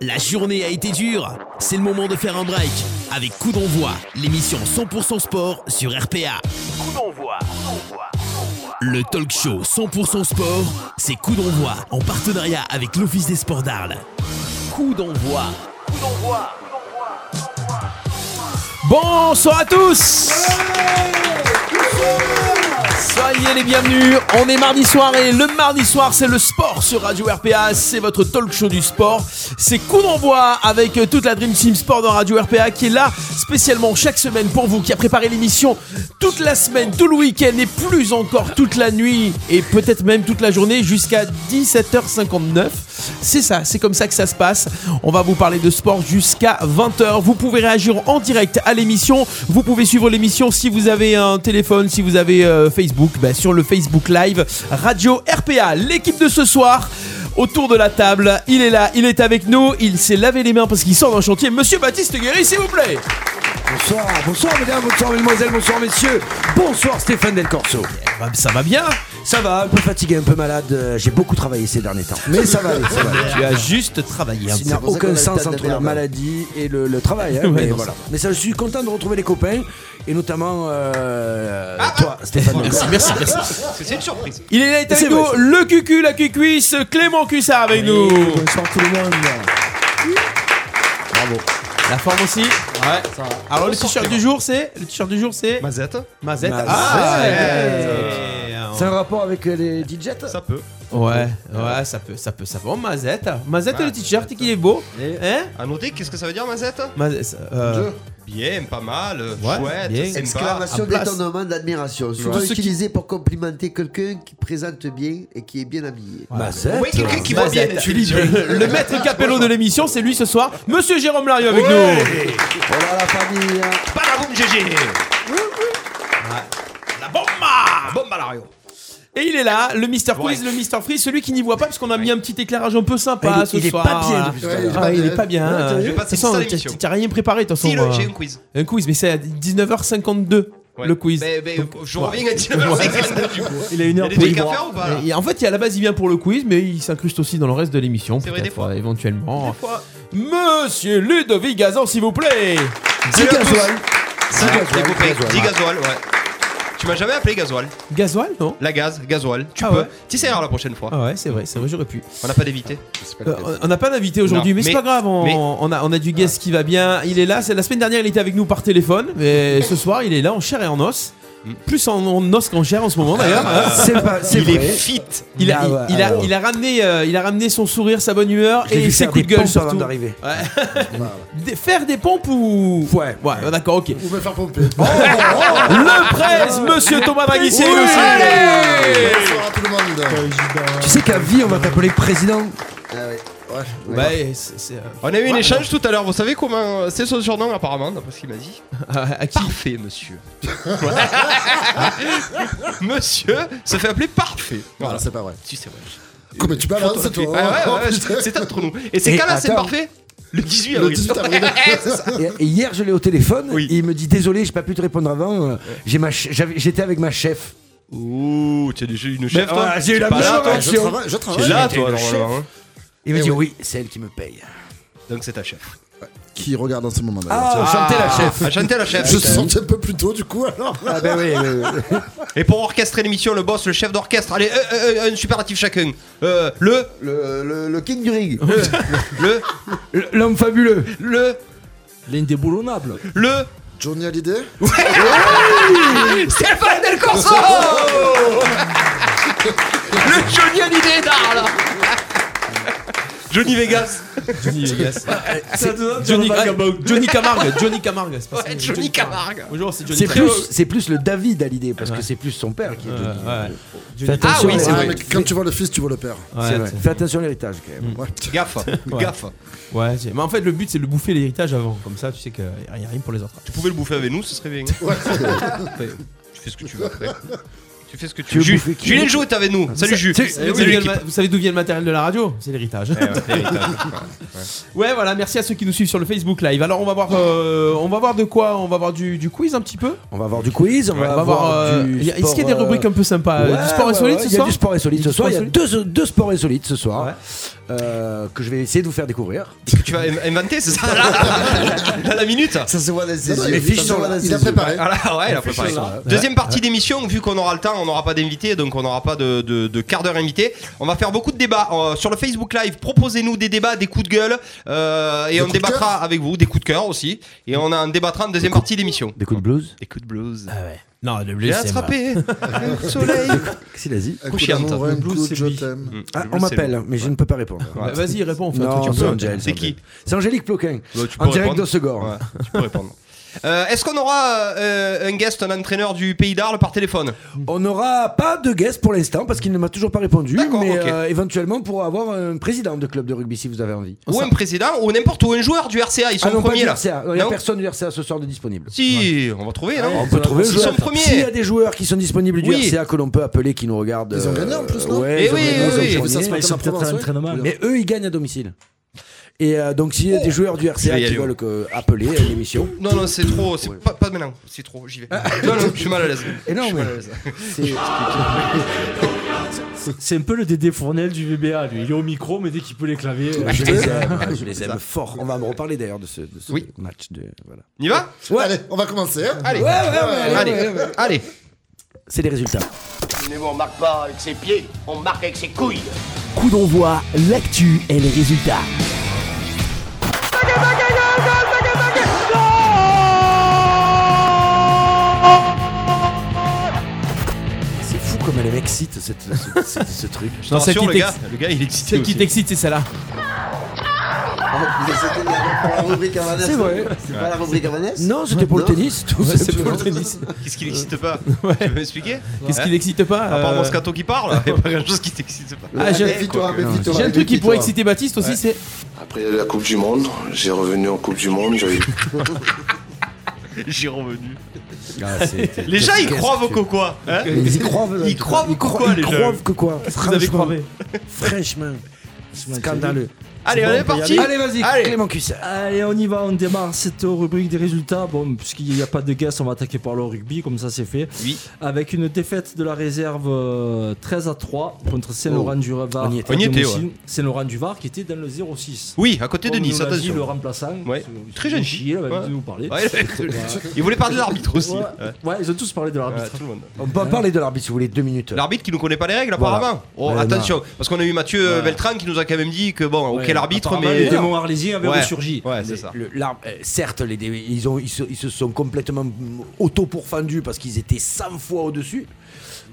La journée a été dure. C'est le moment de faire un break avec Coup d'envoi, l'émission 100% sport sur RPA. Coup d'envoi. Le talk show 100% sport, c'est Coup d'envoi en partenariat avec l'Office des sports d'Arles. Coup d'envoi. Coup d'envoi. Bonsoir à tous Soyez les bienvenus, on est mardi soir et le mardi soir c'est le sport sur Radio RPA, c'est votre talk show du sport, c'est coup d'envoi avec toute la Dream Team Sport de Radio RPA qui est là spécialement chaque semaine pour vous, qui a préparé l'émission toute la semaine, tout le week-end et plus encore toute la nuit et peut-être même toute la journée jusqu'à 17h59. C'est ça, c'est comme ça que ça se passe. On va vous parler de sport jusqu'à 20h. Vous pouvez réagir en direct à l'émission. Vous pouvez suivre l'émission si vous avez un téléphone, si vous avez euh, Facebook, bah, sur le Facebook Live Radio RPA. L'équipe de ce soir. Autour de la table, il est là, il est avec nous, il s'est lavé les mains parce qu'il sort d'un chantier. Monsieur Baptiste Guéry, s'il vous plaît Bonsoir, bonsoir mesdames, bonsoir mesdemoiselles, bonsoir messieurs, bonsoir Stéphane Del Corso. Bah, Ça va bien Ça va, un peu fatigué, un peu malade, euh, j'ai beaucoup travaillé ces derniers temps. Mais ça va, aller, ça va. aller. Tu as juste travaillé. hein. Il n'y a pour ça qu'on aucun a le sens tas de entre la merde. maladie et le, le travail. hein, Ouais, mais, non, voilà. mais ça, je suis content de retrouver les copains, et notamment euh, toi Stéphane Del Corso. Merci, merci, merci. C'est une surprise. Il est là, il est C'est avec nous, vrai, le cucu, la cucuisse, Clément Cussard avec nous. Bonsoir tout le monde. La forme aussi. Ouais, ça va. Alors le t-shirt du jour, c'est Le t-shirt du jour, c'est Mazette Mazette. Mazette. Ah, C'est un rapport avec euh, les DJs Ça peut. ouais, ouais, ça peut, ça peut, ça peut. Oh, Mazette, Mazette le t-shirt qu'il est beau. Hein À noter, qu'est-ce que ça veut dire Mazette Mazette. euh, Bien, pas mal, euh, Ouais, chouette, bien. sympa. À Exclamation place. d'étonnement, d'admiration. Souvent Tous ceux qui- utilisée pour complimenter quelqu'un qui présente bien et qui est bien habillé. Mazette Oui, quelqu'un qui voit bien. Mazette. Le maître capello de l'émission, c'est lui ce soir. Monsieur Jérôme Larieux avec nous. Oh Voilà la famille. hein. Pas la boum, GG La bomba Bombe à l'ario. Et il est là, le Mister Quiz, Ouais. le Mister Free, celui qui n'y voit pas parce qu'on a mis un petit éclairage un peu sympa Il est- ce il est soir. pas bien, depuis tout à Ouais, l'heure. j'ai Ah, il est de- pas bien. Ouais, t'as hein. vu De vais passer toute façon, ça à t'as- l'émission. T'as rien préparé, de toute façon. Si, moi. le- j'ai un quiz. Un quiz, mais c'est à 19h52 euh, Ouais. le quiz. Ben, ben, je reviens à 19h52 du coup. Il a une Il y a des trucs à faire ou pas là Et en fait, il y a à la base, il vient pour le quiz, mais il s'incruste aussi dans le reste de l'émission. C'est vrai, peut-être, des fois. euh, Éventuellement. Des fois. Monsieur Ludovic Gazan, s'il vous plaît. Dis gasoil. Ça, gasoil, les copains, gasoil, dis ouais. gasoil, ouais. Tu m'as jamais appelé gasoil. Gasoil, non La gaz, gasoil. Tu Ah peux. ouais. Tu sais, la prochaine fois. Ah ouais, c'est vrai, c'est vrai, j'aurais pu. On n'a pas d'évité. Euh, on n'a pas d'invité aujourd'hui, Non, mais, c'est mais- pas grave, on, mais- on a, on a du Ah. guest qui va bien. Il est là, c'est la semaine dernière, il était avec nous par téléphone, mais ce soir, il est là en chair et en os. Mm. Plus en, en os qu'en chair en ce moment d'ailleurs. hein. C'est pas, c'est Il vrai. est fit. Il a, Ah ouais, il, il a, alors. il a ramené, euh, il a ramené son sourire, sa bonne humeur Je l'ai et vu ses faire coups de des gueule pompes avant surtout. d'arriver. Des- faire des pompes ou Ouais. ouais, bah, d'accord, ok. Vous me faire pomper. Le presse, Monsieur Thomas Baguissier est aussi. Bonsoir à tout le monde. Tu sais qu'à vie, on va t'appeler président. Ah ouais. Ouais. Ouais, ouais, c'est- c'est, euh, On a eu un échange tout à l'heure. Vous savez comment euh, c'est son surnom apparemment, d'après ce qu'il m'a dit. à à qui Parfait, monsieur. monsieur se fait appeler parfait. Voilà. Voilà, c'est pas Ah, vrai. Si, c'est vrai. Comment tu balances Ouais, toi Ah hein. ouais, ouais, Putain. c'est entre nous. Et c'est Et quand là, c'est attends. parfait Le 18 Le avril. 18 avril. Et et hier, je l'ai au téléphone. Oui. Et il me dit Désolé, j'ai pas pu te répondre avant. euh, j'ai ma ch- j'avais- J'étais avec ma chef. Ouh, tu as déjà eu une chef, toi ouais, ah, j'ai eu la T'es pas même hein. là, toi réaction. Je travaille, je T'es travaille. là, toi, normalement. hein. Il me Eh dit oui. Oui, c'est elle qui me paye. Donc c'est ta chef. Qui regarde en ce moment Ah, d'ailleurs. chanter la chef. Ah, chantez la chef. Je suis sorti un peu plus tôt du coup alors. Ah, ben oui, oui, oui. Et pour orchestrer l'émission, le boss, le chef d'orchestre, allez, euh, euh, euh, un superlatif chacun. Euh, le, Le, le, le king du ring. le, L- L'homme fabuleux. le, L'indéboulonnable. le. Johnny Hallyday Stéphane Del Corso Le Johnny Hallyday d'Arles Johnny Vegas Johnny, euh, Johnny, ah, Johnny Camargue, Johnny Camargue, c'est pas ça, Ouais, Johnny Camargue Bonjour, c'est Johnny C'est Camargue. plus, c'est plus le David Hallyday parce que c'est plus son père qui est Johnny. Ouais, ouais. Fais attention, Ah oui, Ouais, c'est les- vrai. mais Quand tu vois le fils, tu vois le père. Ouais, c'est vrai. Fais attention à l'héritage quand même. Ouais. Gaffe, gaffe Ouais, j'ai- mais en fait, le but c'est de le bouffer l'héritage avant. Comme ça, tu sais qu'il n'y a rien pour les autres. Tu pouvais le bouffer avec nous, ce serait bien. Ouais. Après, tu fais ce que tu veux après. Tu fais ce que tu Tu veux. Ah, veux Ju- bouffer qui Julien Jou est avec nous. Salut Ju. Salut. Vous Salut savez l'équipe. Eh le ma- Vous savez d'où vient le matériel de la radio C'est l'héritage. Ah, hein. Ouais, voilà, merci à ceux qui nous suivent sur le Facebook Live. Alors, on va voir, euh, on va voir de quoi On va voir du, du quiz un petit peu On va avoir du quiz. On On va va avoir. voir. euh, du y a- Est-ce qu'il y a des sport, euh, rubriques un peu sympas euh, Ouais, Du sport ouais, insolite ouais, ce Il y a soir du sport insolite Du ce soir. Il y sport a deux, deux sports insolites ce soir. Ouais. euh, que je vais essayer de vous faire découvrir. Que tu vas in- inventer, c'est ça là, là, là, la minute Ça se voit dans ses Non, non, yeux. il- fiches sont là, Il a préparé. Ah là, ouais, il a préparé. Deuxième partie d'émission, vu qu'on aura le temps, on n'aura pas d'invité, donc on n'aura pas de, de- de quart d'heure invité. On va faire beaucoup de débats euh, sur le Facebook Live. Proposez-nous des débats, des coups de gueule, euh, et on coups de débattra avec vous, des coups de cœur aussi, et on en débattra en deuxième partie d'émission. Des coups de blues Des coups de blues. Non, le blé, J'ai c'est moi. attrapé le soleil. Qu'est-ce qu'il a dit Un coup Couchiante. d'amour, un Le blues, coup de c'est je lui. t'aime. Mmh, Ah, Mm. le on blues, c'est m'appelle, mais je ne peux pas répondre. Bah, Vas-y, réponds, on fait un Non, truc c'est un peu. Angel, C'est qui Angel. C'est Angélique Ploquin. bon. Bah, tu peux En direct répondre. de Segor. Ouais, tu peux répondre. Euh, Est-ce qu'on aura euh, un guest, un entraîneur du pays d'Arles par téléphone On n'aura pas de guest pour l'instant parce qu'il ne m'a toujours pas répondu. D'accord, Mais ok. euh, éventuellement, pour avoir un président de club de rugby si vous avez envie. Ou un président, ou n'importe où, un joueur du RCA, ils sont Ah non, pas premiers du là. RCA. Il n'y a Non personne du RCA ce soir de disponible. Si, on va trouver, non On peut trouver un Ils joueur. sont premiers. S'il y a des joueurs qui sont disponibles du Oui. RCA que l'on peut appeler, qui nous regardent. Ils ont euh, gagné en plus, non ouais, Eh ils ont oui, gagné, oui, ils ont oui, gagné. J'ai vu ça ce matin en Provence, ouais. Mais eux, ils gagnent à domicile. Et euh, donc, s'il y a des joueurs du Oh, Je vais RCA y qui aller, veulent que- appeler à l'émission, Non, non, c'est trop. C'est pas, pas maintenant. C'est trop. J'y vais. Ah. Non, non, je suis mal à l'aise. Et non, Je suis mais- mal à l'aise. c'est. C'est un peu le Dédé Fournel du VBA, lui. Il est au micro, mais dès qu'il peut les claviers. euh, Je les aime, je les aime fort. On va me reparler d'ailleurs de ce, de ce Oui. match. De, voilà. On y va Allez, on va commencer. hein. Allez. allez, allez. ouais, ouais. Allez. C'est les résultats. Mais on marque pas avec ses pieds, on marque avec ses couilles. Coup d'envoi, l'actu et les résultats. C'est fou comme elle m'excite cette, ce, ce- ce truc. Je Non, te celle rassure, qui t'ex- le gars. Le gars, il est excité. Celle qui Aussi. t'excite, c'est celle-là. Mais c'était pour la rubrique Havana. C'est vrai. C'est pas la rubrique Havana Non, c'était pour le tennis. Tout C'est pour simplement. le tennis. Qu'est-ce qui l'excite pas Tu veux m'expliquer Qu'est-ce Hein qui l'excite pas À part euh, Moscato qui parle, il n'y a pas grand chose qui t'excite pas. Ah, j'ai Victoire, mais victoire. j'ai un truc qui pourrait exciter Baptiste aussi, c'est. Après la Coupe du Monde, j'ai revenu en Coupe du Monde, j'avais J'y revenu. Ah, c'est- Les gens, ils croient vos quoi hein Ils y croient. voilà. Ils croient Ils beaucoup, quoi, ils les croient jeunes que quoi Vous avez croisé. Fraîchement. Scandaleux. Allez, on est parti. Allez, vas-y, Allez. Clément Cussard. Allez, on y va, on démarre cette rubrique des résultats. Bon, puisqu'il n'y a pas de guest, on va attaquer par le rugby, comme ça c'est fait. Oui. Avec une défaite de la réserve euh, 13 à 3 contre Saint-Laurent-du-Var. On y était. Oh. On y était, ouais. Saint-Laurent-du-Var qui était dans le 0-6. Oui, à côté de Comme nous Nice, l'a dit Le attention. remplaçant. Ouais. ce- Très ce gentil. Chier, il va Ouais. nous parler. Ouais, il voulait parler de l'arbitre aussi. Euh, Ouais. Ouais. Ouais, ils ont tous parlé de l'arbitre. Ouais, tout le monde. On Hein peut en parler de l'arbitre si vous voulez, deux minutes. L'arbitre qui nous connaît pas les règles apparemment. Oh, Ouais, attention, parce qu'on a eu Mathieu euh, Beltran qui nous a quand même dit que bon, ok Ouais, l'arbitre, apparemment, mais Le démon arlésien avait Ouais. ressurgi. Ouais, c'est ça. Le- l'arbre- euh, certes, les, dé- ils, ont, ils, se, ils se sont complètement mm, auto-pourfendus parce qu'ils étaient 100 fois au-dessus.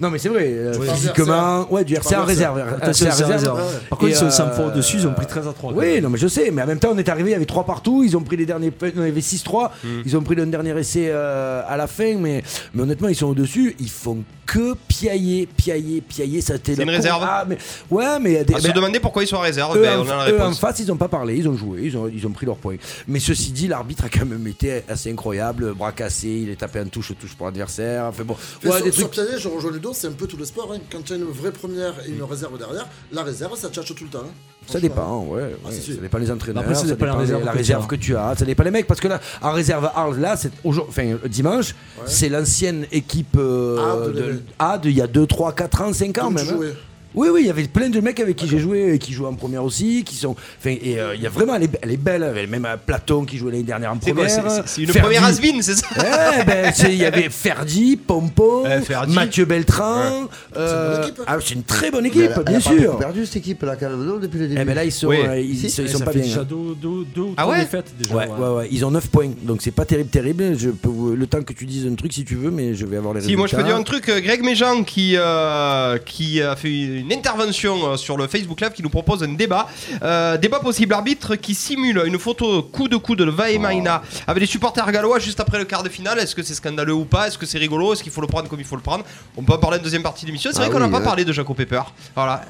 Non, mais c'est vrai, euh, Oui. physiquement, ouais, du RC en parles du RCA. réserve. RCA Attention, c'est la réserve. réserve. Par contre, Et, ils sont euh, 100 fois au-dessus, ils ont pris 13 à 3. Oui, non, mais je sais, mais en même temps, on est arrivé, il y avait 3 partout, ils ont pris les derniers, pe- non, il y avait 6-3, Hmm. ils ont pris le dernier essai euh, à la fin, mais, mais honnêtement, ils sont au-dessus, ils font que piailler, piailler, piailler, ça c'était la une cour- réserve Ah, mais, ouais, mais des- à se ben, demander pourquoi ils sont en réserve, eux, ben, en, on a la eux, en réponse. face, ils n'ont pas parlé, ils ont joué, ils ont, ils ont pris leur point. Mais ceci dit, l'arbitre a quand même été assez incroyable, bras cassé, il est tapé en touche, touche pour l'adversaire. Enfin bon, Et ouais, sur, des sur trucs- Piaget, je rejoins Ludo, c'est un peu tout le sport. hein. Quand tu as une vraie première et une réserve derrière, la réserve, ça tchatche tout le temps. hein. ça dépend, ouais, ouais, Ah, c'est sûr. ça dépend les entraîneurs, Après, ça, dépend, la réserve, que tu as. que tu as, ça dépend les mecs, parce que là, en réserve Arles, là, c'est aujourd'hui, enfin euh, dimanche, c'est l'ancienne équipe euh, Ah, de de- l'Evel. ah, de il y a 2, 3, 4 ans, 5 ans Tout même. hein. joué. Oui, oui, il y avait plein de mecs avec qui j'ai joué, et qui jouent en première aussi, qui sont. Enfin, et euh, il y a vraiment, elle est, elle est belle, elle est même euh, Platon qui jouait l'année dernière en C'est quoi, première. c'est- c'est- c'est une Ferdi. première has-been, c'est ça Eh ben, c'est- il y avait Ferdi, Pompo, Eh, Ferdi. Mathieu Beltran. C'est une euh, bonne équipe. ah, c'est une très bonne Mais équipe, elle a- elle bien a pas beaucoup sûr. perdu cette équipe là quand même, non, depuis le début. Eh ben là, ils sont, Oui. euh, ils, ils sont- ils sont ça pas fait bien. déjà hein. deux, deux, deux ou Ah trois ouais défaites déjà. Ouais, ouais. ouais, ouais, ils ont 9 points, donc c'est pas terrible, terrible. Je peux vous- le temps que tu dises un truc si tu veux, mais je vais avoir les Si, résultats. moi je peux dire un truc, euh, Greg Méjean qui, euh, qui a fait une intervention euh, sur le Facebook Live qui nous propose un débat. Euh, débat possible arbitre qui simule une photo coup de coude de Vaemaina Oh. avec les supporters gallois juste après le quart de finale. Est-ce que c'est scandaleux ou pas Est-ce que c'est rigolo Est-ce qu'il faut le prendre comme il faut le prendre On peut en parler en deuxième partie de l'émission. C'est vrai Ah qu'on n'a oui, pas ouais. parler de Jaco Pepper. Voilà.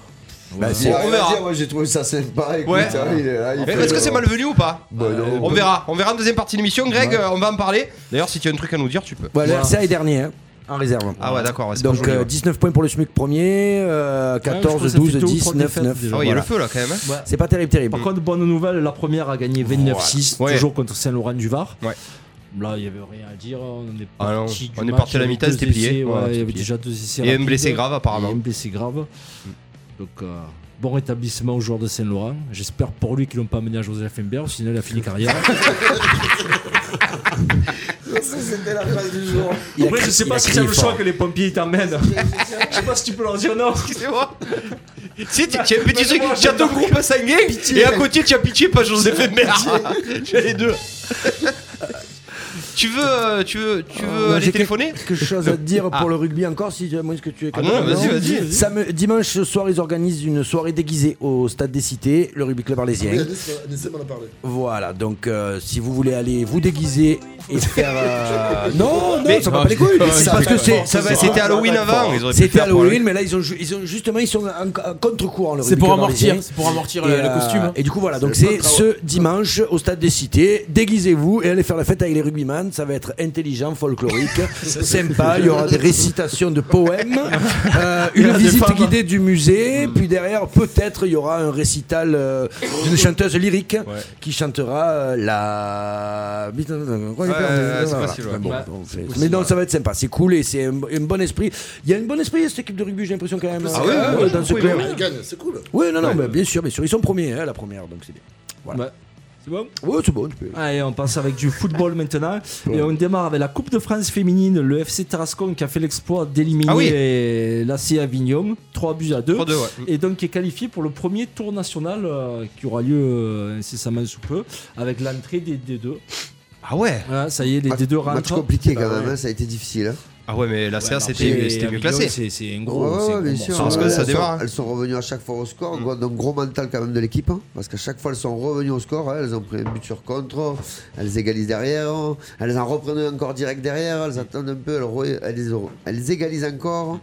Bah, Vas-y, c'est- on verra. vas-y, moi j'ai trouvé ça sympa. Écoute, Ouais. hein, il est- il Mais fait- Est-ce que c'est malvenu ou pas Bah, non. On verra, on verra en deuxième partie de l'émission. Greg, euh, on va en parler. D'ailleurs, si tu as un truc à nous dire, tu peux. Ouais, le RCA est dernier, hein, en réserve. Ah ouais, d'accord, ouais, c'est pas Donc joli, euh, ouais. 19 points pour le SMUC premier, euh, Ouais, je 14, crois que ça 12, fait deux ou 10, trois 9, défaites 9. déjà. Ah oui, il y a Voilà. le feu là quand même. hein. C'est pas terrible, terrible. Par contre, bonne nouvelle, la première a gagné 29-6, Mm. Ouais. toujours contre Saint-Laurent-du-Var. Ouais. Là, il n'y avait rien à dire. On est Ah non, parti, du on est match parti à la avec mi-temps, deux c'était plié. essais, ouais, Voilà, il y c'était avait plié. déjà deux essais. Et un rapides. blessé grave, apparemment. Et un blessé grave. Donc, euh, Bon rétablissement aux joueurs de Saint-Laurent. J'espère pour lui qu'ils l'ont pas amené à Joseph Imbert, sinon il a fini carrière. Ça, c'était la phrase du jour. Après, je sais pas si c'est le choix que les pompiers t'emmènent. Je Je sais pas si tu peux leur dire non. Excusez-moi. Si, t'es- tu as un petit truc, tu as deux groupes à Sanguin, et à côté, tu as pitié, pas Joseph et Mère. Tu as les deux. Ah. Tu veux, euh, tu veux, tu veux Moi, aller j'ai téléphoner quelque chose à te dire pour le rugby encore, si tu moins que tu es Ah non, vas-y, vas-y, vas-y. Sam- Dimanche ce soir, ils organisent une soirée déguisée au Stade des Cités, le rugby club Oui, arlésien. Anis, euh, Anis m'en a parlé. Voilà, donc euh, si vous voulez aller vous déguiser et faire. euh, Non, non, Mais- ça va non, pas les couilles. je- C'est ça parce va que être c'est. fort, ça va- c'est C'était Halloween avant, ils auraient pu C'était faire pour Halloween, mais là ils ont, ju- ils ont justement ils sont en, en contre-courant. le C'est rugby pour club amortir, arlésien. c'est pour amortir Et, le- le euh, hein. costume. Et du coup voilà, donc C'est c'est pas ce dimanche au stade des Cités. Déguisez-vous et allez faire la fête avec les rugbyman. Ça va être intelligent, folklorique, sympa. Il y aura des récitations de poèmes, euh, une visite guidée du musée, Hmm. puis derrière peut-être il y aura un récital euh, Oh. d'une chanteuse lyrique qui chantera euh, la. ouais, c'est Voilà. facile, ouais. Bon, Ouais. bon, c'est- Mais non, ça va être sympa. C'est cool et c'est un, un bon esprit. Il y a un bon esprit cette équipe de rugby. J'ai l'impression quand même. Ah ouais, ouais, euh, ouais, dans je ce trouve, club. ouais. Il gagne, c'est cool. Oui, non, non, bah, bien sûr, bien sûr. Ils sont premiers hein, à la première, donc c'est bien. Ah, Voilà. Ouais. C'est bon Ouais, c'est bon, tu peux. Allez, on passe avec du football maintenant. Et on démarre avec la Coupe de France féminine, le FC Tarascon qui a fait l'exploit d'éliminer Ah oui. euh, l'AC Avignon, 3 buts à 2. 3-2, ouais. Mm. Et donc qui est qualifié pour le premier tour national euh, qui aura lieu euh, incessamment sous peu, avec l'entrée des D2. Ah ouais Voilà, ça y est, les Match- D2 rentrent. Match compliqué Ah quand même, ouais. hein, ça a été difficile. hein. Ah ouais, mais la CA, Après, c'était c'était mieux Avignon, classé. C'est c'est un Ouais, gros. ouais, c'est un bien gros sûr. morceau. Parce que Ouais, ça elles démarre, sont- hein. Elles sont revenues à chaque fois au score. gros- Donc gros mental quand même de l'équipe. hein, parce qu'à chaque fois, elles sont revenues au score. hein, Elles ont pris un but sur contre. Elles égalisent derrière. hein, Elles en reprennent encore direct derrière. Elles attendent un peu. Elles, re- elles, elles égalisent encore.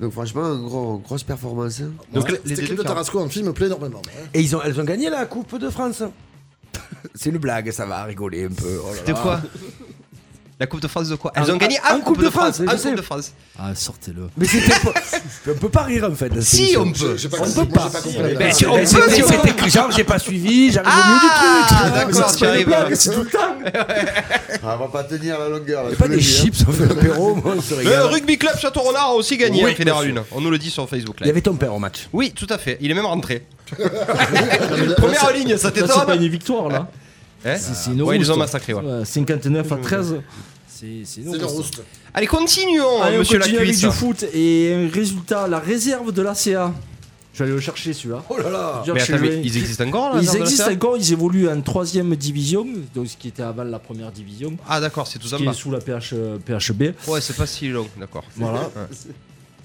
Donc franchement, un gros, grosse performance. hein. Donc, Cette- les Cette deux équipe de qui Tarasco en film me plaît énormément. hein. Et ils ont, elles ont gagné la Coupe de France. c'est une blague, ça va rigoler un peu. oh là C'était là. quoi La Coupe de France de quoi Elles En- ont gagné en un Coupe de France. je un sais. Coupe de France. Ah, sortez-le. Mais c'était pas- On peut pas rire en fait. dans cette Si, émission. on Je- peut. j'ai pas On compris, peut pas. moi, Eh j'ai pas compris la Mais blague. c'est- mais peut, si c'était- on C'était que genre, j'ai pas suivi, j'arrive au Ah, milieu du truc. d'accord, tu arrives. Ah, on va pas tenir la longueur. là, C'est je pas vous le des dis, hein. chips, on fait l'apéro, moi, on se Le régale. rugby club Château Renard a aussi gagné Oui, en Fédéral monsieur. 1. On nous le dit sur Facebook Il y Live. avait ton père au match. Oui, tout à fait. Il est même rentré. Là, Première ligne, ça Là, c'est pas t'étonne une victoire, là. Hein C'est- c'est une Ouais, ils les ont rouste. massacrés. ouais. Ouais, 59 à 13. C'est c'est ben, une C'est le rouste. roost. Allez, continuons, Allez, on monsieur continue avec Lacuisse. du foot et un résultat, la réserve de l'ACA. Je vais aller le chercher celui-là. Oh là là Je veux Mais dire, je attends, vais- mais ils existent encore là Ils dans le existent CA encore, ils évoluent en troisième division, donc ce qui était avant la première division, Ah d'accord, c'est tout ce en qui bas. est sous la PH, euh, PHB. Ouais, c'est pas si long, d'accord. Voilà. Ouais.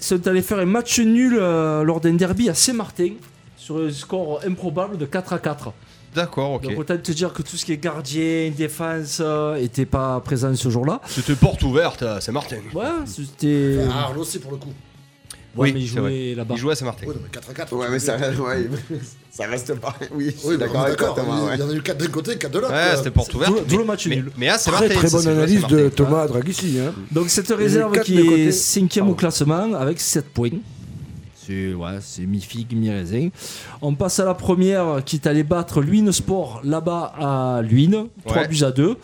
Ils sont allés faire un match nul euh, lors d'un derby à Saint-Martin sur un score improbable de 4 à 4. D'accord, ok. Donc autant te dire que tout ce qui est gardien, défense, euh, était pas présent ce jour-là. C'était porte ouverte, euh, à Saint-Martin. Ouais, c'était. Ah, Arles aussi pour le coup. Ouais, Oui, mais ils c'est vrai. jouaient là-bas. Il jouait à Saint-Martin. Oui, non, mais 4 à 4. Ouais, tu mais veux ça, dire. ouais, ça reste pas. Oui, je suis d'accord Oui, d'accord, avec toi, d'accord. Thomas. Il y ouais. en a eu 4 d'un côté, 4 de l'autre. Ouais, c'était porte ouverte. D'où- d'où mais- le match mais- nul. Mais à Très Saint-Martin. très ça, bonne c'est joué à analyse de Saint-Martin. Thomas Dragissi. Hein. Donc cette ont réserve quatre qui de côté. est cinquième au classement avec 7 points. C'est ouais, c'est mi-figue, mi-raisin. On passe à la première qui est allée battre Luynes Sport là-bas à Luynes, 3 Ouais. buts à 2.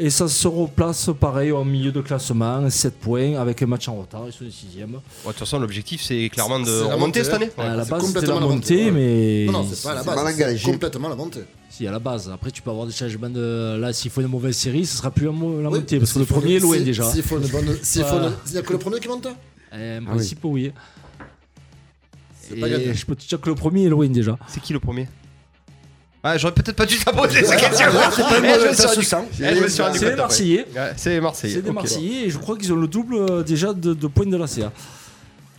Et ça se replace pareil au milieu de classement, 7 points avec un match en retard, ils sont 6ème. Ouais, De toute façon, l'objectif, c'est clairement de C'est la remonter montée, cette année. à Ouais. la hein. c'est base c'était la complètement la montée, montée, mais Non, non, c'est pas à la mal base. C'est engagé. complètement la montée. si à la base. Après tu peux avoir des changements de là s'il faut une mauvaise série, ce sera plus la mo- la Oui, montée parce que le s'il faut premier est une- loin si- déjà. S'il faut une bonne. s'il faut Voilà. une- Il n'y a que le premier qui monte Eh, En principe oui. pas Et gagné. je peux te dire que le premier est loin déjà. C'est qui le premier Ah, j'aurais peut-être pas dû t'aborder cette question. Eh, je me suis rendu- eh, je me suis rendu C'est compte les après. Marseillais. Ouais, C'est les Marseillais. C'est des ok. Marseillais et je crois qu'ils ont le double euh, déjà de, de points de la CA.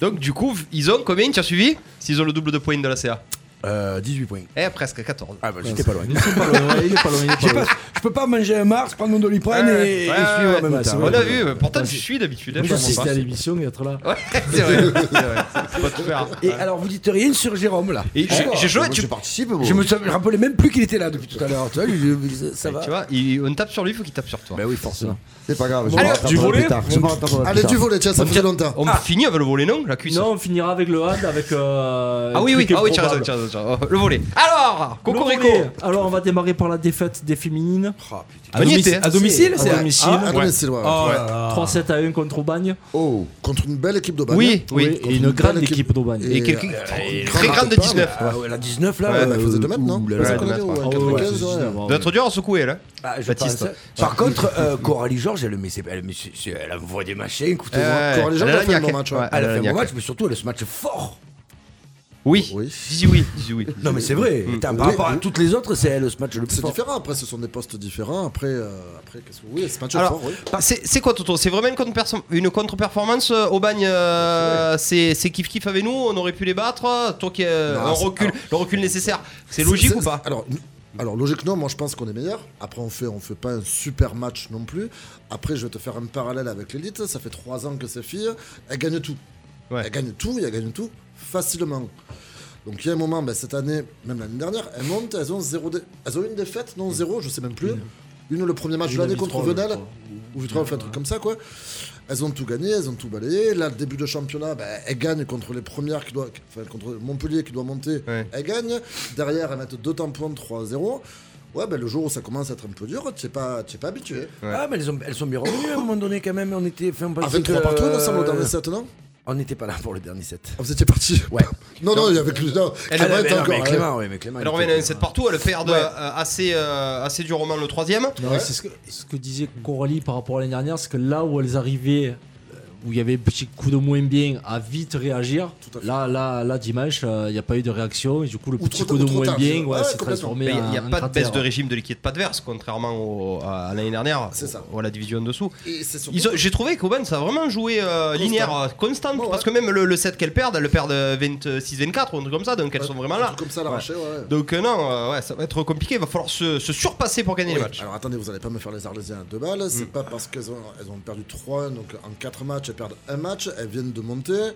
Donc, du coup, ils ont combien Tu as suivi S'ils ont le double de points de la CA Euh, 18 points. Eh, presque 14. Ah bah j'étais pas loin. Ils sont pas loin, ouais, il est pas loin. il est pas J'ai loin. pas- Je peux pas manger un Mars, prendre mon doliprane Ouais, et, et ouais, suivre ouais, en même ouais, temps. c'est On vrai. a vu, mais pourtant je suis d'habitude. hein, Moi, je comprends J'assistais pas. à l'émission et être là. Ouais, c'est vrai. c'est vrai, c'est pas tout faire. Et alors vous dites rien sur Jérôme là. Et j'ai- j'ai joué, Moi, tu, je participe, moi. Je me sou- je rappelais même plus qu'il était là depuis tout à l'heure. Tu vois, je- je- ça va. tu vois, il- on tape sur lui, faut qu'il tape sur toi. Bah oui, forcément. C'est pas grave. je Alors, me rattraperai du volet plus tard, Je me rattraperai plus Allez, tard. tu voles, tiens, ça fait longtemps. On finit avec le volet non, la cuisse. Non, on finira avec le hand avec. euh, ah un oui, oui, truc ah oui, tu as improbable. raison, tu as raison. attention. Le volet. Alors, Cocorico. Le relais. Alors, on va démarrer par la défaite des féminines. À, On y domici- était. à domicile, À c'est domicile. Ah, Ah, ah, non, mais c'est loin, ouais. oh là là. 3-7 à 1 contre Aubagne. Oh, Contre une belle équipe d'Aubagne. Oui, oui. et une une grande belle équipe. équipe d'Aubagne. Et Et- quelqu'un. et- Très grande de 19. Ah ouais, la 19 là. euh, Ouais, Elle faisait 2 mètres, non ouh là là, Ça deux connaît, mètres, ouais, ouais. Oh, ouais, 95, c'est ouais. génial. Doit être dur à secouer là. Ah, je Baptiste. pense. Par contre, euh, Coralie Georges, elle met ses- elle met ses- ses- elle envoie des machins, écoute, Euh, Coralie Jean, elle elle a a fait un gnaqué. bon match, ouais. Ouais, elle a elle a fait un gnaqué. bon match, mais surtout elle a ce match fort. Oui. Oui. Dis oui. Dis oui. Non mais c'est vrai, Putain, par Oui, rapport à oui. toutes les autres, c'est elle ce match le plus Mm. C'est fort. différent, après ce sont des postes différents, après, euh, après qu'est-ce que... Oui, c'est match Alors, fort, oui. bah, c'est c'est quoi Toto C'est vraiment une contre-perso- une contre-performance euh, Aubagne, euh, c'est c'est kiff-kiff avec nous, on aurait pu les battre, euh, toi qui euh, Non, un c'est- recul, le recul nécessaire. C'est logique ou pas alors, alors, logiquement, moi je pense qu'on est meilleur. Après, on fait, on fait pas un super match non plus. Après, je vais te faire un parallèle avec l'élite. Ça fait trois ans que ces filles, elles gagnent tout. Ouais. Elles gagnent tout, et elles gagnent tout facilement. Donc il y a un moment, ben, cette année, même l'année dernière, elles montent, elles ont, zéro dé- elles ont une défaite, non zéro, je sais même plus. Une, le premier match de l'année contre Venel, ou Vitrolles, enfin, un truc comme ça, quoi. Elles ont tout gagné, elles ont tout balayé. Là, le début de championnat, ben, elles gagnent contre les premières qui doivent. Enfin, contre Montpellier qui doit monter, Ouais. elles gagnent. Derrière, elles mettent deux tampons 3-0. Ouais, ben, le jour où ça commence à être un peu dur, tu pas, t'y es pas habitué. Ouais. Ah mais elles, ont- elles sont bien revenues à un moment donné quand même, on était enfin, on À pensait 23 que- Ah, partout, il me semble, au euh, dernier set, non On n'était pas là pour le dernier set. Ah, Vous étiez parti Ouais. Non, non, il y avait que. non, Elle Clément avait- était elle encore, Mais hein. Clément, ouais, mais Clément. Elle il revient était- à 7 partout, elle perd euh, assez, euh, assez durement le troisième. Non, C'est ce que, ce que disait Coralie par rapport à l'année dernière, c'est que là où elles arrivaient, euh, où il y avait un petit coup de moins bien, à vite réagir, à fait. là, là, là dimanche, euh, il n'y a pas eu de réaction, et du coup, le Ou petit trop coup de tard, ou trop moins tard, bien c'est- ouais, ouais, s'est complètement. transformé Mais en il n'y a en pas de baisse cratère. hein. de régime de liquide adverse, contrairement au- à l'année dernière, C'est ça. ou à la division dessous. Et c'est surtout. Ils ont- J'ai trouvé qu'Aubagne ça a vraiment joué euh, linéaire, euh, constante, Ouais, ouais. parce que même le, le set qu'elles perdent, elles le perdent 26-24 euh, ou un truc comme ça, donc elles sont vraiment un là. truc Comme ça, à l'arraché, ouais. ouais. Donc euh, non, euh, ouais, ça va être compliqué, il va falloir se, se surpasser pour gagner Oui, Ah, les matchs. Alors attendez, vous allez pas me faire les Arlésiens à deux balles. C'est pas parce qu'elles ont, elles ont perdu 3, donc en 4 matchs, elles perdent un match, elles viennent de monter. Euh,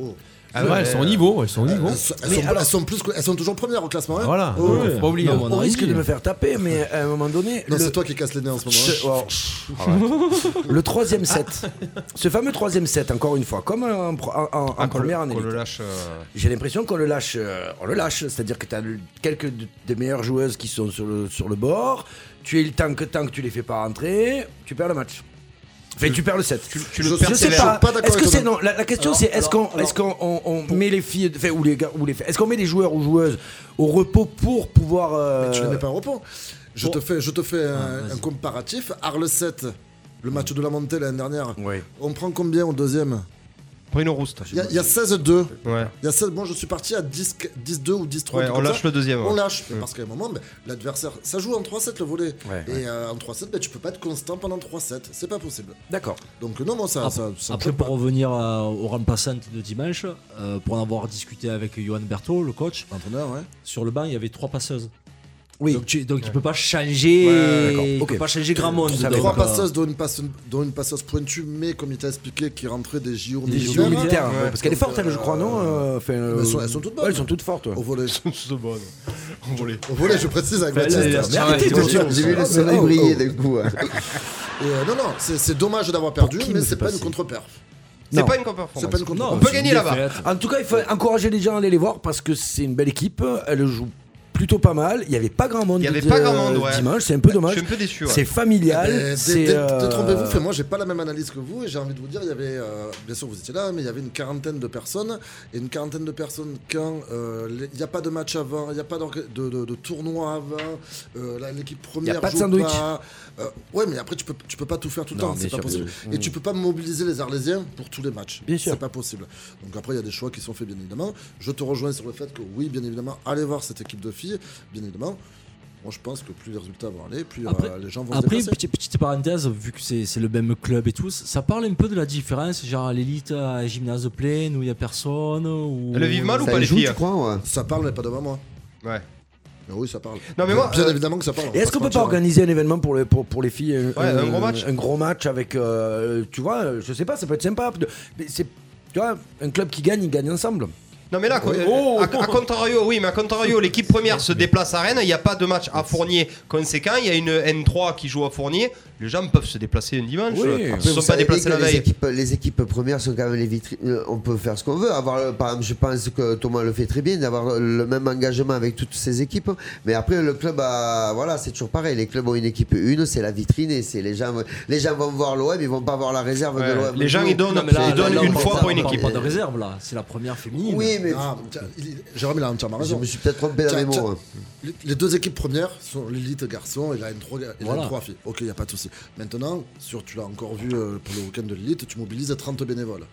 oh. Ah ouais, elles sont au niveau, elles sont au niveau. Elles, sont- elles sont, elles sont plus que- elles sont toujours premières au classement. hein. Voilà, Oh, ouais. faut pas oublier. Non, mais on Au a risque envie. de me faire taper, mais à un moment donné. Non, le- c'est toi qui casse les nez en ce moment. hein. Ce- oh, le troisième set. Ce fameux troisième set, encore une fois, comme en, pro- en- en- en Ah, qu'on le- première année. qu'on le lâche. euh, J'ai l'impression qu'on le lâche. euh, on le lâche, c'est-à-dire que tu as quelques de- des meilleures joueuses qui sont sur le, sur le bord. Tu es le temps que, tant que tu les fais pas rentrer, tu perds le match. Enfin, tu perds le set. tu le je, perds je sais sévère. pas. Je suis pas d'accord Est-ce que avec c'est toi. non La, la question Alors, c'est est-ce alors, qu'on alors. est-ce qu'on on, on met les filles, enfin, ou les gars, ou les filles, est-ce qu'on met les joueurs ou joueuses au repos pour pouvoir euh, Tu ne mets pas en repos. Je, Bon. te fais, je te fais un, vas-y. un comparatif. Arles 7, le match de la montée l'année dernière. Ouais. On prend combien au deuxième Bruno Roust. Il y a, il y a 16-2. Ouais. Il y a 16 moi je suis parti à 10, 10-2 ou 10-3. Ouais, un truc on comme lâche ça. le deuxième, On ouais. lâche, mais parce qu'à un moment, ben, l'adversaire, ça joue en 3-7 le volet. et euh, en 3-7, ben, tu peux pas être constant pendant 3-7. C'est pas possible. D'accord. Donc non, moi ça. Ap- ça, ça me Après, choque pour pas. revenir à- aux remplaçantes de dimanche, euh, pour en avoir discuté avec Johan Berthaud, le coach, L'entraîneur, ouais. sur le banc, il y avait trois passeuses. Oui. Donc, tu, donc il peut pas changer, d'accord, il ok. peut pas changer grand monde. Ça donc, Trois euh, passeuses, dont une, passeuse, dont une passeuse pointue, mais comme il t'a expliqué, qui rentrait des JO Des Les JO joueurs militaires, militaires, hein. ouais. ouais, parce qu'elle est forte, elle, je crois, non euh, enfin, euh, elles sont- elles sont toutes bonnes. ouais, elles sont toutes fortes. ouais. Au volet. C'est bon. On voulait. Au volet, je précise avec elle, elle est Baptiste. là- Arrêtez de dire- j'ai vu le soleil oh, briller d'un coup. hein. Et, euh, non, non, c'est c'est dommage d'avoir perdu, Pour qui mais nous c'est c'est pas une passé contre-perf. C'est Non. pas une C'est pas une contre-performance. contre non, On peut c'est une gagner là-bas. défaite. En tout cas, il faut encourager les gens à aller les voir parce que c'est une belle équipe. Elle joue plutôt pas mal. Il n'y avait pas grand monde. Il y avait de- pas grand monde, ouais. Bah, Dimanche, c'est un peu Je dommage. suis un peu déçu. ouais. C'est familial. Eh ben, dé- c'est. dé- euh, Détrompez-vous, fait, moi j'ai pas la même analyse que vous et j'ai envie de vous dire, il y avait, euh, bien sûr vous étiez là, mais il y avait une quarantaine de personnes et une quarantaine de personnes quand euh, les- il n'y a pas de match avant, il n'y a pas d'orga- de, de- de tournoi avant, euh, là, l'équipe première pas de joue sandwich. pas. Euh, ouais, mais après tu peux, tu peux pas tout faire tout le Non, temps, bien c'est pas sûr, Mm. possible. Et tu peux pas mobiliser les Arlésiens pour tous les matchs, Bien sûr. c'est pas possible. Donc après il y a des choix qui sont faits bien évidemment. Je te rejoins sur le fait que oui, bien évidemment, allez voir cette équipe de filles, bien évidemment. Moi, je pense que plus les résultats vont aller, plus euh, Après- les gens vont se Après, déplacer. petite, petite parenthèse, vu que c'est c'est le même club et tout, ça parle un peu de la différence, genre à l'élite, à gymnase de plaine où il y a personne. Où... Elles le vivent mal ou Ça pas les joue, filles hein tu crois ouais Ça parle, mais pas devant moi. Ouais. Mais oui, ça parle. Non, mais moi, Bien euh, évidemment que ça parle. on Et va est-ce se qu'on peut mentir, pas organiser un événement pour, les- pour, pour les filles euh, Ouais, un gros match. Un gros match avec, euh, tu vois, je sais pas, ça peut être sympa. de- mais c'est- tu vois, un club qui gagne, il gagne ensemble. Non mais là, quoi, Oh. à, à contrario, oui, mais à contrario, l'équipe première se déplace à Rennes. Il n'y a pas de match à Fournier conséquent. Il y a une N3 qui joue à Fournier. Les gens peuvent se déplacer un dimanche. Oui. Ils ne Après, se Vous sont pas savez déplacés que la les veille. équipes, les équipes premières sont quand même les vitrines. Euh, On peut faire ce qu'on veut. Avoir, euh, par exemple, je pense que Thomas le fait très bien d'avoir le même engagement avec toutes ces équipes. Mais après, le club, a- voilà, c'est toujours pareil. Les clubs ont une équipe une, c'est la vitrine et c'est les gens. Les gens vont voir l'OM, ils vont pas voir la réserve Ouais. de l'OM. Les gens, ils donnent, Non, mais là, ils là, donnent là, on une parle fois pas- pour une on parle équipe. pas de réserve là, c'est la première féminine. Oui, mais Ah, tiens, il- Jérôme, il a entièrement je raison. me suis peut-être trompé dans Tiens, mes tiens, mots. hein. les- Les deux équipes premières sont l'élite garçon et la N3, ga- et la Voilà. N3 filles. Ok, il n'y a pas de souci. Maintenant, sur, tu l'as encore vu euh, pour le week-end de l'élite, tu mobilises 30 bénévoles.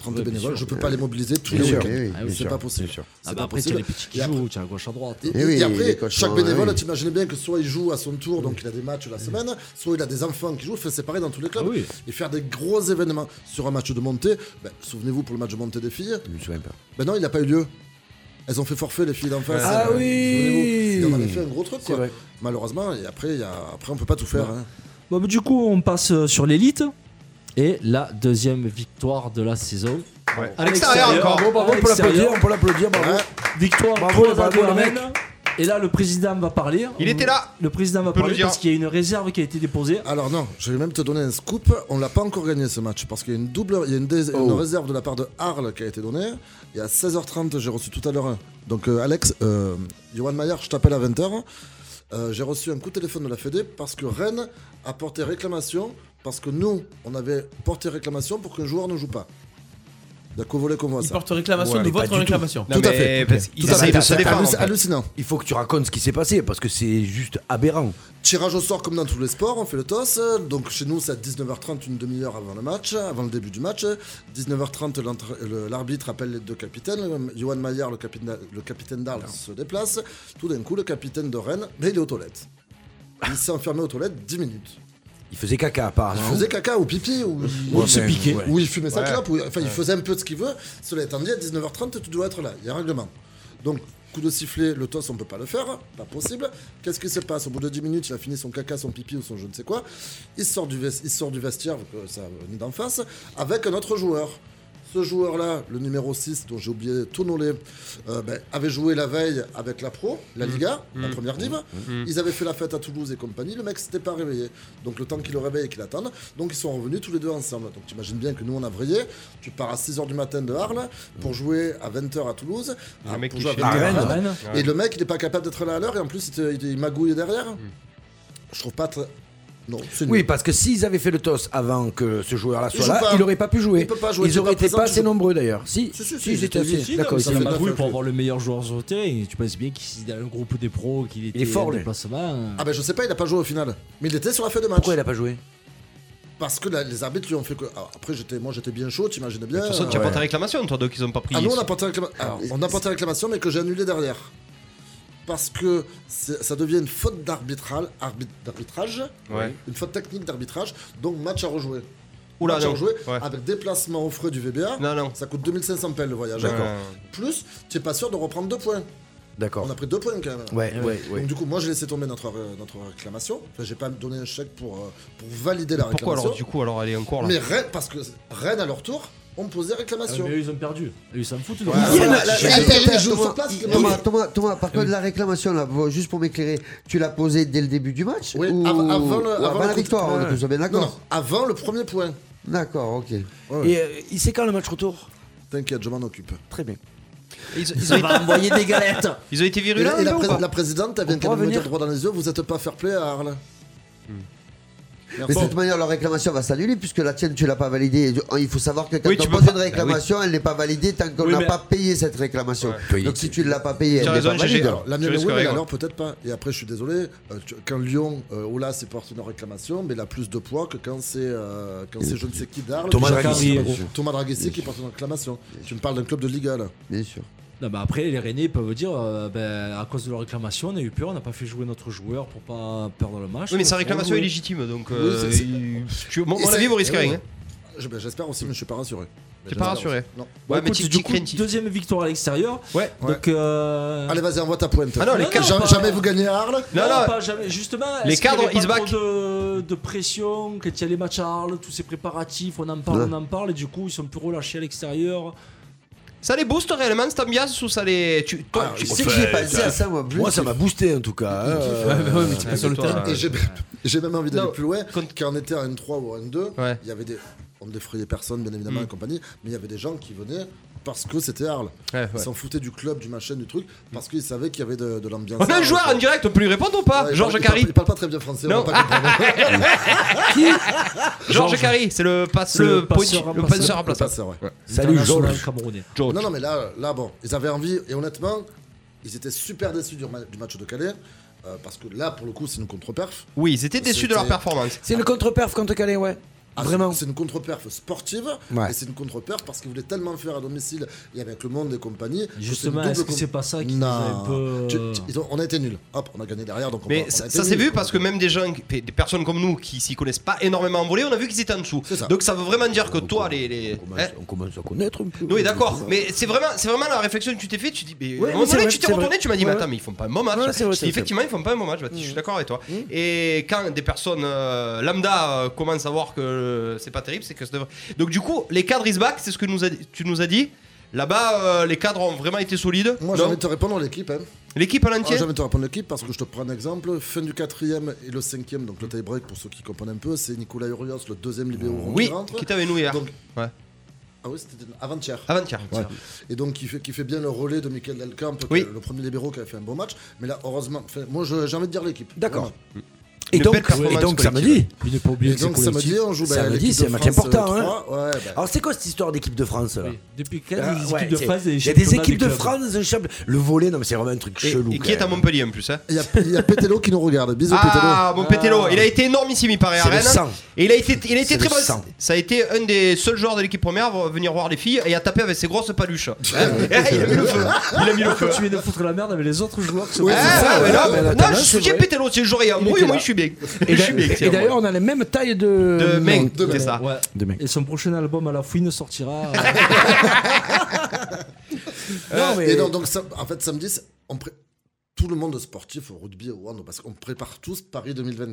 30 bénévoles, je ne peux pas les mobiliser tous Bien les sûr, week-ends. oui, oui, bien c'est sûr, pas possible. Ah C'est bah pas après, tu as possible. les petits qui Et après- jouent, tu as à gauche à droite. Et, Eh et oui, il est après, coach, chaque hein, bénévole, oui. t'imagines bien que soit il joue à son tour, donc il a des matchs la semaine, soit il a des enfants qui jouent, fait c'est pareil dans tous les clubs. Ah oui. Et faire des gros événements sur un match de montée, ben, souvenez-vous pour le match de montée des filles, Je me souviens pas. ben non, il n'a pas eu lieu. Elles ont fait forfait, les filles d'en face. Ah Euh, oui. souvenez-vous. Et on avait fait un gros truc, quoi. vrai. Malheureusement, et après, il y a... après, on peut pas tout faire. hein. Bon, bah, du coup, on passe euh, sur l'élite. Et la deuxième victoire de la saison. Ouais. À l'extérieur encore. Bravo, bravo on peut pour l'applaudir, l'extérieur. on peut l'applaudir, bravo. Ouais. Victoire Bravo, pour les bravo, les Ardennes. Et là, le président va parler. Il On- était là. Le président va peut parler nous dire. parce qu'il y a une réserve qui a été déposée. Alors non, je vais même te donner un scoop. On l'a pas encore gagné ce match parce qu'il y a une double, il y a une, dés- une réserve de la part de Arles qui a été donnée. Et à 16h30, j'ai reçu tout à l'heure. un- Donc euh, Alex, euh, Johan Maillard, je t'appelle à 20h. Euh, j'ai reçu un coup de téléphone de la Fédé parce que Rennes a porté réclamation parce que nous, on avait porté réclamation pour qu'un joueur ne joue pas. Il y a qu'au volet qu'on voit Il ça. porte réclamation Ouais, de mais votre réclamation. Non, Tout à mais fait. parce qu'ils Tout à essayent fait. de se C'est défendre. en halluc- fait. hallucinant. Il faut que tu racontes ce qui s'est passé parce que c'est juste aberrant. Tirage au sort comme dans tous les sports, on fait le toss. Donc chez nous, c'est à 19h30, une demi-heure avant le match, avant le début du match. 19h30, l'entre- le- l'arbitre appelle les deux capitaines. Johan Maillard, le capitaine, le capitaine d'Arles, se déplace. Tout d'un coup, le capitaine de Rennes, mais il est aux toilettes. Il s'est enfermé aux toilettes 10 minutes. Il faisait caca Bah, Il apparemment. faisait caca ou pipi ou, Ou il se piquait. Ouais. Ou il fumait sa Ouais. clope. ou- Enfin, il faisait un peu de ce qu'il veut. Cela étant dit, à 19h30, tu dois être là. Il y a un règlement. Donc, coup de sifflet, le toss, on peut pas le faire. Pas possible. Qu'est-ce qui se passe Au bout de 10 minutes, il a fini son caca, son pipi ou son je ne sais quoi. Il sort du, ves- il sort du vestiaire, que ça euh, ni d'en face, avec un autre joueur. Ce joueur-là, le numéro 6, dont j'ai oublié tous nos noms, euh, ben, avait joué la veille avec la Pro, Mm. la Liga, la première div. Ils avaient fait la fête à Toulouse et compagnie. Le mec s'était pas réveillé. Donc, le temps qu'il le réveille et qu'il attende. Donc, ils sont revenus tous les deux ensemble. Donc, t'imagines bien que nous, on a vrillé. Tu pars à 6h du matin de Arles pour jouer à 20h à Toulouse. Le Ah, mec pour qui jouer à fait 20 heures à Rennes. Rennes. Rennes. Et le mec, il n'est pas capable d'être là à l'heure. Et en plus, il, te- il- il magouille derrière. Mm. Je trouve pas très. Non, c'est nul. Oui, parce que s'ils avaient fait le toss avant que ce joueur-là Il soit joue là, pas. il n'aurait pas pu jouer. Il peut pas jouer, Ils c'est auraient pas été présent, pas tu assez peux- nombreux d'ailleurs. Si, Si, si, si, hein, si, ils ils étaient étaient assez. visibles, D'accord, ça ils Il fait étaient a pas pas là. voulu fait. pour avoir le meilleur joueur sur le terrain. Et Tu penses bien qu'il est dans le groupe des pros, qu'il était est fort, en lui. déplacement. hein. Ah ben je sais pas, il a pas joué au final. Mais il était sur la feuille de match. Pourquoi il a pas joué Parce que la- les arbitres lui ont fait que. Alors, après, j'étais, moi j'étais bien chaud, t'imagines bien. De toute façon, tu as euh, porté réclamation, toi, donc ils ont pas pris. Ah nous on a porté réclama- alors, on a porté réclamation, mais que j'ai annulé derrière. Parce que c'est- ça devient une faute d'arbitral, arbitre- d'arbitrage, Ouais. une faute technique d'arbitrage, donc match à rejouer. Oula, match à non. rejouer Ouais. avec déplacement aux frais du VBA. Non, non. Ça coûte 2500 pelles le voyage. D'accord. Plus, tu es pas sûr de reprendre deux points. D'accord. On a pris deux points quand même. Ouais, ouais, ouais. Donc du coup, moi j'ai laissé tomber notre, euh, notre réclamation. Enfin, j'ai pas donné un chèque pour, euh, pour valider la Pourquoi réclamation. alors, du coup, alors elle est encore Oh là Mais Rennes, parce que Rennes à leur tour, on posait Ah, réclamation. mais eux, ils ont perdu. Eux, Ils s'en foutent. de Ah, nous. voilà, la- j'ai- la- j'ai- la- j'ai- la- sur place, Thomas, le Thomas, mec. Thomas, Thomas, par contre, la réclamation, là, bon, juste pour m'éclairer, tu l'as posée dès le début du match Oui, ou- av- ou avant le- avant, avant la le coup de- victoire On est tous bien Non, non, d'accord. avant le premier point. D'accord, ok. Et euh, il sait quand le match retour T'inquiète, je m'en occupe. Très bien. ils, ils ont, Envoyer des galettes ils ont été Et, virulents la, et la là, ou pré- pas la présidente, elle vient On quand pourra même me dire venir. droit dans les yeux, vous êtes pas fair play à Arles. Hmm. Mais de Merci. toute manière, leur réclamation va s'annuler puisque la tienne, tu l'as pas validée. Oh, Il faut savoir que quand Oui, on tu peux pose pas- une réclamation, elle n'est pas validée tant qu'on Oui, n'a mais- pas payé cette réclamation. Donc si tu ne l'as pas payée, Tu elle as n'est pas raison, GG. valide. Alors, La Tu mienne, oui, risquerais, mais quoi. alors peut-être pas. Et après, je suis désolé, euh, tu- quand Lyon, euh, Ola, c'est porte une réclamation, mais elle a plus de poids que quand c'est euh, quand c'est je ne sais qui d'Arles. Thomas Jacques Draghisi, Henry, bien sûr. Thomas Draghisi qui porte une réclamation. Tu me parles d'un club de Liga, là. Bien sûr. Non, mais après, les Rennais peuvent dire euh, ben, à cause de leur réclamation, on a eu peur, on n'a pas fait jouer notre joueur pour pas perdre le match. Oui, mais Donc, sa on a réclamation joué. est légitime, donc. euh, Oui, c'est- c'est- il- tu- Mon Et mon c'est- avis, vous eh risquez oui. rien. Je- ben, J'espère aussi, mais je suis pas rassuré. T'es Mais pas j'espère rassuré aussi. Non. Bon, Ouais, mais écoute, tu du tu coup, craintis. deuxième victoire à l'extérieur. Ouais. Donc, euh, Allez, vas-y, envoie ta pointe. Ah non, les Jamais- cadres, jamais, pas- vous gagnez à Arles. Non, non. pas jamais. Justement, Les est-ce qu'il y cadres, avait pas ils se trop back. De, de pression, quand il y a les matchs à Arles, tous ces préparatifs, on en parle, Ouais. on en parle, et du coup, ils sont plus relâchés à l'extérieur. Ça les booste réellement cette ambiance ou ça les. Tu, toi, Ah, tu- Je sais que j'ai pensé à ça, moi. plus. Moi, ça m'a boosté en tout cas. hein, euh, Ouais, mais t'es pas sur le Toi, terrain. euh, Et j'ai j'ai même envie d'aller Non, plus loin. quand- Quand on était à N3 ou à N2, Ouais. Mm. il y avait des. On ne défrayait personne, bien évidemment, et compagnie, mais il y avait des gens qui venaient parce que c'était Arles. Ouais, ouais. Ils s'en foutaient du club, du machin, du truc, parce qu'ils savaient qu'il y avait de, de l'ambiance. On a un Arles, joueur quoi. en direct, on peut lui répondre ou pas Ouais, il Georges parle- il parle- Carry. Il parle pas très bien français, Non. on va pas comprendre. Georges Carry, c'est le passe C'est le le passeur point- à le passeur. passeur à Pas place. ça, ouais. Salut Georges. Camerounais. Non, non, mais là, là, bon, ils avaient envie, et honnêtement, ils étaient super déçus du, ma- du match de Calais, euh, parce que là, pour le coup, c'est une contre-perf. Oui, ils étaient déçus de leur C'était- performance. C'est le contre-perf contre Calais, ouais. Ah, Vraiment. C'est c'est une contre-perf sportive, Ouais. et c'est une contre-perf parce qu'ils voulaient tellement faire à domicile et avec le monde et compagnie. que Justement, c'est une est-ce double que c'est com- pas ça qui nous a Non. un peu- Tu- tu- ils ont- on a été nuls. Hop, on a gagné derrière, donc on va- Mais bah, on a ça, été ça s'est nuls. vu parce que même des gens, qui- des personnes comme nous qui s'y connaissent pas énormément en volée, on a vu qu'ils étaient en dessous. C'est ça. Donc ça veut vraiment dire que euh, toi, les. On les... hein commence- On commence à connaître un peu. oui, d'accord, mais c'est vraiment, c'est vraiment la réflexion que tu t'es fait. Tu dis, Ouais, mais à un mais moment c'est donné, vrai, tu t'es c'est retourné, vrai. tu m'as dit, mais Ouais, attends, mais ils font pas un bon match. Ouais, c'est vrai, Mm. Je dis, c'est effectivement, ils font pas un bon match, Baptiste, je suis d'accord avec toi. Et quand des personnes euh, lambda euh, commencent à voir que euh, c'est pas terrible, c'est que ça devrait- Donc, du coup, les cadres is back, c'est ce que nous a- tu nous as dit. Là-bas, euh, les cadres ont vraiment été solides. Moi, j'ai Non envie de te répondre l'équipe. Hein. L'équipe à Ah, l'entier j'ai envie de te répondre l'équipe parce que je te prends un exemple. Fin du quatrième et le cinquième, donc le tie-break pour ceux qui comprennent un peu, c'est Nicolas Urios, le deuxième libéro Oui, qui rentre. qui était avec nous hier. Donc- Ouais. Ah oui, c'était avant-hier. Avant-hier. Ouais. Et donc qui fait, qui fait bien le relais de Michael Delcamp, Oui. le premier libéraux qui a fait un bon match. Mais là, heureusement, enfin, moi je- j'ai envie de dire l'équipe. D'accord. Voilà. Et Une donc, belle performance et donc samedi. collective. Puis ne pas oublier Et que c'est donc samedi, collectif. on joue bah, Samedi, l'équipe c'est de un match France, important, euh, hein. trois. Ouais, bah, Alors, c'est quoi cette histoire d'équipe de France là Depuis quand Ah, les ouais, équipes de c'est- France Il y a des championnats équipes de clubs France, un champ- le volet, non mais c'est vraiment un truc Et, chelou. et qui est à quand même. Montpellier en plus. Hein. Il y a, il y a Pételo qui nous regarde. Bisous Ah, mon Pétello, il a été énormissime, il paraît à C'est le Rennes. sang. Et il a été, il a été C'est très le bon. sang. Ça a été un des seuls joueurs de l'équipe première à venir voir les filles et à taper avec ses grosses paluches. Hein il a mis le feu. Il a mis le feu. Tu viens de foutre la merde avec les autres joueurs. Ouais, ouais, ouais, non, ouais, non, attends, je là, suis c'est bien vrai. Pétello, c'est le jour et un. Oui, était moi là. je suis bien. Et Je suis bien. d'a- tiens, Et d'ailleurs, on a la même taille de. De mec, de c'est mec. ça. Demain. Et son prochain album à la fouine sortira. Ah, Ah, Non, mais- Et non, donc ça- en fait samedi, c'est- on pré- tout le monde sportif au rugby au hand, parce qu'on prépare tous Paris 2024.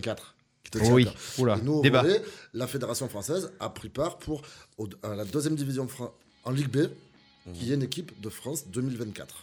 qui te tient à Oui, cœur. oula, Et nous, au débat. relais, la fédération française a pris part pour au- à la deuxième division fran- en Ligue B, Mmh. qui est une équipe de France 2024.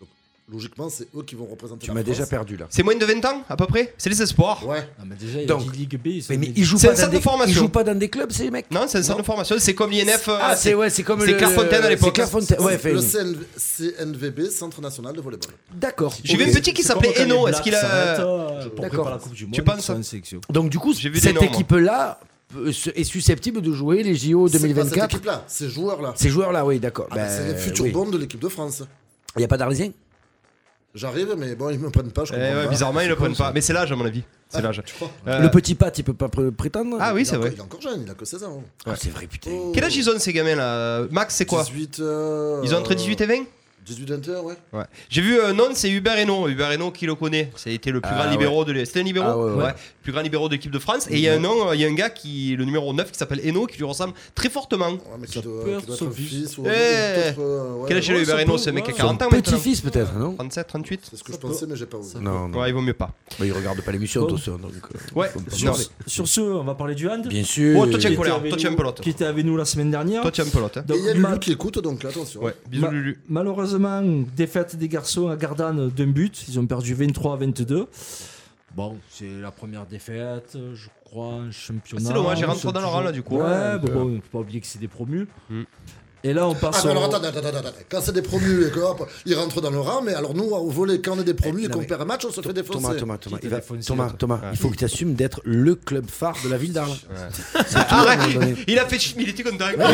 Donc, logiquement, c'est eux qui vont représenter. Tu la m'as déjà France. perdu là. C'est moins de 20 ans à peu près C'est les espoirs. Ouais. Ah, mais déjà, il Donc. a dit Ligue B. ils sont Mais, mais des- ils jouent C'est pas un dans centre de des- formation. Ils jouent pas dans des clubs, ces mecs. Non, c'est un centre de formation, c'est comme l'INF. euh, Ah, c'est ouais, c'est comme c'est le- Clairefontaine à l'époque. C'est Clairefontaine. Ouais, fait- le CNV CNVB, Centre National de Volleyball. D'accord. J'ai vu un Ok. petit qui C'est comme s'appelait quand les Eno. Blacks Est-ce qu'il s'arrêtent, a. euh, pour D'accord. préparer la Coupe du Monde, Tu penses ils sont en section. Donc du coup, J'ai vu des cette normes. équipe-là euh, se- est susceptible de jouer les JO C'est pas Cette 2024. équipe-là, ces joueurs-là. Ces joueurs-là, oui, d'accord. Ah bah, c'est Ben, les futurs bombes de l'équipe de France. Il n'y a pas d'Arlésien J'arrive, mais bon, ils me prennent pas. Je Eh comprends ouais, pas. bizarrement, ils le C'est con, prennent pas. Mais c'est l'âge, à mon avis. C'est l'âge. tu crois Euh, Le petit Pat, il peut pas pr- prétendre Ah oui, c'est Il est vrai. encore- Il est encore jeune, il a que 16 ans. Ah, c'est vrai, putain. Oh. Quel âge ils ont ces gamins là Max, c'est quoi 18, euh, Ils ont entre 18 et 20 18 20 ouais. Ouais. J'ai vu euh, non, c'est Hubert Hénon. Hubert Hénon qui le connaît. Ça a été le plus Ah grand libéraux de l'é- C'était un libéraux Ah ouais, ouais. Plus grand libéraux de l'équipe de France. Et il y a un nom, euh, il y a un gars qui, le numéro 9, qui s'appelle Hénon, qui lui ressemble très fortement. Ouais, mais qui doit, peut qui doit être être un son fils ou Eh. peut-être, euh, ouais, Quel âge ouais, est ça Hubert peut- Hénon C'est un mec qui a ouais. 40 ans maintenant. Petit-fils, peut-être, non 37, 38 C'est ce que je pensais, mais j'ai pas osé. Non, non. Ouais, il vaut mieux pas. Bah, il regarde pas l'émission, de toute façon, donc. euh, Ouais, faut pas non, parler. mais- Sur ce, on va parler du hand. Bien sûr. Oh, toi, tu as Qui était colère, avec toi, tu nous- aimes pas l'autre. Qui était avec nous la semaine dernière. Toi, tu aimes pelote. hein. Et Donc, il y a ma- Lulu qui écoute, donc attention. Ouais, bisous ma- Lulu. Malheureusement, défaite des garçons à Gardanne d'un but. Ils ont perdu 23 à 22. Bon, c'est la première défaite, je crois, en championnat. C'est dommage, ils ils rentrent sont dans leur toujours- rang, là, du coup. hein, euh. Ouais, Ouais, bon, bon, faut pas oublier que c'est des promus. Mm. Et là, on Ah, passe. mais au- alors attends, attends, attends, attends. Quand c'est des promus et que hop, ils rentrent dans le rang, mais alors nous, au volet, quand on est des promus et qu'on mais- perd un match, on se fait défoncer. Thomas, Thomas, Thomas, Qui il t'a va- défoncé, Thomas, toi Ah. Thomas, il faut que tu assumes d'être le club phare de la ville d'Arles. Arrête donné. Ah, Il a fait ch- il était content. Il a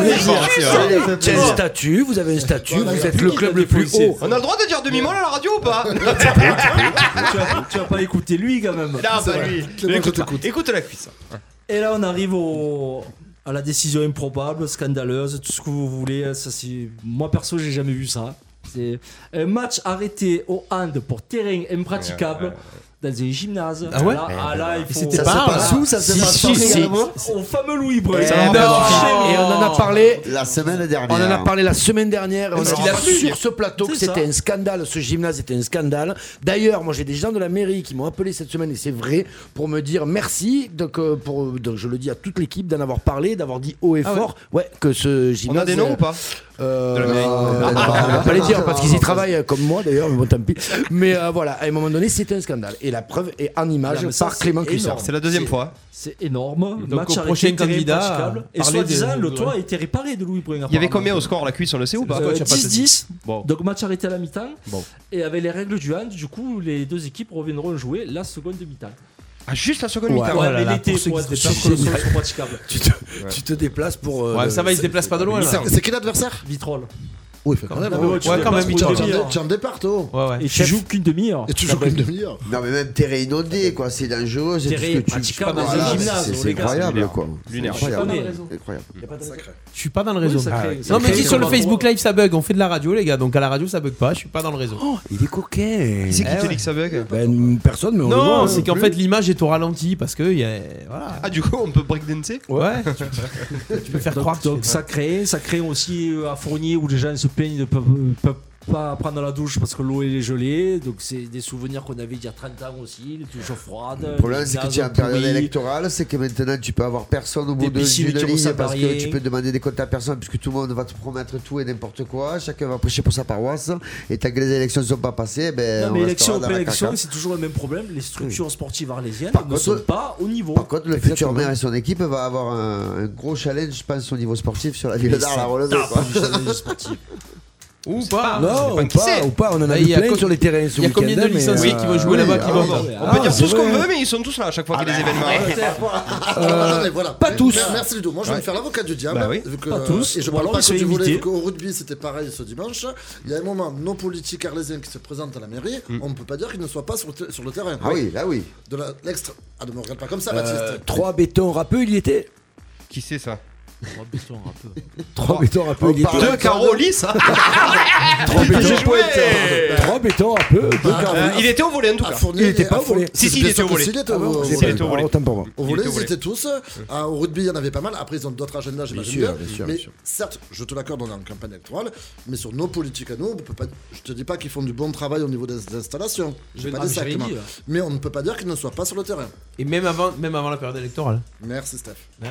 fait ch- Quel statut Vous avez un statut Vous êtes le club le plus haut. On a le droit de dire demi-mot à la radio ou pas tu, vas, tu vas pas écouter lui quand même. Ah C'est bah vrai. lui. Clément, je Écoute ça. t'écoute. Écoute la cuisse. Et là, on arrive au- à la décision improbable, scandaleuse, tout ce que vous voulez. hein, Ça, c'est- Moi, perso, j'ai jamais vu ça. C'est un match arrêté au hand pour terrain impraticable. dans un gymnase. Ah ouais Là, ah là, il Et faut- c'était Ça pas se un- passe où, ça Si, si, si. Au fameux Louis Brel. Eh non. Et on en a parlé. La semaine dernière. On en a parlé la semaine dernière. On Parce a qu'il a dit plu. sur ce plateau que C'est c'était ça. un scandale. Ce gymnase était un scandale. D'ailleurs, moi j'ai des gens de la mairie qui m'ont appelé cette semaine et c'est vrai pour me dire merci. Donc, euh, pour, donc, je le dis à toute l'équipe d'en avoir parlé, d'avoir dit haut et Ah ouais. fort. Ouais, que ce On gymnase. a des noms ou pas euh, De la mairie euh, non, on va pas les dire parce qu'ils y travaillent euh, comme moi d'ailleurs, mais bon tant pis. Mais euh, voilà, à un moment donné, c'était un scandale. Et la preuve est en image Non, mais ça, par c'est Clément Cuissard. énorme. C'est la deuxième C'est- fois. C'est énorme. Donc, Match au arrêté, prochain carré, candidat, patch câble. Et parlez soi-disant, de- le toit a été réparé de Louis Brun. Il y avait combien au score la cuisse On le sait ou pas Pourquoi tu as pas 10-10. Bon. Donc match arrêté à la mi-temps. Bon. Et avec les règles du hand, du coup, les deux équipes reviendront jouer la seconde mi-temps. Ah, juste la seconde Ouais. mi-temps. là Ouais, mais là, l'été, pour ceux pour qui se sont déplacer sur sur le- le match câble. Tu te, tu te déplaces pour. euh, Ouais, ça va, il se déplace pas de loin. là. C'est- C'est qui l'adversaire Vitrolles. Oui, quand même. Ouais, tu ouais, te quand même, déplaces pour Tu une Vitrolles. demi-heure. en- tu en départs, toi. Ouais, ouais. Et tu Chef. joues qu'une demi-heure. Et tu joues qu'une demi-heure. Non, mais même terrain Ah, inondé, quoi. C'est dangereux. C'est tout Terrain ce que tu. pratiquement dans un Voilà, gymnase, c'est- les C'est gars. incroyable, quoi. Lunaire. C'est Je incroyable. suis pas né. C'est incroyable. Je suis pas dans le Oui, réseau. Ah, ça crée- ça Non, mais crée si sur le un endroit. Facebook Live ça bug, on fait de la radio, les gars, donc à la radio ça bug pas, je suis pas dans le réseau. Oh, Il est coquin. C'est qui Eh te ouais. dit que ça bug Ben, personne, mais on le voit, Non, hein, c'est qu'en plus. fait l'image est au ralenti parce que il y a. Voilà. Ah, du coup, on peut breakdancer Ouais, tu, tu peux faire croire Donc, que donc ça crée, ça crée aussi euh, à Fournier où les gens se plaignent de ne peuvent pas prendre la douche parce que l'eau elle est gelée. Donc c'est des souvenirs qu'on avait il y a 30 ans aussi, les douches froides. Le problème, c'est que tu es en période électorale, c'est que maintenant tu peux avoir personne au bout de- piscines d'une qui ligne ressemblent à parce que rien. tu peux demander des comptes à personne puisque tout le monde va te promettre tout et n'importe quoi. Chacun va prêcher pour sa paroisse et tant que les élections ne sont pas passées, ben. Non, mais on élection restera dans après la élection, caca. c'est toujours le même problème. Les structures sportives arlésiennes Par ne contre- sont pas au niveau. Par contre, le futur maire et son équipe va avoir un, un gros challenge, je pense, au niveau sportif sur la ville d'Arles à relever. quoi. hein. Ou pas. Non, pas ou qui pas, c'est. ou pas, on en a Bah, vu il y a plein co- sur les terrains ce il y a week-end, combien de mais, licenciés euh, qui vont jouer là-bas qui vont pas On peut Ah, dire c'est tout ce qu'on vrai. veut, mais ils sont tous là à chaque fois qu'il y a des événements. Euh, voilà. pas Mais- tous. mais- Merci Ludo. Moi, je vais me faire l'avocat du diable. Bah oui. vu que, Pas tous. Et je Ou parle alors, pas ils que sont du volet. invités. vu qu'au rugby, c'était pareil ce dimanche. Il y a un moment, nos politiques arlésiens qui se présentent à la mairie, on ne peut pas dire qu'ils ne soient pas sur le, te- sur le terrain. Ah oui, là oui. De la- l'extra. Ah, ne me regarde pas comme ça, euh, Baptiste. Trois bétons rappeux, il y était. Qui c'est ça Trois bétons rappeux, il y était. Deux carreaux lisses hein Trois J'ai bétons, joué trois bétons rappeux, Ah, deux Euh, carreaux. Il était au volet en tout cas. il était pas au volet. Si, si, il était au volet. Il était Ah au bon, au j'ai c'est pas les volet. vu. taux volés. Alors, autant pour moi. Au Il volet, était au ils volet. étaient tous. Ah, au rugby, il y en avait pas mal. Après, ils ont d'autres agendas, j'imagine sûr, bien. bien sûr, mais bien sûr. certes, je te l'accorde, on est en campagne électorale. Mais sur nos politiques à nous, on peut pas, je te dis pas qu'ils font du bon travail au niveau des des installations. J'ai Mais pas non, dit mais ça. j'avais Clément. dit, là. Mais on ne peut pas dire qu'ils ne soient pas sur le terrain. Et même avant, même avant la période électorale. Merci, Steph. Ouais.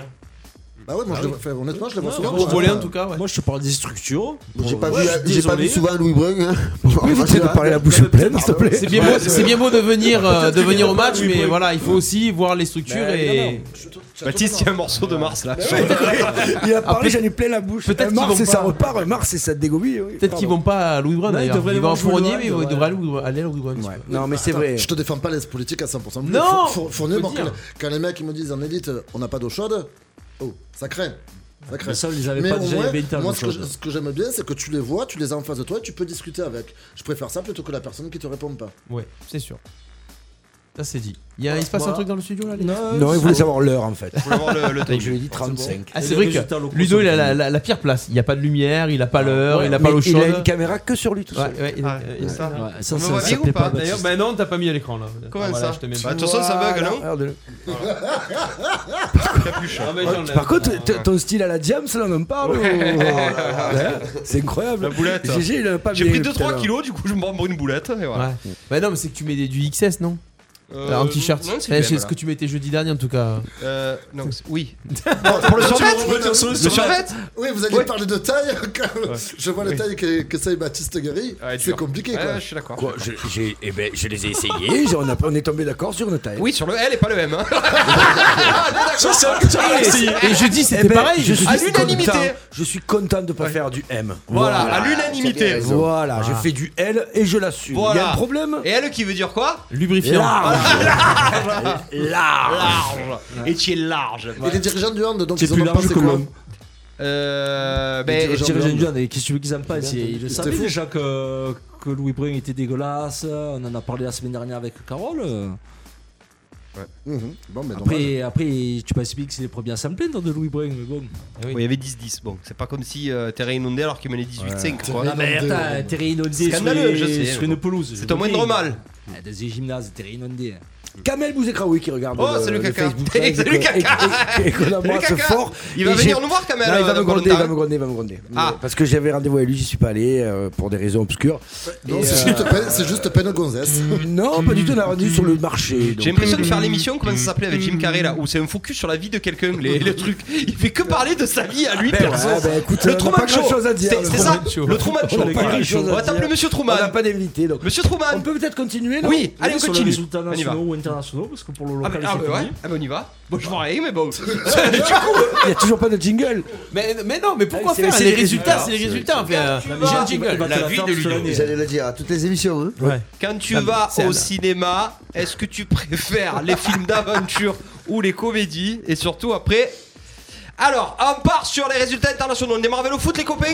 Bah ouais, moi, je les vois- enfin, honnêtement, je les vois Ouais, souvent. Au Je- volet en tout Ah cas, ouais. Moi, je te parle des structures. J'ai pas, Ouais, vu, je suis j'ai pas désolé. vu souvent Louis Brun. Hein. Bon, Oui, moi, tu je- de parler la bouche pleine, s'il te plaît. C'est bien, beau- c'est bien beau de venir, euh, de venir au match, mais voilà, il faut aussi voir les structures Bah, et. je- je- je- Baptiste, il y a un morceau de Mars là. Il a parlé, j'en ai plein la bouche. Peut-être Un Mars, qu'ils vont et ça pas- repart, un Mars, et ça dégobille. oui. Peut-être qu'ils vont pas à Louis Brun Non, ils d'ailleurs. Ils devraient aller vont à voir jouer au Fournier, mais ils Havre, devraient aller au- aller à Louis Brun. Ouais. Non, mais c'est Attends, vrai. Je te défends pas les politiques à 100%. Non Four- Four- Fournier, Faut moi, dire. quand, quand les mecs ils me disent en élite, euh, on n'a pas d'eau chaude, oh, ça craint. Ça craint. Mais ça, on les avait Mais pas au déjà, il y moins, avait une table Moi, d'eau ce que, chaude. je- ce que j'aime bien, c'est que tu les vois, tu les as en face de toi et tu peux discuter avec. Je préfère ça plutôt que la personne qui te répond pas. Ouais, c'est sûr. Ça c'est dit. Il, y a, il se passe un Voilà. truc dans le studio là les gars Non, il voulait Ah, savoir l'heure en fait. Faut le voir le, le Donc timing. je lui ai dit 35. Ah, c'est Et vrai les que résultats locaux Ludo sont il a la, connus. la- la pire place. Il n'y a pas de lumière, il a pas l'heure, il a pas Mais l'eau Il chaude. a une caméra que sur lui tout seul. Ouais, ouais, il- Ah, euh, et ça. Ouais, ça, On ça- me voit ça bien ou plaît pas pas, d'ailleurs Baptiste. Bah non, t'as pas mis à l'écran là. Comment Voilà, ça je te mets Bah, pas. De toute façon, ça bug, non Regarde-le. Capuche. Ah, bah, j'enlève. Par contre, t- ton style à la James, là, on en parle. ou- Ouais, C'est incroyable. La boulette. GG, il en a pas J'ai bien pris tout à 2-3 l'heure. kilos, du coup, je me prends pour une boulette. Et voilà. Ouais. Bah non, mais c'est que tu mets des- du XS, non Euh, T'as Un t-shirt. Non, Ouais, c'est c'est le ce que tu mettais jeudi dernier en tout cas. Euh, non, c'est- oui. Pour- Pour le survêt sur Le survêt Oui, vous alliez parler de taille. quand Je vois Oui. Ah, la taille que, que ça et Baptiste Guéry. Ouais, c'est dur. compliqué quoi. Ouais, je suis d'accord. Quoi, je, j'ai- eh ben, je les ai essayés, j'ai- on, a- on est tombé d'accord sur une taille. Oui, sur le L et pas le M. hein. Et jeudi Eh c'était ben, pareil. je jeudi, suis à l'unanimité. content, je suis content de ne pas faire du M. Voilà, à Ah, l'unanimité. Voilà, j'ai fait du L et je l'assume. Il y a Voilà. un problème Et L qui veut dire quoi Lubrifiant. Large. Large. Large. Et tu es large. Et les dirigeants du hand, donc C'est ils ont plus pas large pensé que quoi l'homme. Euh. Les Ben, dirigeants Thierry de l'homme. Gendouin, et qu'est-ce que tu veux qu'ils en pensent Ils C'était le savaient fou. déjà que, que Louis Brun était dégueulasse. On en a parlé la semaine dernière avec Carole. Mhm. Bon, mais normal. Après, après tu m'expliques que c'est les premiers à s'en plaindre de Louis Brun, mais bon. Eh bon, il y avait 10-10. Bon, c'est pas comme si euh, Terrain inondé alors qu'il menait 18-5. quoi. Ah, mais inondé, attends, ouais. terrain inondé sur, Scandaleux, les- je sais, sur mais une bon. pelouse. C'est au moindre mal. Ah, Dans les gymnases, t'es inondé. hein. Kamel Bouzekraoui qui regarde Oh, le, salut le caca. Facebook Salut, Live et salut qu'on- et- caca. et- et qu'on embrasse caca. fort. euh, Il va Et venir j'ai- nous voir, euh, Kamel, Non, il va dans me gronder, il Colanta. va me gronder, il va me gronder. Ah. Parce que j'avais rendez-vous avec lui, j'y suis pas allé euh, pour des raisons obscures. Non, Et, c'est euh, juste peine- c'est juste peine gonzesse. Non, pas du tout, on a rendez-vous sur le marché. donc, J'ai l'impression de faire Mmh. l'émission, comment ça s'appelait avec Jim Carrey là, où c'est un focus sur la vie de quelqu'un, les, les trucs. Il fait que parler de sa vie à lui Ben perso. ouais, ben écoute, on le a Truman pas Show, grand-chose à dire, c'est le c'est ça, Truman le Truman Show. On a pas grand-chose On à va dire. t'appeler Monsieur Truman. On n'a pas d'invité donc. Monsieur Truman. On peut peut-être continuer non Oui, allez on sur continue. les résultats On y va. nationaux ou internationaux, parce que pour le Ah local, ben, ah, c'est ben ouais, fini. ah ben on y va. Bon je vois rien mais bon. Il n'y a toujours pas de jingle. Mais, mais non, mais pourquoi Ah, c'est- faire c'est les les résultats résultats, C'est les résultats. Enfin, euh, j'ai un jingle. Bah, La t'as vie force de Ludo. l'année. J'allais le dire à toutes les émissions. hein. Quand tu Ah, mais vas c'est au Anna. cinéma, est-ce que tu préfères les films d'aventure ou les comédies Et surtout après. Alors, on part sur les résultats internationaux. On démarre avec le foot, les copains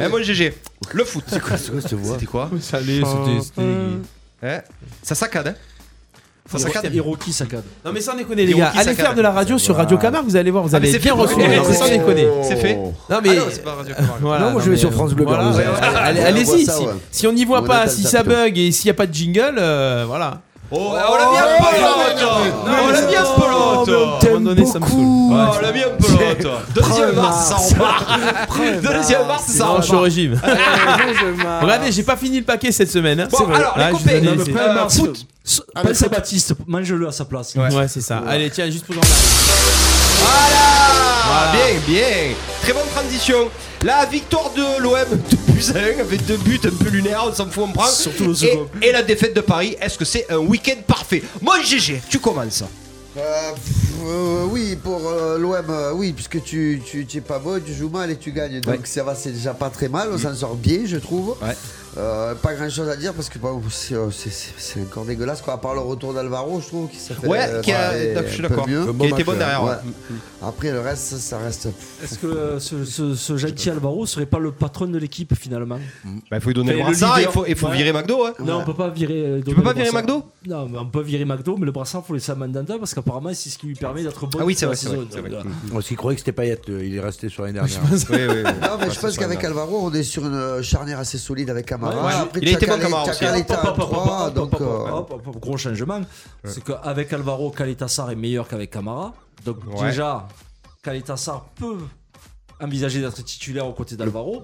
Eh, Mon GG. Le foot. C'est quoi C'était quoi Ça allait, c'était- c'était. Eh, Ça saccade, hein Ça saccade. Hiroki Sakade. Non, mais sans déconner, les gars. Hiroki Allez Sakana. faire de la radio sur Radio Camargue, vous allez voir, vous Ah, mais allez c'est bien fait. recevoir. Ouais, Non, mais Sans c'est- déconner. C'est fait. Oh. Non, Ah mais. non, c'est pas Radio Camargue. Voilà, Non, moi, je vais mais, sur euh, France Bleu voilà, Gardoz. ouais, ouais, allez- Allez-y. ça, si- ouais. Si on n'y voit On pas, attend si ça, ça plutôt. bug et s'il n'y a pas de jingle, euh, voilà. Oh, on l'a mis un peu l'autre On l'a mis un peu Oh, l'autre À un moment donné, ça me saoule. Oh, on l'a mis un peu l'autre Deuxième mars, ça repart Deuxième mars, ça Non, je suis au repart régime. Ah, hein. Regardez, j'ai pas fini le paquet cette semaine. hein. Bon, alors, Ouais, les je vous ai copains, laissé. euh, foot. Allez, Pense à Baptiste, mange-le à sa place. Ouais, c'est ça. Allez, tiens, juste pour en parler. Voilà, Bien, bien Très bonne transition La victoire de l'OM de Buzyn avec deux buts un peu lunaires, on s'en fout, on prend. Surtout le et, second. et la défaite de Paris, est-ce que c'est un week-end parfait Moi GG, tu commences. Euh, pff, euh, oui, pour euh, l'OM, euh, oui, puisque tu, tu, tu es pas bon, tu joues mal et tu gagnes. Donc ça va, c'est déjà pas très mal, on s'en sort bien, je trouve. Ouais. Euh, pas grand chose à dire parce que bah, c'est euh, c'est- c'est- c'est encore dégueulasse, quoi. À part le retour d'Alvaro, je trouve qu'il s'est fait. Ouais, euh, qui a- fait je suis un peu d'accord. mieux. Qui a été bon derrière, ouais. Mm, Après, le reste, ça, ça reste. Est-ce que euh, ce, ce, ce gentil Alvaro serait pas le patron de l'équipe finalement Bah, il faut lui donner le le brassard, brassard, il leader. faut, il faut Ouais. virer McDo. Hein. Non, on peut pas virer. euh, Tu donner peux le pas virer brassard. McDo Non, mais on peut virer McDo, mais le brassard, faut laisser à Mandanda parce qu'apparemment, c'est ce qui lui permet d'être bon. Ah oui, toute c'est la vrai, c'est vrai, saison. c'est vrai. Donc, Parce qu'il croyait que c'était Payet, euh, il est resté sur l'année dernière. Oui, oui, oui. Non, mais je pense qu'avec Alvaro, on est sur une euh, charnière assez solide avec Camara. Ouais, ouais. Après, Il a été bon, Tchakal- Camara, aussi. hein. Tchakal Hop, était à hop, hop, hop, trois, hop, donc, hop, hop, euh, hop, hop, hop, Gros changement. C'est qu'avec Alvaro, Caletassar est meilleur qu'avec Camara. Donc Ouais. déjà, Caletassar peut envisager d'être titulaire aux côtés d'Alvaro.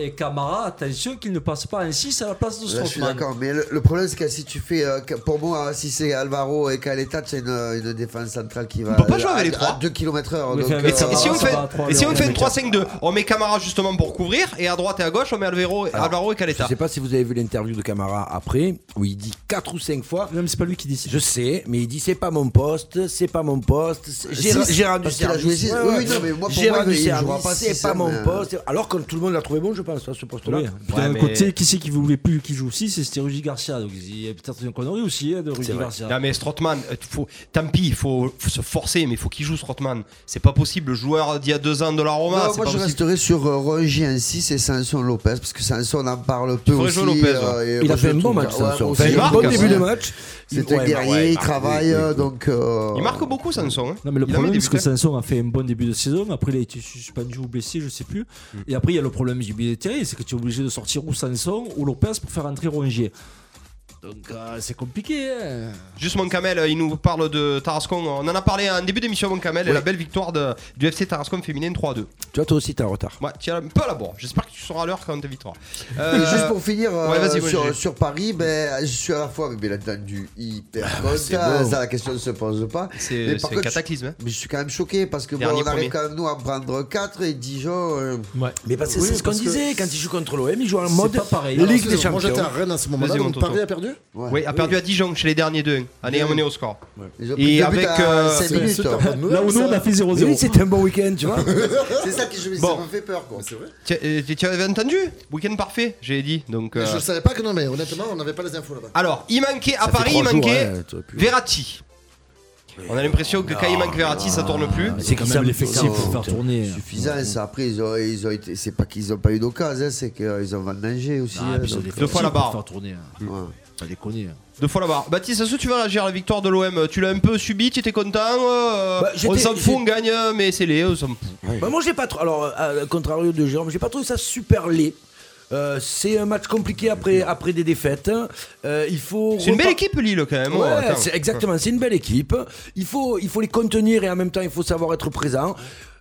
Et Camara, attention qu'il ne passe pas un 6 à la place de Là, je suis Strootman. d'accord, mais le, le problème c'est que si tu fais, euh, que- pour moi, si c'est Alvaro et Caleta, c'est une, euh, une défense centrale qui va. peut pas jouer avec les à- trois. à 2 km heure. Oui, donc, mais euh, Et si, et si on Ça fait, va, trois, et si le- on fait le une 3-5-2, on met Camara justement pour couvrir, et à droite et à gauche, on met Alvaro, Alvaro et Je Caleta. sais pas si vous avez vu l'interview de Camara après, où il dit 4 ou 5 fois Non, mais c'est pas lui qui décide. Je sais, mais il dit c'est pas mon poste, c'est pas mon poste. c'est- J'ai Six, j'ai rendu parce qu'il a joué service. six. Ouais, Oui, ouais. oui, non, mais moi, pour J'ai moi, rendu il jouera service, pas c'est six, pas hein, mon mais- poste. Alors que tout le monde l'a trouvé bon, je pense, à ce poste-là. Oui. Puis Ouais, d'un mais- côté, qui c'est qui voulait plus qui joue aussi C'est Rudy Garcia. Donc il y a peut-être une connerie aussi hein, de Rudy Garcia. Non mais Strootman, euh, faut, tant pis, il faut, faut se forcer, mais il faut qu'il joue Strootman. C'est pas possible, le joueur d'il y a deux ans de la non, Roma, c'est moi, pas je possible. resterai sur euh, Roger ainsi, c'est Sanson Lopez, parce que Sanson en parle peu faudrait aussi. jouer Lopez, euh, et Il moi, a fait je un bon trouve match, que- Sanson. ouais, Enfin, aussi, il il un marque, marque, bon hein, ouais. début de match. C'est Ouais, un bah guerrier, ouais, il marque, travaille, oui, oui, euh, oui. donc. euh, Il marque beaucoup Sanson. hein. Non mais Il le a mis des problème c'est que buts, hein. Sanson a fait un bon début de saison, après il a été suspendu ou blessé, je sais plus. Mm. Et après il y a le problème du billetterie, c'est que tu es obligé de sortir ou Sanson ou Lopez pour faire entrer Rongier. Donc euh, c'est compliqué. hein. Juste mon Camel, il nous parle de Tarascon. On en a parlé en début d'émission, mon Camel, et la belle victoire de- du FC Tarascon féminine 3-2. Tu vois, toi aussi, t'es en retard. Ouais, tiens, un peu à la bourre. J'espère que tu seras à l'heure quand t'éviteras. Et Euh, juste pour finir euh, ouais, vas-y, Roger. sur, sur Paris, ben, je suis à la fois, bien entendu, hyper Ah, content. Ça, la question ne se pose pas. Mais c'est par c'est un contre, je- cataclysme. hein. Mais je suis quand même choqué parce que bon, Dernier on arrive premier. quand même nous à prendre 4 et Dijon. euh, Mais parce que Oui, c'est ce qu'on parce que- disait, quand il joue contre l'OM, il joue en C'est mode pas pareil. Alors, Ligue des excusez-moi, Moi j'étais Champions. à Rennes à ce moment-là, Vas-y, mon donc toto. Paris a perdu ouais. Oui, a perdu à Dijon chez les derniers deux. hein. On est amené au score. Ils ont pris Et deux buts avec, à euh, cinq c'est- minutes. C'est pas une nouvelle, ça. fait Ah, 0-0. Oui, c'était un bon week-end, tu vois. C'est ça qui je me Bon. ça me fait peur quoi. C'est vrai. Tu euh, tu avais entendu Week-end parfait, j'ai dit. Donc, euh, Je ne savais pas que non, mais honnêtement, on n'avait pas les infos là-bas. Alors, il manquait, à Paris, il trois jours, manquait ouais, t'aurais pu- Verratti. On a l'impression que quand il manque Verratti, ça tourne plus. C'est quand qui même ça l'effectif pour faire putain. tourner. hein. Suffisant, ça. Après, ils ont, ils ont été. C'est pas qu'ils ont pas eu d'occasion, hein, c'est qu'ils ont vendangé aussi. Ah, hein, puis c'est donc, l'effectif Deux fois la pour barre. Faire tourner. hein. Mm. ouais. Pas déconner. hein. Deux fois la barre. Baptiste, est-ce que tu vas réagir à la victoire de l'OM Tu l'as un peu subi, tu étais content euh, Bah, On j'étais- s'en fout, j'ai- on gagne, euh, mais c'est les. On s'en fout. Ah, euh, Bah, moi j'ai pas trop. Alors, euh, à contrario de Jérôme, j'ai pas trouvé ça super laid. Euh, c'est un match compliqué après, après des défaites. Euh, il faut C'est une belle repar- équipe, Lille, quand même. Ouais, Oh, attends. c'est- exactement, c'est une belle équipe. Il faut, il faut les contenir et en même temps, il faut savoir être présent.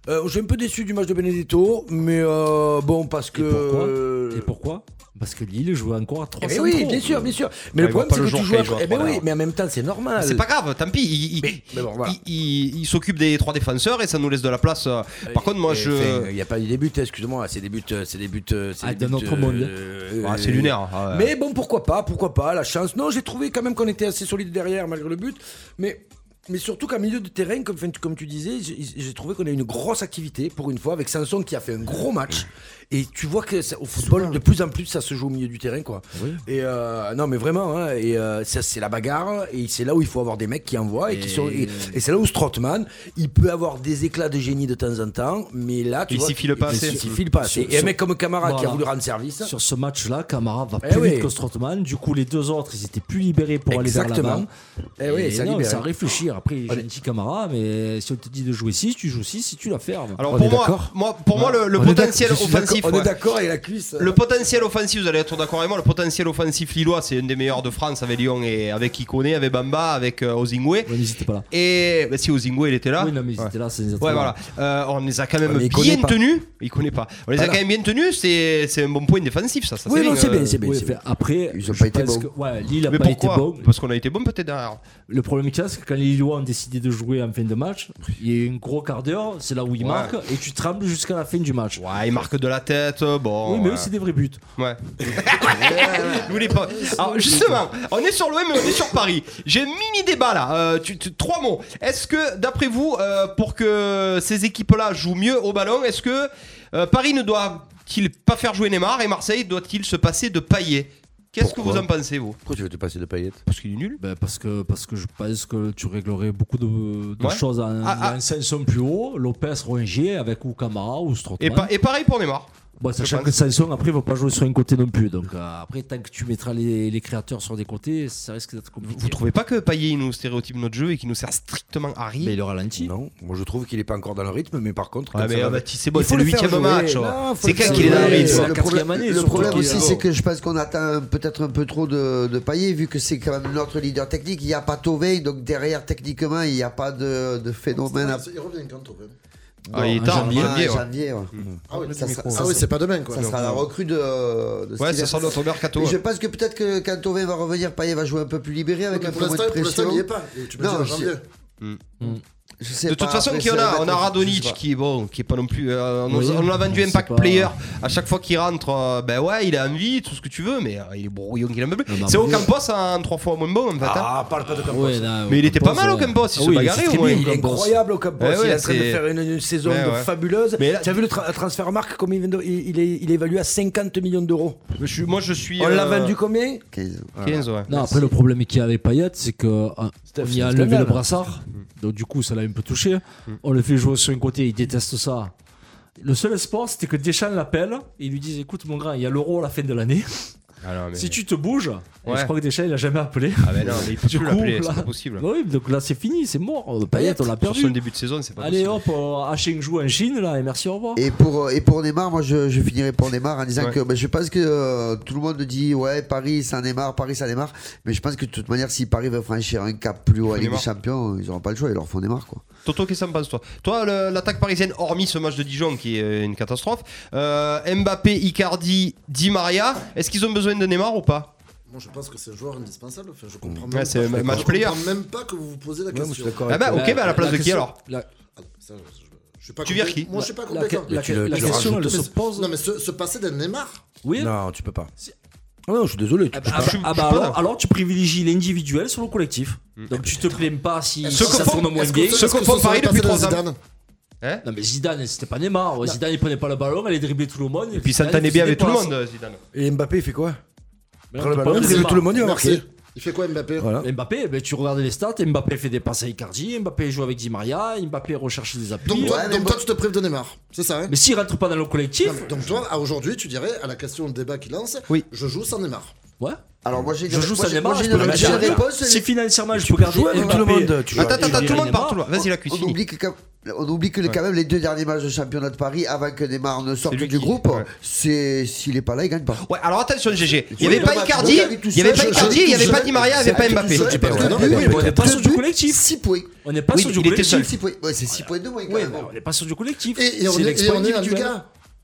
Euh, je suis un peu déçu du match de Benedetto, mais euh, bon, parce que. Et pourquoi Et pourquoi Parce que Lille joue encore à 3 Eh ben oui, bien sûr, bien sûr. Mais Ouais, le il voit problème, pas c'est le que jour tu qu'il joues. joue à après- Eh ben trois, oui, là. mais en même temps, c'est normal. C'est pas grave, tant pis. Il, il- mais bon, voilà. il- il- il s'occupe des trois défenseurs et ça nous laisse de la place. euh. Par contre, moi, Et Eh, fait, euh, je. Il n'y a pas eu des buts, excuse-moi. C'est des buts. euh, C'est des buts. euh, c'est Ah, des d'un buts, autre monde. euh, Ah, c'est lunaire. ah ouais. Mais bon, pourquoi pas, pourquoi pas, la chance. Non, j'ai trouvé quand même qu'on était assez solide derrière, malgré le but. Mais, mais surtout qu'à milieu de terrain, comme, enfin, comme tu disais, j'ai j'ai trouvé qu'on a eu une grosse activité pour une fois, avec Sanson qui a fait un gros match. Et tu vois que ça- au football, de plus en plus, ça se joue au milieu du terrain, quoi. Et euh, non, mais vraiment, hein, et euh, ça, c'est la bagarre, et c'est là où il faut avoir des mecs qui envoient, et, qui sont, et, et c'est là où Strottman, il peut avoir des éclats de génie de temps en temps, mais là, tu Il vois, s'y file pas il assez. s'y file pas assez. Sur- Et un mec comme Camara qui a Voilà. voulu rendre service. Sur ce match-là, Camara va Eh plus oui. vite que Strottmann. Du coup, les deux autres, ils étaient plus libérés pour aller vers Exactement. l'avant. Eh oui, ça non, libère. c'est à réfléchir. Après, il est gentil Camara, mais si on te dit de jouer 6, tu joues 6 si tu la fermes. Alors, On est pour moi, d'accord moi, pour moi, le, le On est potentiel d'accord, je suis d'accord, offensif. On ouais. est d'accord avec la cuisse. Le potentiel offensif, vous allez être d'accord avec moi, le potentiel offensif lillois, c'est un des meilleurs de France avec Lyon et avec Ikoné, avec Bamba, avec euh, Ozingwe. Ouais, n'hésitez pas là. Et bah, si Ozingwe, il était là. oui, non, mais ils Ouais. étaient là, c'est Ouais, voilà. Euh, on les a quand même mais il connaît bien pas. tenus. Il connaît pas. On les a Voilà. quand même bien tenus. C'est c'est un bon point défensif, ça. ça Oui, non, c'est euh, bien, c'est bien. Oui, c'est bien. enfin, après, Ils ont je pas été pense bons. que- ouais, Lille a Mais pas été pourquoi bon. Parce qu'on a été bon peut-être derrière. Le problème qu'il y a, c'est que quand les Lillois ont décidé de jouer en fin de match, il y a eu un gros quart d'heure, c'est là où ils Ouais. marquent, et tu trembles jusqu'à la fin du match. Ouais, ils marquent de la tête. Bon. euh, oui, mais ouais. eux, c'est des vrais buts. Ouais. Nous les pas. Alors justement, on est sur l'OM et on est sur Paris. J'ai un mini débat là. Euh, tu- tu- trois mots. Est-ce que, d'après vous, euh, pour que ces équipes-là jouent mieux au ballon, est-ce que euh, Paris ne doit-il pas faire jouer Neymar et Marseille doit-il se passer de Payet Qu'est-ce que vous Pourquoi en pensez vous Pourquoi tu veux te passer de paillettes Parce qu'il est nul. Ben, parce, que, parce que je pense que tu réglerais beaucoup de, de Ouais. choses en, Ah, en Sanson plus haut, Lopez, Rongier, avec ou Camara ou Et, Strottmann. pa- et pareil pour Neymar. Bon, sachant pense. que Sanson, après, il ne va pas jouer sur un côté non plus. Donc euh, après, tant que tu mettras les, les créateurs sur des côtés, ça risque d'être compliqué. Vous trouvez pas que Payet il nous stéréotype notre jeu et qu'il nous sert strictement à rien Mais le ralentit. Non, moi je trouve qu'il est pas encore dans le rythme, mais par contre. Ouais, quand mais ça va- euh, Baptiste, c'est bon, Il faut c'est le le faire huitième jouer. match. oh. Non, faut C'est le quand faire qu'il est dans le jouer. rythme C'est le quatrième problème, année, le surtout, problème qu'il est aussi, là. c'est que je pense qu'on attend peut-être un peu trop de, de Payet, vu que c'est quand même notre leader technique. Il n'y a pas Tovey, donc derrière, techniquement, il n'y a pas de, de phénomène à. Il revient quand on revient. Ah, il est en tard, en janvier, janvier, Ah, ouais. Mmh. janvier, ouais. Ah oui, Ça sera- ça ah oui, sera- c'est pas demain quoi. Ça sera la recrue de. de Ouais, Steven. ça sort de notre mercato. Mais ouais. je pense que peut-être que quand Tovey va revenir, Payet va jouer un peu plus libéré avec Mais un pour peu moins l'instant, de pour l'instant, pression. il n'y est pas. Et tu me dis Non, en je- janvier. Je sais De pas, toute façon, après, qui on c'est un a On a maître- Radonjic qui est bon, qui est pas non plus. euh, on, Oui, on l'a vendu on Impact sait pas. Player. À chaque fois qu'il rentre, euh, ben ouais, il a envie, tout ce que tu veux, mais euh, il est brouillon qu'il a même plus. mais C'est après- Ocampos en trois fois moins bon en fait. hein. Ah, parle pas de Campos. Ouais, là, Mais il était pas Campos, mal au ouais. Campos, il Ah se oui, bagarrait c'est au très moins. bien, Il est Campos. incroyable au Campos. Eh ouais, il est en train de c'est- faire une, une saison Ouais, de ouais. fabuleuse. Mais là- Tu as vu le transfert transfermarkt comme il, vient de- il, il est, il est évalué à 50 millions d'euros. Je suis- moi je suis. On euh, l'a vendu combien 15. 15, ouais. Non, après, le problème qu'il y a avec Payet, c'est que euh, Steph, on c'est y un a levé scandale. le brassard. Donc, du coup, ça l'a un peu touché. On le fait jouer sur un côté, il déteste ça. Le seul espoir, c'était que Deschamps l'appelle et il lui dise Écoute, mon grand, il y a l'euro à la fin de l'année. Ah non, mais- Si tu te bouges, et Ouais. je crois que Deschamps, il l'a jamais appelé. Ah ben non, mais il peut Du plus coup, l'appeler, là- c'est pas possible. Bah oui, donc là, c'est fini, c'est mort. Euh, Payet, on l'a Sur son perdu. début de saison, c'est pas Allez possible. hop, euh, à joue en Chine, là, et merci, au revoir. Et pour, euh, et pour Neymar, moi je, je finirai pour Neymar en disant Ouais. que ben, je pense que euh, tout le monde dit ouais Paris ça Neymar, Paris ça Neymar, mais je pense que de toute manière si Paris veut franchir un cap plus haut à Ligue des Neymar. Champions, ils n'auront pas le choix, ils leur font Neymar quoi. Toto, qu'est-ce que ça me pense, toi Toi, le- l'attaque parisienne, hormis ce match de Dijon qui est euh, une catastrophe, euh, Mbappé, Icardi, Di Maria, est-ce qu'ils ont besoin de Neymar ou pas Moi, je pense que c'est un joueur indispensable. Enfin, je comprends même Ouais, pas. c'est un Je match comprends player. même pas que vous vous posez la moi, je suis question. d'accord. Ah bah, ok, bah à la place de qui question- alors la, Ah, ça, je- je suis pas Tu compé- vires qui Moi, je suis pas hein. la- compétent. la- tu la- le- la tu le question, elle Mais se c'est- pose. Non, mais se, se passer d'un Neymar. Oui, Non, tu peux pas. Ah non, je suis désolé. tu- Ah bah- Je- ah je bah suis pas alors, d'accord. alors tu privilégies l'individuel sur le collectif. Mm. Donc tu te plains pas si, Ceux si qu'on ça font- tourne moins Est-ce bien. qu'on- Ceux est-ce qu'on qu'on font se Paris serait depuis passé trois dans ans. Zidane Non mais Zidane c'était pas Neymar. Zidane il prenait pas le ballon, elle driblait tout le monde. Et puis s'entendait bien avec tout le monde, Zidane. Et Mbappé, il fait quoi Mais Prends le on te ballon, parle de dribble Neymar. tout le monde, il va Merci. marquer. Il fait quoi Mbappé Voilà. Mbappé, ben, tu regardes les stats, Mbappé fait des passes à Icardi, Mbappé joue avec Di Maria, Mbappé recherche des appuis. Donc, toi, Ouais, mais donc bon. toi, tu te prives de Neymar. C'est ça, hein Mais s'il rentre pas dans le collectif, Non, mais Donc toi, à aujourd'hui, tu dirais, à la question, le débat qu'il lance, Oui. je joue sans Neymar. ouais. Alors moi j'ai Je joue ça démarre, moi, j'ai je peux une- même j'ai une dire. réponse. Si financièrement je peux garder joues avec tout le Mbappé, monde, tu joues Attends, avec- attends, attends, tout le monde Neymar. part, tout le monde. Vas-y, la cuisse, On fini. oublie, que, quand- on oublie que quand même les deux derniers matchs de championnat de Paris, avant que Neymar ne sorte C'est lui du qui- groupe, ouais. c'est s'il est pas là, il gagne pas. Ouais, alors attention, GG. Il n'y Oui, avait pas dommage. Donc, Icardi, il n'y avait tout pas seul, Icardi, je- il n'y avait tout pas seul. Di Maria, il n'y avait pas Mbappé. Tout seul, ben parce ouais, que non, deux mais buts, on n'est pas deux sur du buts, collectif. six points. On n'est pas Oui, sur du il était seul. collectif. Six points. Ouais, c'est 6 points de moins. Ouais, bah, carrément. on n'est pas sur du collectif. Et, et on C'est est, et l'exploit on est en individuel.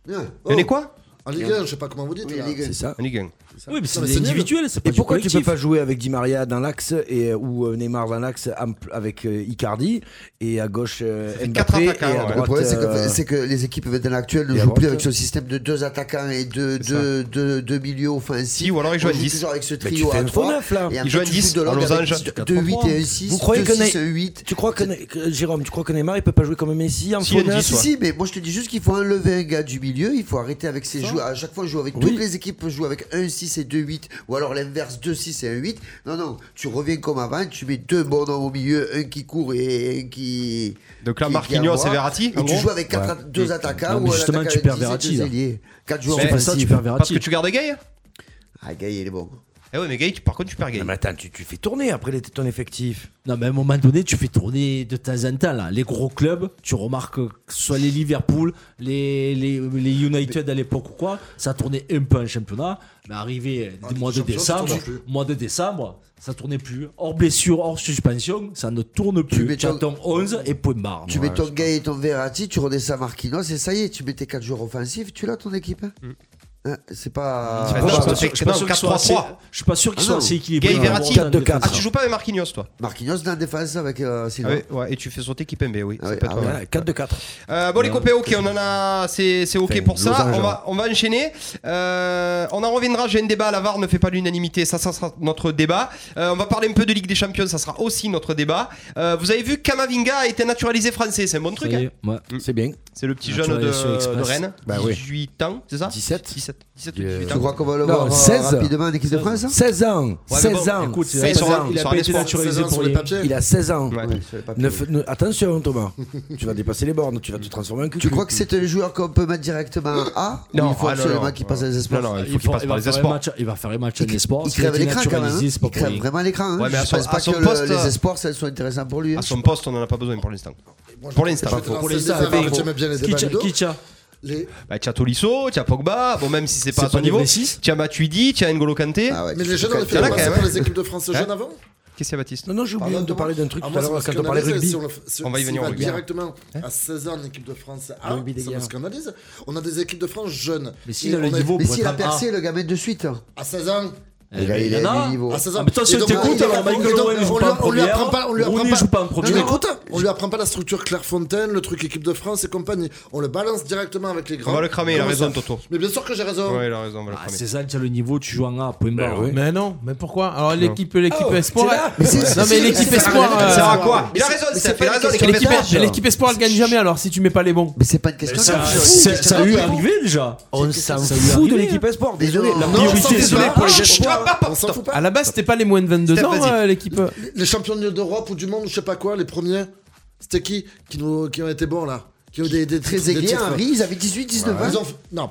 Ligue 1. Ouais. On est quoi En Ligue 1, je sais pas comment vous dites. Oui, là. Ligue un. C'est ça. On est gang. Oui, Non, mais c'est mais c'est nul. individuel, c'est pas Et du pourquoi tu collectif. peux pas jouer avec Di Maria dans l'axe et ou euh, Neymar dans l'axe am- avec euh, Icardi et à gauche euh, quatre Mbappé et attaquants, à ouais. droite Le problème, c'est que, euh, c'est que les équipes maintenant actuelles et ne à jouent plus droite, avec ce système de deux attaquants et deux, C'est deux, deux, deux milieux offensifaux. Si, ou alors ils jouent à On joue 10. toujours avec ce mais trio tu fais à un faux 3. neuf là. Et Ils jouent à après, tu 10 joues de l'angle en avec losange. 2, 8 et 1, 6. Vous croyez que 6 Ne- 8. Tu crois que, Ne- que- Jérôme, tu crois que Neymar il peut pas jouer comme Messi en Si, faux il y a neuf Si, soit. Euh, si, mais moi je te dis juste qu'il faut enlever un gars du milieu, il faut arrêter avec ses joueurs. À chaque fois, jouer avec Oui. toutes les équipes, jouer avec 1, 6 et 2, 8, ou alors l'inverse, 2, 6 et 1, 8. Non, non, tu reviens comme avant, tu mets deux bonhommes au milieu, un qui court et un qui. Donc là, qui- qui Marquinhos envoie. et Verratti, en Et tu gros joues avec quatre atta- deux attaquants Non, Ah mais ou un justement, attaquant tu avec perds 10 et Verratti, deux là. ailiers. Quatre Tu joueurs Mais- fais pas ça, Eh, tu offensifs. perds Parce que Verratti. tu gardes Gay Ah, Gaï, il est bon. Eh ouais, mais Gay, tu- par contre, tu perds Gay. Non, mais attends, tu, tu fais tourner après les- ton effectif. Non, mais à un moment donné, tu fais tourner de temps en temps là. les gros clubs. Tu remarques que ce soit les Liverpool, les, les, les United à l'époque ou quoi, ça tournait un peu en championnat. Mais arrivé En du Ligue mois des de Champions, décembre, ça tourne plus. mois de décembre, ça tournait plus. Hors blessure, hors suspension, ça ne tourne plus. mets Tu ton- attends 11 et point barre. Tu mets ton Gay et ton Verratti, tu redescends Marquinhos et ça y est, tu mets tes 4 joueurs offensifs, tu l'as ton équipe. hein Mm. Hein, c'est pas. Ah, Je non, suis pas parce sûr- que- je suis pas non, sûr qu'ils soient 4-3-3. assez- je suis pas sûr qu'ils Ah soient non. assez équilibrés. Gay pour Verratti. avoir autant de 4-2-4. Ah, tu joues pas avec Marquinhos, toi Marquinhos dans la défense avec euh, Ah Silva. ouais, ouais, et tu fais sauter Kipembe, oui. Ah ça ouais, peut être ah pas ouais. mal. Voilà, 4 de 4. Euh, bon les copains, ok, on en a, c'est c'est ok Enfin, pour ça. losange, On va, on va enchaîner. Euh, on en reviendra. J'ai un débat. La VAR ne fait pas l'unanimité. Ça, ça sera notre débat. Euh, on va parler un peu de Ligue des Champions. Ça sera aussi notre débat. Euh, vous avez vu, Kamavinga a été naturalisé français. C'est un bon Ça truc. y hein. est, ouais. C'est bien. C'est le petit jeune de, Naturalisation express. de Rennes. Bah oui. 18 ans, c'est ça 17. 17, 17 Euh, 18 Tu crois ans. qu'on va le Non, voir euh, 16. rapidement en équipe de France hein 16 ans. mais 16 bon, ans. écoute, il a 16 pas- ans. Il a Sur pas un été espoir. naturalisé Saison pour sur les les. papiers. Il a 16 ans. Ouais. Ouais, sur les papiers. Ne f- ne- attention, Thomas. tu vas dépasser les bornes. Tu vas te transformer en cul. Tu crois que c'est un joueur qu'on peut mettre directement en A Ou Non, il faut ah, non, absolument non. qu'il passe les espoirs Non, non, il faut Il qu'il faut- passe il par va les faire un espoirs. match- il va faire un match en espoir. Il s'il a crève été l'écran quand même. hein. naturalisé, c'est pas Il pour crève rien. vraiment l'écran. hein. Ouais, mais à Je son- pense à pas que son le- poste, les euh, espoirs, ça, elles sont intéressantes pour lui. hein. À son poste, on n'en a pas besoin pour l'instant. Moi, je- Pour l'instant. je vais te Pour lancer le l'instant, débat, mais parce que bon. j'aime bien les débats Kitcha, Ludo. Kitcha. Les- Bah, t'as Tolisso, t'as Pogba. Bon, même si c'est pas à C'est ton pas niveau niveau. six T'as Matuidi, t'as N'Golo Kanté. Ah ouais, Mais les c'est jeunes, on les quand fait Il y en a même- quand passer même. par les équipes de France Hein jeunes avant Qu'est-ce qu'il y a, Baptiste Non, non, j'ai oublié Pardon, de Thomas. parler d'un truc Ah, tout moi, à ça me l'heure quand on parlait scandalise, rugby. si le f- si- On va y s'il venir en rugby. directement à 16 ans, l'équipe de France A, rugby des ça me gars. scandalise. On a des équipes de France jeunes. Mais s'il Et a le on niveau Mais pour s'il être a en A. percé le gamin de suite. hein. À 16 ans Le gars, il y en a a. du niveau. À 16 ans. Ah, mais toi, si Et on donc, t'écoute, il a- alors Michael et donc, Owen on joue lui- pas en on lui première, apprend pas- on lui apprend Rooney pas- joue pas en Non, première. mais écoute, on lui apprend pas la structure Clairefontaine, le truc équipe de France et compagnie. On le balance directement avec les grands. On va le cramer, il a Comment raison, ça Toto. Mais bien sûr que j'ai raison. Ouais, il a raison, on va le Ah, cramer. c'est ça, tu as le niveau, tu joues en A, point barre. Mais non, mais pourquoi Alors l'équipe l'équipe espoir. Mais c'est- Non mais c'est- l'équipe c'est- espoir. Ça sert à euh, quoi Il a raison, c'est pas raison, l'équipe L'équipe espoir. l'équipe espoir elle gagne jamais alors si tu mets pas les bons. Mais c'est pas une question Ça, d'âge. ça- ça a eu arrivé déjà. On s'en ça lui fout de arrivait, l'équipe espoir. Désolé. non. La Non, on s'en priorité, fout c'est pas. la- Ah, Chut, toi, pas, On s'en fout À pas. la base, c'était pas les moins de 22 Steph, ans vas-y. euh, l'équipe. Les champions d'Europe ou du monde, je sais pas quoi, les premiers, c'était qui qui, nous, qui ont été bons là Qui ont eu des, des Très titres- des aiguillé, titres. Henry, ils avaient 18, 19 Ils ans. ont- Non.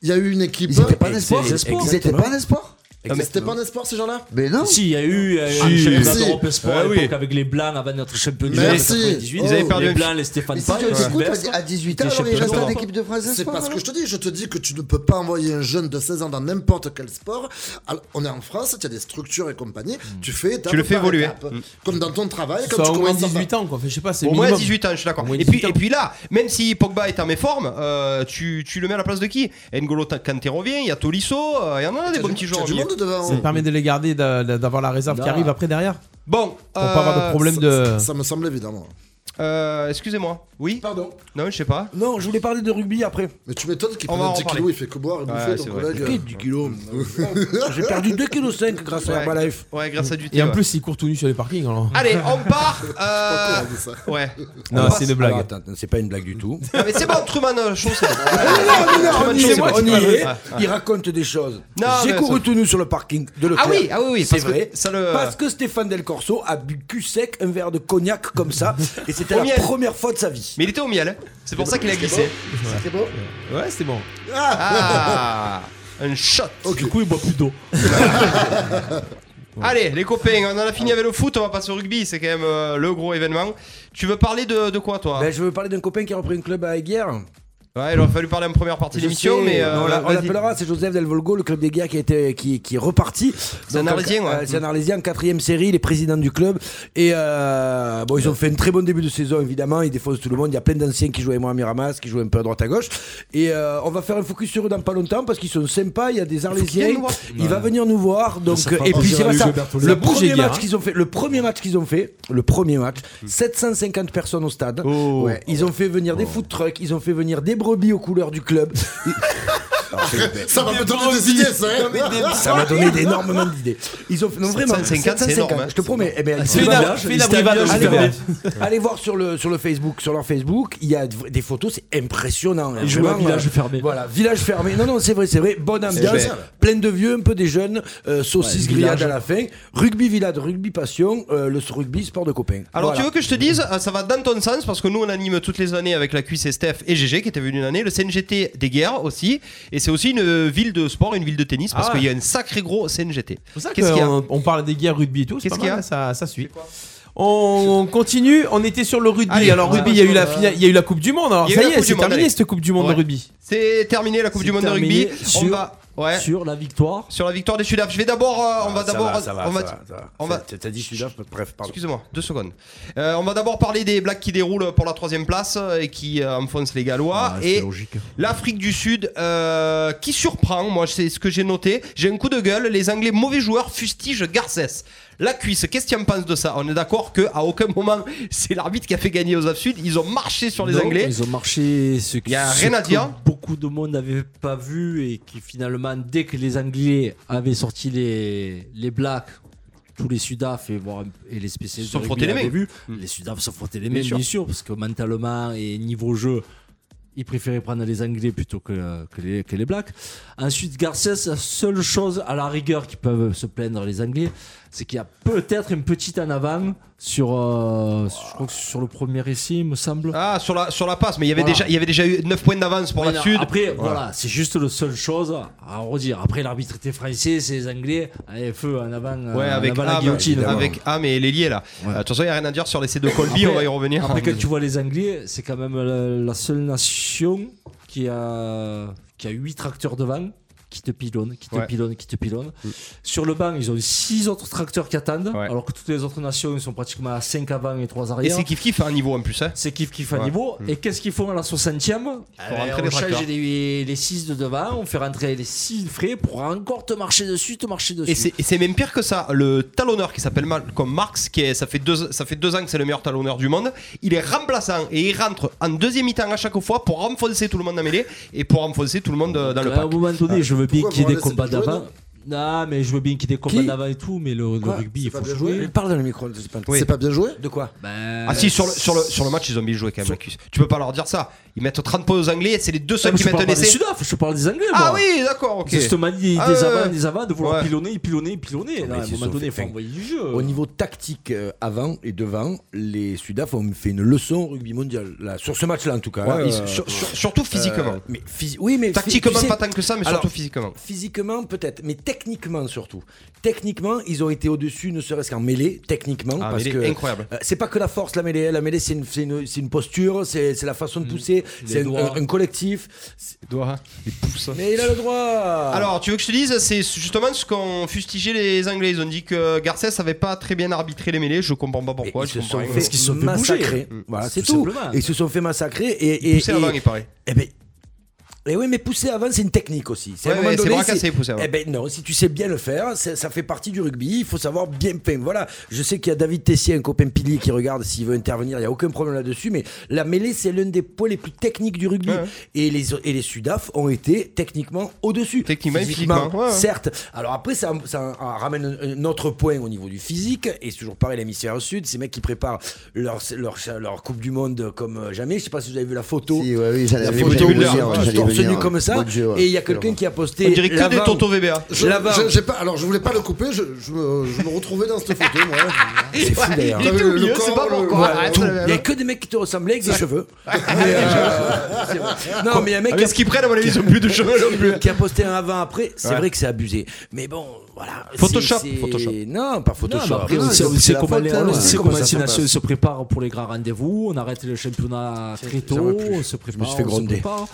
Il y a eu une équipe. Ils n'étaient pas d'espoir. c'est- Ils étaient pas d'espoir. C'était pas un espoir ces gens-là Mais non. Si, il y a eu euh, Si. un championnat Si. d'Europe Espoir à Ah oui. l'époque avec les Blancs avant notre championnat. Merci. Ils avaient perdu un petit- les Blancs, les Stéphane Mais si Paille, tu les écoutes, Sylvestre. à 18 ans, Des alors il reste championnats en d'Europe. équipe de France C'est espoir, pas ce que alors je te dis. Je te dis que tu ne peux pas envoyer un jeune de 16 ans dans n'importe quel sport. Alors, on est en France, tu as des structures et compagnie. Tu fais étape Mm. Tu le fais par évoluer. étape. Mm. Comme dans ton travail, quand Soit tu au moins commences à- 18 ans quoi. Enfin, Je sais pas, c'est Au moins minimum. 18 ans, je suis d'accord. Au moins Et puis, 18 ans. et puis là, même si Pogba est en méforme, euh, tu, tu le mets à la place de qui N'Golo Ta- Kanté revient, il y a Tolisso, euh, il y en a des T'as bons du- petits t'as joueurs. au du milieu. monde devant. Ça permet de les garder, d'a- d'a- d'avoir la réserve qui Non. arrive après derrière. Bon, Pour pas avoir de euh, problème Ça- de. ça, ça me semble évidemment. euh, Excusez-moi. Oui Pardon. Non, je sais pas. Non, je voulais parler de rugby après. Mais tu m'étonnes qu'il On va prenne en 10 reparler. kilos, il fait que boire et bouffer Ouais, ton c'est vrai. collègue. Pris 10 kilos. J'ai perdu 2,5 kg grâce à Ouais. Herbalife. Ouais, grâce à du thé. Et en ouais. plus, ils courent tout nu sur les parkings. alors. Allez, on part. euh, Pourquoi on dit ça Ouais. Non, On c'est passe. une blague. Alors, attends, c'est pas une blague du tout. Ah, mais c'est bon, Truman euh, Show, c'est bon. on y Show, est, c'est bon. on y est. Ouais, ouais. Il raconte des choses. Ah. Non, J'ai mais couru ça- tout nu sur le parking de Leclerc. Ah oui, euh. ah oui, oui, c'est parce que vrai. ça le- Parce que Stéphane Del Corso a bu cul sec un verre de cognac comme ça, et c'était Au la miel. première fois de sa vie. Mais il était au miel, hein. c'est pour ça qu'il a glissé. C'était beau Ouais, c'est bon. Ah Un shot. Du coup, il boit plus d'eau. Allez, les copains, on en a fini avec le foot, on va passer au rugby, c'est quand même euh, le gros événement. Tu veux parler de, de quoi, toi Ben, je veux parler d'un copain qui a repris un club à Aiguère. Ouais, il aurait fallu parler en première partie Je d'émission, sais, mais. euh, on l'a- on vas-y. l'appellera, c'est Joseph Del Volgo, le club des gars qui, a été- qui, qui est reparti. C'est un Donc, Arlésien, ouais. euh, C'est un Arlésien, quatrième série, les présidents du club. Et euh, bon, ils ont fait un très bon début de saison, évidemment. Ils défoncent tout le monde. Il y a plein d'anciens qui jouent avec moi à Miramas, qui jouent un peu à droite à gauche. Et euh, on va faire un focus sur eux dans pas longtemps parce qu'ils sont sympas. Il y a des Arlésiens. viennent nous voir. Il va venir nous voir. Donc, Ça fera et puis plaisir c'est à pas Hugo ça. Bertolini. Le Ça bouge, les premier gars, match hein. qu'ils ont fait, le premier match qu'ils ont fait, le premier match, 750 personnes au stade. Ouais, ils ont fait venir des food trucks, ils ont fait venir des brebis aux couleurs du club. Ça m'a donné des idées, ça. hein. Ça m'a donné énormément d'idées. Ils ont fait, non, vraiment, 750, c'est énorme, hein. je te promets. Eh ben, ils Fais sont une là. av- fais une abrivade, Allez, Allez Gilbert. voir, allez voir sur le sur le Facebook, sur leur Facebook, il y a de- des photos, c'est impressionnant. hein, Ils jouent à vraiment, village euh, fermé. Voilà, village fermé. Non non, c'est vrai, c'est vrai. Bonne ambiance, génial. plein de vieux, un peu des jeunes, euh, saucisses Ouais, grillades village. à la fin, rugby villade, rugby passion, euh, le rugby sport de copains. Alors Voilà. tu veux que je te dise, euh, ça va dans ton sens parce que nous on anime toutes les années avec la cuisse et Steph et GG qui était venu une année, le CNGT des guerres aussi, et c'est aussi une euh, ville de sport, une ville de tennis parce Ah. qu'il y a un sacré gros CNGT. C'est pour ça Qu'est-ce que qu'il y a on, on parle des guerres rugby et tout. c'est Qu'est-ce pas qu'il y a mal, ça, ça suit. On continue, on était sur le rugby. alors rugby, il y a eu la finale, il y a eu la Coupe du monde. Alors Il y a ça eu y la est, Coupe c'est du monde, terminé allez. cette Coupe du monde Ouais. de rugby. C'est terminé la Coupe C'est du Monde de terminé rugby. sur- On va ouais. sur... Sur la victoire. la victoire des Sudaf. Je vais d'abord, euh, on va Ça d'abord, va, ça va, on va, ça va, ça va. on va- T'as- T'as dit je suis là, je peux- bref, pardon. Excusez-moi, deux secondes. Euh, on va d'abord parler des Blacks qui déroulent pour la troisième place euh, et qui euh, enfoncent les Gallois. et l'Afrique du Sud euh, qui surprend, moi c'est ce que j'ai noté. J'ai un coup de gueule, les Anglais mauvais joueurs fustigent Garcès. La cuisse, qu'est-ce que tu en penses de ça On est d'accord qu'à aucun moment c'est l'arbitre qui a fait gagner aux Af Sud. Ils ont marché sur les Non, Anglais. Ils ont marché ce, que- Y a hein. ce rien à que dire. beaucoup de monde n'avait pas vu et qui finalement, dès que les Anglais avaient sorti les, les Blacks, tous les Sudaf et, voire- et les spécialistes Se sont de frottés rugby les l'avaient mains. vu, Mm. les Sudaf se frottaient les mains, Bien bien sûr. sûr. parce que mentalement et niveau jeu, ils préféraient prendre les Anglais plutôt que, que les, que les Blacks. Ensuite, Garcès, la seule chose à la rigueur qu'ils peuvent se plaindre, les Anglais, c'est qu'il y a peut-être une petite en avant sur, euh, je crois que sur le premier essai, il me semble. Ah, sur la, sur la passe, mais il y avait Voilà. déjà, il y avait déjà eu 9 points d'avance pour Ouais, la non, Sud. Après, voilà, c'est juste la seule chose à redire. Après, l'arbitre était français, c'est les Anglais. Allez, feu en avant, euh, Ouais, en avec avant la Ham, guillotine. avec Ham et l'ailier là. Euh, De toute façon, il n'y a rien à dire sur l'essai de Colby, on va y revenir. Après, quand tu vois les Anglais, c'est quand même la, la seule nation qui a, qui a 8 tracteurs devant, qui te pilonnent, qui te Ouais. Mm. pilonnent, qui te pilonnent. Sur le banc, ils ont 6 autres tracteurs qui attendent, Ouais. alors que toutes les autres nations, ils sont pratiquement à 5 avant et 3 Et arrière. c'est kiff kiff à un niveau en plus, hein. C'est kiff kiff à Ouais. niveau. Et qu'est-ce qu'ils font à la 60e Faut rentrer Eh, On les change tracteurs. Mm. les, les 6 de devant, on fait rentrer les 6 frais pour encore te marcher dessus, te marcher dessus. Et c'est et c'est même pire que ça. Le talonneur qui s'appelle Malcolm Marx, qui est, ça, fait deux, ça fait deux ans que c'est le meilleur talonneur du monde, il est remplaçant et il rentre en deuxième mi-temps à chaque fois pour renfoncer tout le monde dans la mêlée et pour renfoncer tout le monde euh, dans le à un pack. moment donné, je veux bien Pourquoi qu'il y ait des vous laissez combats jouer, d'avant. non Non, mais je veux bien qu'il y ait des combats Qui d'avant et tout, mais le, le Quoi rugby, C'est il pas faut bien jouer. joué Parle dans le micro, c'est pas- C'est pas bien joué De quoi Ben, Ah si, sur le, sur, le, sur le match, ils ont bien joué quand même. la cuisse. Tu peux pas leur dire ça. Ils mettent 30 points aux Anglais, c'est les deux Ah, seuls mais qui je mettent parle un pas des essai. Sudaf, je parle des Anglais. Ah moi. oui, d'accord, ok. C'est cette manie des Ah, ouais, ouais. avants, des avants, de vouloir Ouais. pilonner, pilonner, pilonner. Là, à un ils se moment sont donné, il fait faut ping. envoyer du jeu. Au niveau tactique, euh, avant et devant, les Sudaf ont fait une leçon au rugby mondial. là, sur ce match-là, en tout cas. hein, Ils- euh, sur- sur- surtout physiquement. euh, mais phys- oui, mais Tactiquement, tu sais, pas tant que ça, mais alors, surtout physiquement. Physiquement, peut-être, mais techniquement surtout. Techniquement, ils ont été au-dessus, ne serait-ce qu'en mêlée, techniquement. Ah, parce mêlée, que, incroyable. euh, c'est pas que la force, la mêlée. hein, La mêlée, c'est une, c'est une- c'est une posture, c'est c'est la Mm. façon de pousser, c'est un, doigts. un- un collectif. C'est- Doigt, Euh, les pouces. Mais il a le droit Alors, tu veux que je te dise, c'est justement ce qu'ont fustigé les Anglais. Ils ont dit que Garcès avait pas très bien arbitré les mêlées. Je comprends pas Et pourquoi. ils je se comprends sont rien. fait, qu'ils se sont fait bouger. massacrer. Voilà, c'est Tout tout. simplement. Et ils se sont fait massacrer. Et, et, Poussé avant, et- Mm. il paraît. Eh ben, eh oui, mais pousser avant, c'est une technique aussi. C'est à un Ouais, moment ouais, c'est donné, bras cassés, pousser avant. Eh ben non, si tu sais bien le faire, ça, ça fait partie du rugby. Il faut savoir bien. enfin, Voilà, je sais qu'il y a David Tessier, un copain pilier, qui regarde s'il veut intervenir. Il n'y a aucun problème là-dessus. Mais la mêlée, c'est l'un des points les plus techniques du rugby. Ouais, ouais. Et les et les Sudaf ont été techniquement au-dessus. Techniquement et physiquement, ouais, ouais. certes. Alors après, ça, ça ramène un, un autre point au niveau du physique. Et c'est toujours pareil, l'hémisphère sud, ces mecs qui préparent leur leur leur Coupe du Monde comme euh, jamais. Je sais pas si vous avez vu la photo. Si, ouais, oui, j'allais La j'allais photo vous où dire, ils ouais, sont tous j'allais vous nu manière, comme ça. mon Dieu, ouais. Et il y a quelqu'un qui a posté. On dirait que des l'avant- tontos VBA. Je, Là-bas. je- j'ai pas, alors je voulais pas le couper, je, je me, je me retrouvais dans cette photo, moi. C'est fou d'ailleurs. Il était Le au milieu, corps, c'est pas le- pourquoi. ouais, Arrête, Tout. là, Il là, n'y là. a que des mecs qui te ressemblaient avec des cheveux. Mais, euh, c'est vrai. non, mais il y a un mec Ah, qui mais a- ce qu'ils prennent, à mon avis, ils ont plus de cheveux non plus. qui a posté un avant-après. C'est Ouais. vrai que c'est abusé. Mais bon, voilà. c'est- Photoshop, c'est- Photoshop. Non, pas Photoshop. après, Non, on sait, ils ont on pris sait la comment faute, les, hein, on ouais. sait C'est comment comme les ça, ça nations passe. se préparent pour les grands rendez-vous. On arrête le championnat très ça va tôt. plus. On se prépare. suis fait on se gronder. Mm. prépare.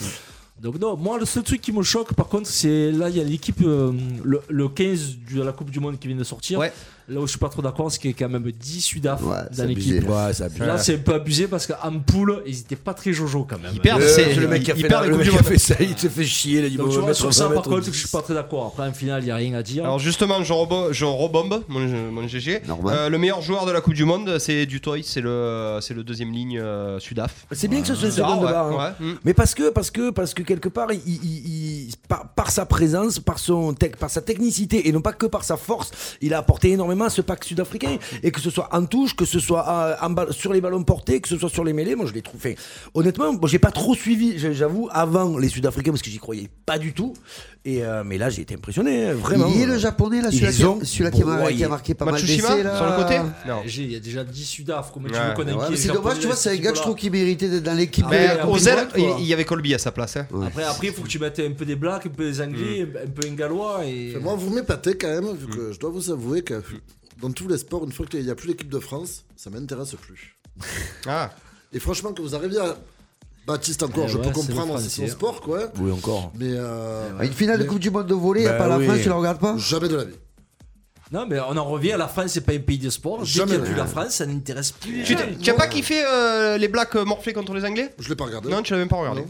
Donc non, moi le seul truc qui me choque par contre c'est là il y a l'équipe euh, le, le 15 de la Coupe du Monde qui vient de sortir. Ouais. Là où je suis pas trop d'accord c'est qu'il y a quand même 10 Sudaf Ouais, c'est dans abusé. l'équipe. Ouais, c'est abusé. Là c'est un peu abusé parce qu'en poule ils étaient pas très jojo quand même. Ils perdent, Euh, c'est c'est le mec qui a ils fait, perdent la- la le Coupe mec du qui a Monde. fait ça, il te fait chier. Il a dit, Donc bon, tu on va vois mettre sur 100 ça par mètres au- contre je suis pas très d'accord. Après en finale il y a rien à dire. Alors justement, je, rebo- je rebombe mon, mon GG. Normal. Euh, le meilleur joueur de la Coupe du Monde, c'est Dutoy, c'est le, c'est le deuxième ligne euh, Sudaf. C'est bien que ce soit ce Ah, second ouais, débat, hein. ouais, mm. Mais parce que, parce que, parce que quelque part, il, il- il- par, par sa présence, par, son tec- par sa technicité et non pas que par sa force, il a apporté énormément à ce pack sud-africain. Et que ce soit en touche, que ce soit euh, en ball- sur les ballons portés, que ce soit sur les mêlées, moi je l'ai trouvé. Honnêtement, moi, j'ai pas trop suivi, je- j'avoue, avant les Sud-Africains parce que j'y croyais pas du tout. Et, euh, mais là, j'ai été impressionné, hein, vraiment. euh, Il est le japonais là, celui-là Ils qui, ont celui-là qui a marqué- broyé. qui a marqué pas Matsushima, mal d'essais là. sur le côté Non. J'ai- Eh, Il y a déjà 10 Sudaf comment tu Ouais. veux qu'on Ouais, inquiète mais les c'est dommage, tu vois, Japonais, c'est un gars que je voilà. trouve qui méritait d'être dans l'équipe. Mais Ouais, aux Coupe du ailes, Monde, Ah il quoi. il y avait Colby à sa place. hein. Ouais. Après, après, il faut que tu mettes un peu des blacks, un peu des anglais, Mm. un peu un gallois. Et... Moi, vous m'épatez quand même, vu que je dois vous avouer que dans tous les sports, une fois qu'il n'y a plus l'équipe de France, ça m'intéresse plus. Ah. Et franchement, que vous arriviez à. Baptiste, encore, Eh je ouais, peux c'est le comprendre, c'est son Français. sport, quoi. Oui, encore. Mais. euh, Ah, Une finale de Coupe du Monde de volley, Ben Bah à part la oui. France, tu la regardes pas Jamais de la vie. Non, mais on en revient, la France, c'est pas un pays de sport. Dès qu'il Jamais. n'y a plus la France, ça n'intéresse plus les Tu gens. t'es- tu as pas kiffé euh, les Blacks euh, morflés contre les Anglais Je l'ai pas regardé. Non, tu l'as même pas regardé. Non.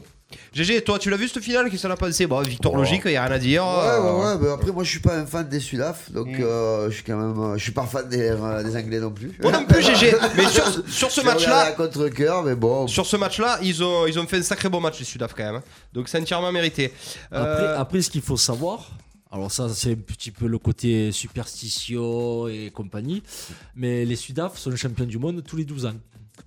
GG, toi, tu l'as vu cette finale Qu'est-ce que ça a passé Bah, victoire logique, il y a rien à dire. euh. Ouais, ouais, ouais. mais après, moi, je suis pas un fan des Sudaf, donc Mm. euh, je suis quand même, euh, je suis pas fan des, euh, des Anglais non plus. Moi non plus, GG. Mais sur, sur ce Je regarde à match-là, contre cœur, mais bon. sur ce match-là, ils ont, ils ont fait un sacré beau match les Sudaf quand même. hein. Donc c'est entièrement mérité. Après, Euh, après, ce qu'il faut savoir, alors ça, c'est un petit peu le côté superstition et compagnie, mais les Sudaf sont champions du monde tous les 12 ans.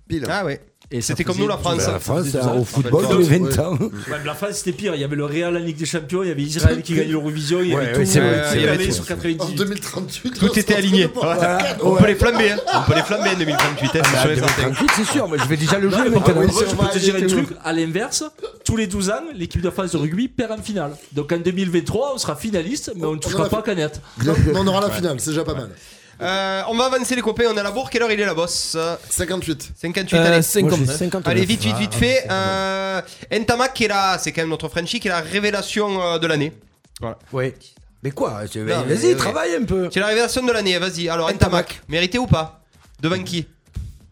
Pile. ah ouais. Et ça C'était comme faisait nous, la tout- France. ça La faisait 12 ans. hein, au football tous tous les les 20 20 ans. Ouais, mais la France, c'était pire. Il y avait le Real en Ligue des Champions, il y avait Israël qui gagnait l'Eurovision, il y Ouais, avait ouais, tout. c'est vrai, c'est il y vrai, avait c'est sur vrai. 98. En 2038, on Tout se était retrouve aligné. pas. Ouais. On peut les flamber, hein. on peut les flamber en 2028. hein, sur les certains. c'est sûr, mais je vais déjà le Non, jouer mais par maintenant. contre, je peux te dire un truc, à l'inverse, tous les 12 ans, l'équipe de France de rugby perd en finale. Donc en 2023, on sera finaliste, mais on ne touchera aura pas à canette. Non, mais on aura la finale, c'est déjà pas mal. Euh, on va avancer les copains, on est à la bourre. Quelle heure il est la boss Euh, 58. 58, Euh, allez. Allez, 59. vite, vite, vite fait. Euh, Ntamak, qui est là, c'est quand même notre Frenchie, qui est la révélation euh, de l'année. Voilà. Ouais. Mais quoi je- Non, mais Vas-y, oui. travaille un peu. C'est la révélation de l'année, vas-y. Alors, Ntamak, mérité ou pas Devant qui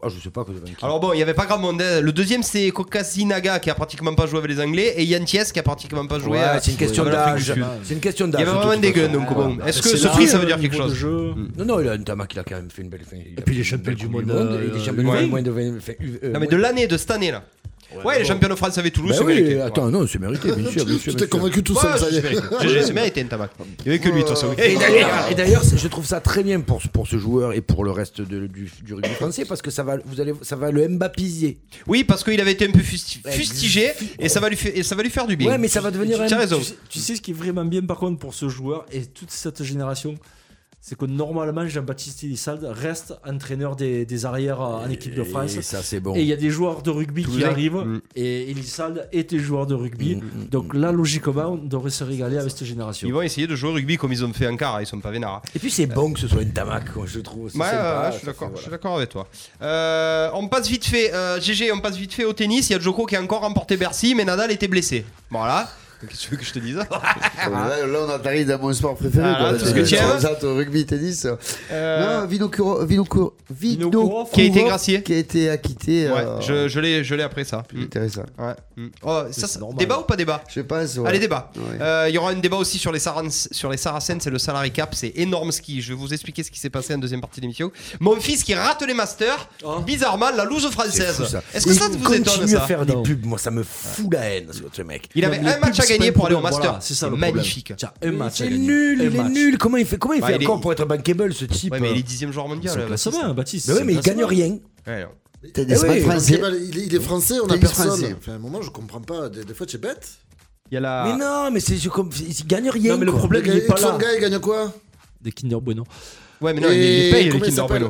Ah, je sais pas que devant qui. Alors bon, il n'y avait pas grand monde. hein. Le deuxième, c'est Kokasinaga qui a pratiquement pas joué avec les Anglais et Yanties qui a pratiquement pas joué. Ah, Ouais, euh, c'est une question avec l'Afrique d'âge. Ah, du Sud. C'est une question Il y d'âge. avait de vraiment toute des guns, façon. donc bon. Bah, Est-ce que C'est ce là, prix, ça veut euh, dire quelque niveau de chose jeu. Non, non, il a un tamac, il a quand même fait une belle fin. Et puis, il est champion du monde, euh, Il est euh, champion ouais. du moins de 20. enfin, euh, Non, mais de l'année, de cette année là. Ouais, les champions de France avec Toulouse, Ben c'est oui, mérité. attends, non, c'est mérité, bien sûr. bien sûr, bien Tu t'es sûr. convaincu tout seul, ça y est. Ouais, GG, c'est mérité, Ntamak. Il n'y avait que lui, de toute façon. Et d'ailleurs- et d'ailleurs, c'est- je trouve ça très bien pour, ce- pour ce joueur et pour le reste de- du, du rugby français parce que ça va, vous allez, ça va le Mbappésier. Oui, parce qu'il avait été un peu fusti- fustigé et ça va lui, fa- et ça va lui faire du bien. Ouais, mais ça va devenir Tu- un. tu as raison. Tu sais, tu sais ce qui est vraiment bien par contre pour ce joueur et toute cette génération c'est que normalement Jean-Baptiste Elissalde reste entraîneur des, des arrières euh, en équipe de France. Et ça, c'est bon. Et il y a des joueurs de rugby qui Toulousain. arrivent Mm. et Elissalde était joueur de rugby. Donc là, logiquement, on devrait se régaler avec cette génération. Ils vont essayer de jouer au rugby comme ils ont fait en quart, hein, ils sont pas vénards. Et puis c'est bon que ce soit une tamac, quoi, je trouve. c'est Ouais, sympa, ouais, ouais, je suis ça d'accord, fait- je suis d'accord avec toi. Euh, on passe vite fait, euh, GG, on passe vite fait au tennis. Il y a Joko qui a encore remporté Bercy, mais Nadal était blessé. Voilà. Qu'est-ce que tu veux que je te dise Là, euh, là, on atterrit dans mon sport préféré. Ah, quoi. tout ce que tu aimes. Transat, rugby, tennis. Euh, Non, Vinokourov, Vinokourov, Vinokourov, qui a été gracié. Qui a été acquitté. Ouais, euh, je, je l'ai, je l'ai après ça. Mm. Intéressant. Ouais. Mm. Oh, ça, ça- normal. débat ou pas débat Je sais pas. c'est- Allez, débat. Euh, Ouais. Il y aura un débat aussi sur les, Sarans- sur les Saracens et le salary cap. C'est énorme ce qui. Je vais vous expliquer ce qui s'est passé en deuxième partie de l'émission. Mon fils qui rate les masters, Oh. bizarrement, la loose fou, française. ça. Est-ce que Il ça vous continue étonne à ça faire des pubs, moi ça me fout la haine, ce mec. Il avait Non, mais un les match pubs, à c'est gagner pas pour aller au un problème. master. Voilà, c'est ça le problème. Magnifique. Tiens, un match. Il à est gagner. nul, Un il est match. nul. Comment il fait, comment il Bah, fait il est- encore pour être bankable ce type Ouais, mais hein il est dixième joueur mondial. C'est là, au classement, hein, Baptiste. Mais oui, mais il C'est au gagne rien. Ouais, non. Tennis, Eh oui, match on Parce que, français. bah, il, est- il est français, on a Tennis personne. français. Enfin, à un moment, je comprends pas. Des, des fois, tu es bête. Il y a la. Mais non, mais c'est je- comme ils gagnent rien. Non, mais le quoi. problème, il est pas là. Son gars, il gagne quoi Des Kinder Bueno. Ouais, mais non, il, Et il paye les comment il Kinder s'appelle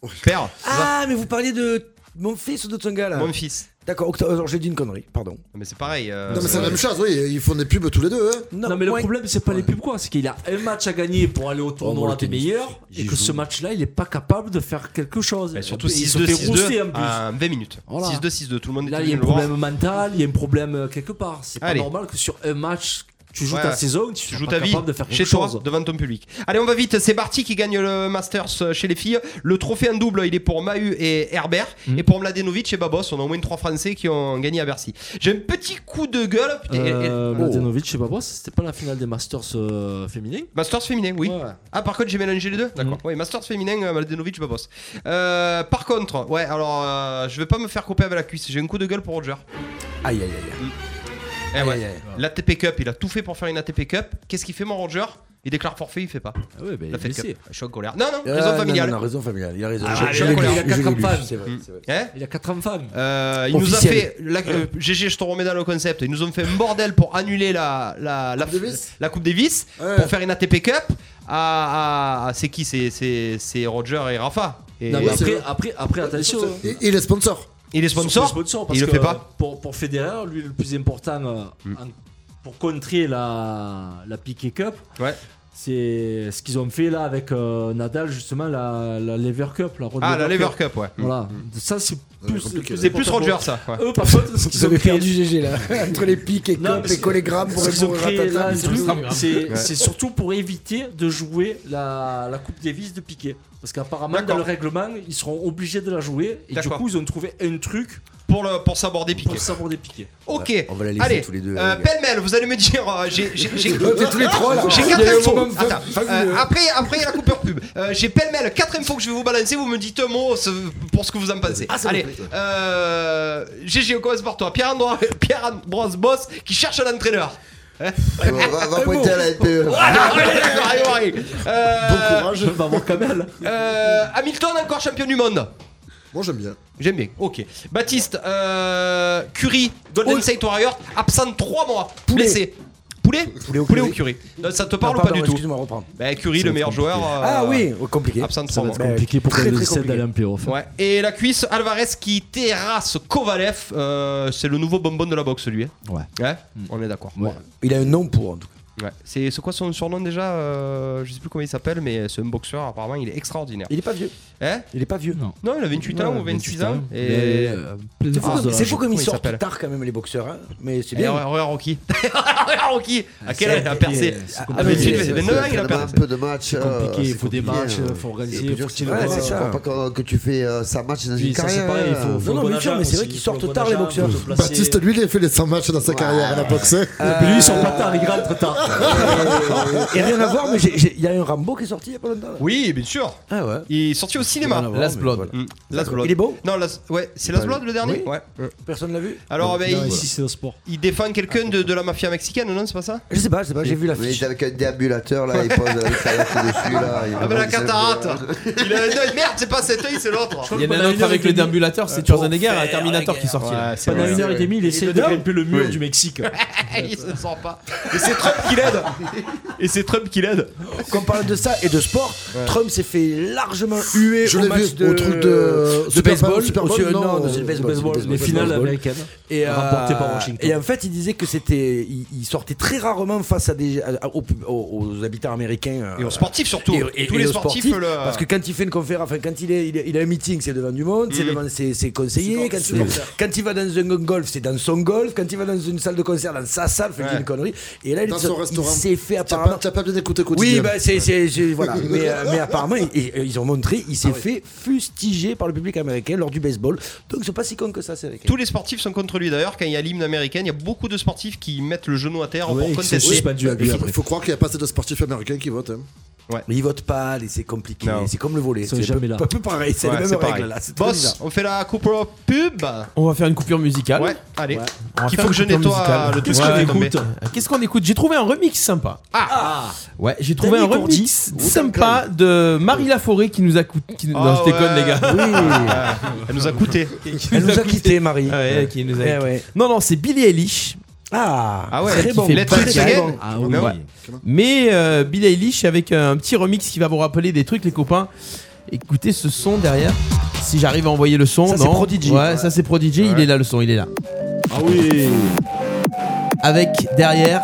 Bueno. Père, Ah, mais vous parliez de mon fils ou de son gars là mon fils. D'accord, Octo- alors j'ai dit une connerie, pardon. Non, Mais c'est pareil. euh, Non, mais c'est la même chose, oui, ils font des pubs tous les deux. hein. Non, mais le ouais. problème, c'est pas les pubs, quoi. C'est qu'il a un match à gagner pour aller au tournoi des meilleurs et que ce match-là, il est pas capable de faire quelque chose. mais surtout il se 6-2, fait rousser 6-2, en plus. à 20 minutes. Voilà. 6-2, 6-2, tout le monde Là, tout il y a le un monde le problème mental, il y a un problème euh, quelque part. C'est pas Allez. normal que sur un match, tu joues Ouais. ta saison, tu, Tu sois joues pas ta vie capable de faire chez quelque toi, chose. devant ton public. Allez, on va vite. C'est Barty qui gagne le Masters euh, chez les filles. Le trophée en double, il est pour Mahu et Herbert. Mm. Et pour Mladenovic et Babos, on a au moins trois Français qui ont gagné à Bercy. J'ai un petit coup de gueule. Putain, et- et- Euh, Oh. Mladenovic, je sais pas quoi, c'était pas la finale des Masters euh, féminins Masters féminin, oui. Ah, par contre, j'ai mélangé les deux D'accord. Mm. Oui, Masters féminin, euh, Mladenovic, Babos. Euh, par contre, ouais, alors, euh, je vais pas me faire couper avec la cuisse. J'ai un coup de gueule pour Roger. Aïe aïe aïe. Eh ouais. L'ATP Cup, il a tout fait pour faire une ATP Cup. Qu'est-ce qu'il fait, mon Roger Il déclare forfait, il fait pas. Ah ouais, ben, La fête il Cup. est Je suis en colère. Non, non, aïe. raison Ah, familiale. Non, non, non, raison familiale, il a raison. Ah, Je- je je suis en l'ai colère. lu, Il y a je quatre l'ai lu. Hmm. femmes. C'est vrai, c'est vrai. Hein Il a 80 femmes. Euh, il nous a Officiel. fait. la- euh, GG, je te remets dans le concept. Ils nous ont fait un bordel pour annuler la, la, la, Coupe Davis la Coupe Davis Ouais. pour faire une ATP Cup. À, à- à- c'est qui C'est- C'est c'est Roger et Rafa. Et Non, mais oui, c'est après, vrai. après, après, attention. Et il est sponsor. il est Surtout sponsor. sponsor, parce il le que fait pas. Pour, pour Federer, lui, le plus important euh, en- pour contrer la, la Piquet Cup, Ouais. c'est ce qu'ils ont fait là avec euh, Nadal, justement, la, la Lever Cup. La Rod Ah, la Lever Cup, ouais. Voilà. Ça, c'est plus, compliqué. C'est plus important Roger, pour- ça. ouais. Eux, par contre, ce Vous qu'ils ont avez créé, perdu GG là, entre les pics et Non, copes mais et collegrammes pour ce qu'ils ont répondre à créé là, Tata. le truc, c'est c'est surtout pour éviter de jouer la, la Coupe Davis de Piquet. Parce qu'apparemment, D'accord. dans le règlement, ils seront obligés de la jouer. Et du D'accord. coup, ils ont trouvé un truc Pour, le, pour s'aborder piqué. pour savoir des piquets. Ok. On va la laisser Allez, tous les deux. les euh, gars. pêle-mêle, vous allez me dire. euh, j'ai, j'ai, j'ai- T'es tous les trois là. J'ai Ah, Il y a 4 eu un infos. moment fa- Attends, fabuleux. euh, après, après la coupure pub, Euh, j'ai pêle-mêle 4 infos que je vais vous balancer. Vous me dites un mot ce- pour ce que vous en pensez. Ah, Allez, euh, GG, on commence par toi. Pierre, Andro- Pierre Ambroise Boss qui cherche un entraîneur. Va, va- va pointer à la NPE. Ah, ouais, Mario, Mario. Euh, Je vais avoir Kamel. euh, Hamilton, encore champion du monde. Moi, j'aime bien. J'aime bien, ok. Baptiste, euh, Curie, Golden State Warrior, absent 3 mois, blessé. Poulet Poulet ou ou Curie Non, Ça te parle ou pas du tout Excuse-moi, reprends. Bah, Curie, le meilleur joueur. euh, Ah oui, oh, compliqué. Absent de Ça va trois être mois. compliqué. Compliqué pour Très, le très lycée compliqué. d'aller en playoff. Ouais. Et la cuisse, Alvarez qui terrasse Kovalev. euh, c'est le nouveau bonbon de la boxe, lui. hein. Ouais. Ouais Mm. On est d'accord. Ouais. Il a un nom pour en tout cas. Ouais. C'est c'est quoi son surnom déjà Euh, Je sais plus comment il s'appelle, mais c'est un boxeur, apparemment, il est extraordinaire. Il est pas vieux. Hein Il est pas vieux. Non. non, il a 28 ans ou 28 ans. Mais, Et. euh, C'est fou force de comme- la Ah, C'est fou comme comment ils il sortent s'appelle tard quand même les boxeurs, hein. mais c'est Eh, bien. regarde regarde Rocky. regarde Rocky. À quel âge il a euh, percé c'est Ah, mais tu le fais, C'est- mais non, il a c'est percé. un peu de match. C'est compliqué, Oh, il faut des matchs, il il faut organiser, faut tirer Ouais, le c'est ballon. c'est ça. ça. Faut pas que, que tu fais euh, ça match dans Puis une ça, carrière. c'est pareil, il euh. faut, faut Non, non, un bon mais sûr, agent mais c'est vrai aussi, qu'ils faut un sortent bon tard, les agent, boxeurs. faut se placer. Baptiste, lui, il a fait les 100 matchs dans sa carrière à la boxe. hein. Et puis lui, ils sortent pas tard, ils rentrent tard. Et rien à voir, mais j'ai- j'ai- il y a un Rambo qui est sorti il y a pas longtemps. là. Oui, bien sûr. Ah ouais. Il est sorti au cinéma. Rien à voir, Last mais Blood. voilà. Mm. Last Blood. Il est beau Non, Last- ouais, c'est Last Blood le dernier Ouais. Personne l'a vu Alors, ben, il- Ici, c'est le sport. il défend quelqu'un de, de la mafia mexicaine, non C'est pas ça Je sais pas, je sais pas, j'ai vu la Mais il fiche. est avec un déambulateur là, il pose la salade dessus là. il- Ah, bah la il s'est- cataracte Il a un œil, merde, c'est pas cet œil, c'est l'autre Il y en a un autre avec le déambulateur, c'est Schwarzenegger, un Terminator qui est sorti. là. c'est Pendant une heure et demie, il essaie de grimper le mur Oui. du Mexique. Il se sent pas. Et c'est Trump qui l'aide Et c'est Trump qui l'aide Quand on parle de ça et de sport, Trump s'est fait largement huer Je au l'ai match vu de euh, au truc de, de baseball, Super au- Bowl, non, non, non, c'est le baseball, c'est le baseball. Les finales baseball. américaines. et euh, Rapporté par Washington. Et en fait, il disait que c'était, il, il sortait très rarement face à des à- aux, aux- aux habitants américains. euh, Et aux sportifs surtout et- et- Tous et les aux sportifs, sportifs, le... Parce que quand il fait une conférence, enfin quand il est, il, est- il a un meeting, c'est devant du monde, Mm. c'est devant ses, ses conseillers. Quand, il, quand il va dans un golf, c'est dans son golf. Quand il va dans une salle de concert, dans sa salle, fait Ouais. une connerie. Et là, il, Dans se- son il restaurant. s'est fait T'as pas, apparemment. t'as pas bien écouté Oui, quotidien. bah, c'est, c'est- c'est- voilà. mais, euh, mais apparemment, ils, ils- ils ont montré, il s'est fait fustiger par le public américain lors du baseball. Donc, c'est pas si con que ça, c'est vrai. Tous les sportifs sont contre lui d'ailleurs, quand il y a l'hymne américaine, il y a beaucoup de sportifs qui mettent le genou à terre Ouais, pour et c'est contester. suspendu à Il lui faut, après. faut croire qu'il n'y a pas assez de sportifs américains qui votent. hein. Mais ils votent pas, les- c'est compliqué. Non. C'est comme le volet. sont C'est jamais peu- là. peu- peu pareil, c'est Ouais, les mêmes c'est règles pareil. là. C'est très Boss, bizarre. Ah on fait la coupe au pub On va faire une coupure musicale. Ouais, allez. On va Qu'il faire faut une que je coupure nettoie musicale. le Qu'est-ce truc qui est qu'on tombé. écoute Qu'est-ce qu'on écoute J'ai trouvé un remix sympa. Ah, Ouais, j'ai trouvé un Danny Cordy. remix sympa de Marie Laforêt qui nous a coûté. qui- Ah Non, je déconne, ouais. les gars. Elle nous a coûté. Qui Elle nous a quittés, Marie. Ouais, qui nous a Eh quittés. ouais. Non, non, c'est Billie Eilish Ah, Ah ouais, très qui bon. fait très, Let's Do It très Again. bon. Ah oui. Non. Ouais. Mais euh, Billie Eilish avec euh, un petit remix qui va vous rappeler des trucs, les copains. Écoutez ce son derrière. Si j'arrive à envoyer le son, Ça, c'est non. Prodigy. Ouais, ça c'est Prodigy. Il est là, le son, il est là. Ah oui. Avec derrière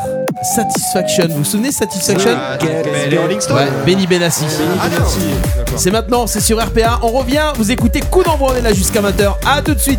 Satisfaction. Vous vous souvenez Satisfaction Ah, mais les Rolling Stones Ouais, Benny Benassi. Ah non D'accord. C'est maintenant, c'est sur RPA. On revient, vous écoutez Coup d'envoi, on est là jusqu'à 20h. À tout de suite.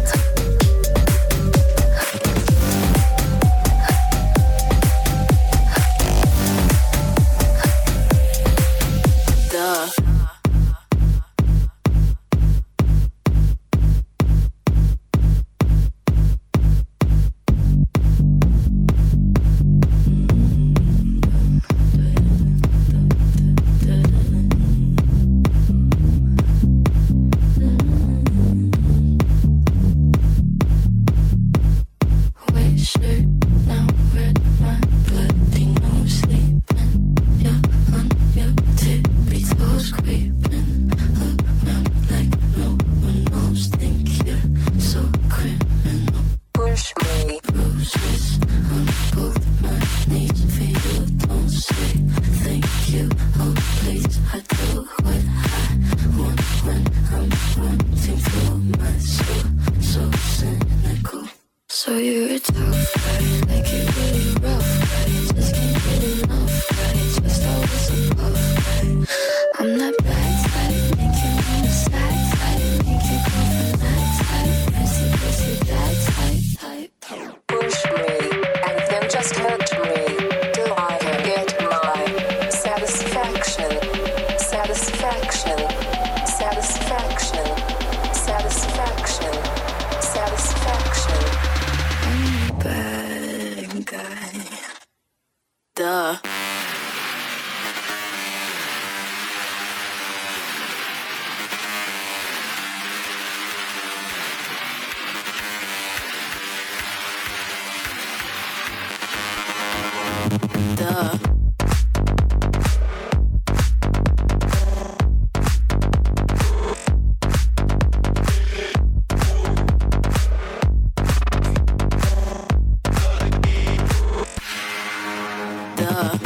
So you're a tough guy, like you're really rough guy. Just can't get enough guy, just always above guy. I'm that bad type, make you on the sad type, make you go from that type, prissy, prissy, that type, type. push me, and then just hurt me till I can get my satisfaction, satisfaction, satisfaction, satisfaction, satisfaction. I'm a bad guy. Duh. Duh. Duh.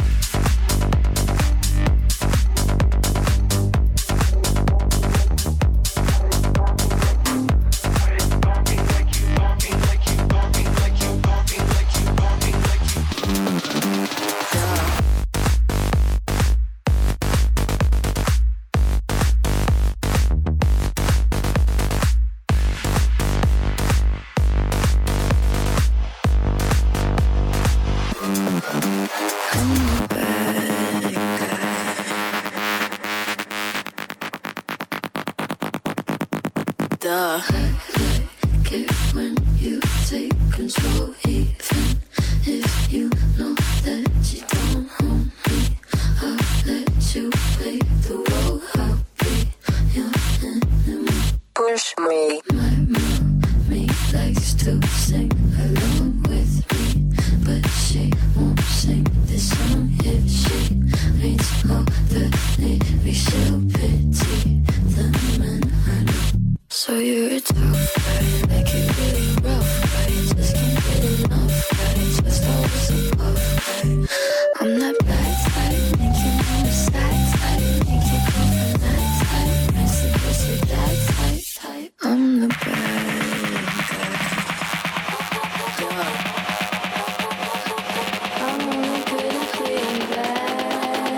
Duh. Like it when you take control, even if you know that you don't own me. I'll let you play the role. I'll be your enemy. Push me, My mommy likes to sing along with me, but she won't sing this song if she reads all the lyrics. She'll pity the men I know. So you're a tough guy, like you're really rough guy. Just can't get enough guy, just always above guy. I'm that bad type, make you know the sad type, make you go from that type, prissy, prissy, that type, type. I'm the bad guy. Yeah. I'm only good at being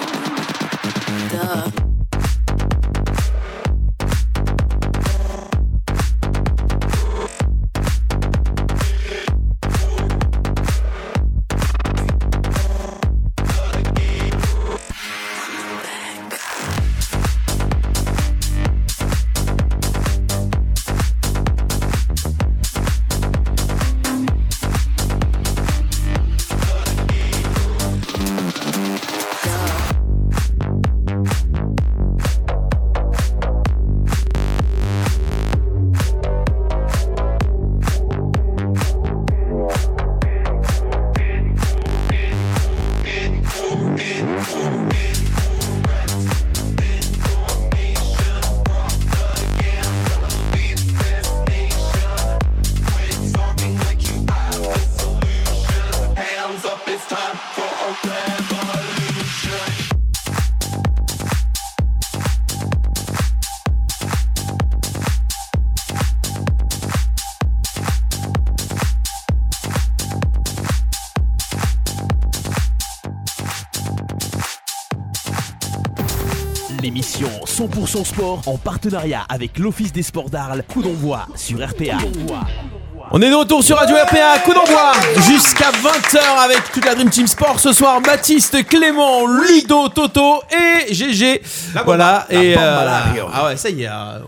bad. Bad. Duh. l'émission 100% sport en partenariat avec l'Office des sports d'Arles. Coup d'envoi sur RPA. On est de retour sur Radio RPA, coup d'envoi jusqu'à 20h avec toute la Dream Team Sport ce soir. Baptiste, Clément, Ludo, Toto et GG. voilà, La et bomba, euh, la Rio. ah ouais, ça y est. euh,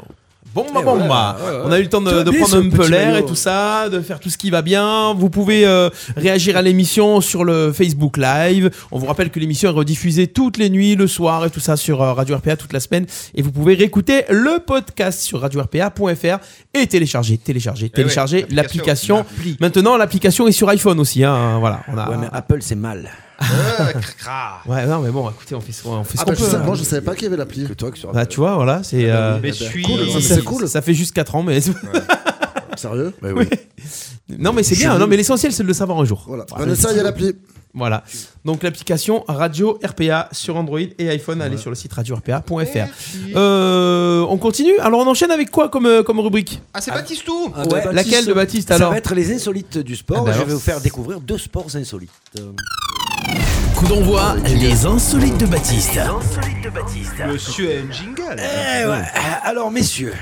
Bomba, Et bomba. voilà, ouais, ouais. On a eu le temps Tout de, va de bien, prendre ce un peu petit l'air et maillot. tout ça, de faire tout ce qui va bien. Vous pouvez euh, réagir à l'émission sur le Facebook Live. On vous rappelle que l'émission est rediffusée toutes les nuits, le soir et tout ça sur euh, Radio RPA toute la semaine. Et vous pouvez réécouter le podcast sur radio-rpa.fr et télécharger, télécharger, télécharger ouais, l'application. Maintenant, l'application est sur iPhone aussi. Hein, voilà, on Ah. a... Apple, c'est mal. Ah, ouais, non, mais bon, écoutez, on fait ce qu'on on fait ce Ah, qu'on bah, je peut. sais- hein. moi je savais pas qu'il y avait l'appli. Que toi Bah, tu vois, voilà, c'est. Ah, euh, bah, bah, mais suis- ça, c'est ça- cool. Ça fait juste 4 ans, mais. Sérieux Non, mais c'est Je bien. suis Non, mais nul. l'essentiel, c'est de le savoir un jour. Voilà. On essaye à l'appli. Voilà. Donc l'application Radio RPA sur Android et iPhone, allez sur le site radio-rpa.fr. Euh, on continue Alors on enchaîne avec quoi comme, euh, comme rubrique Ah, c'est Batistou Ouais, laquelle de Baptiste, alors Ça va être les insolites du sport. Ah, bah je alors. vais vous faire découvrir deux sports insolites. Coup d'envoi, les insolites de Baptiste. Monsieur a un jingle. Eh ouais. Alors messieurs,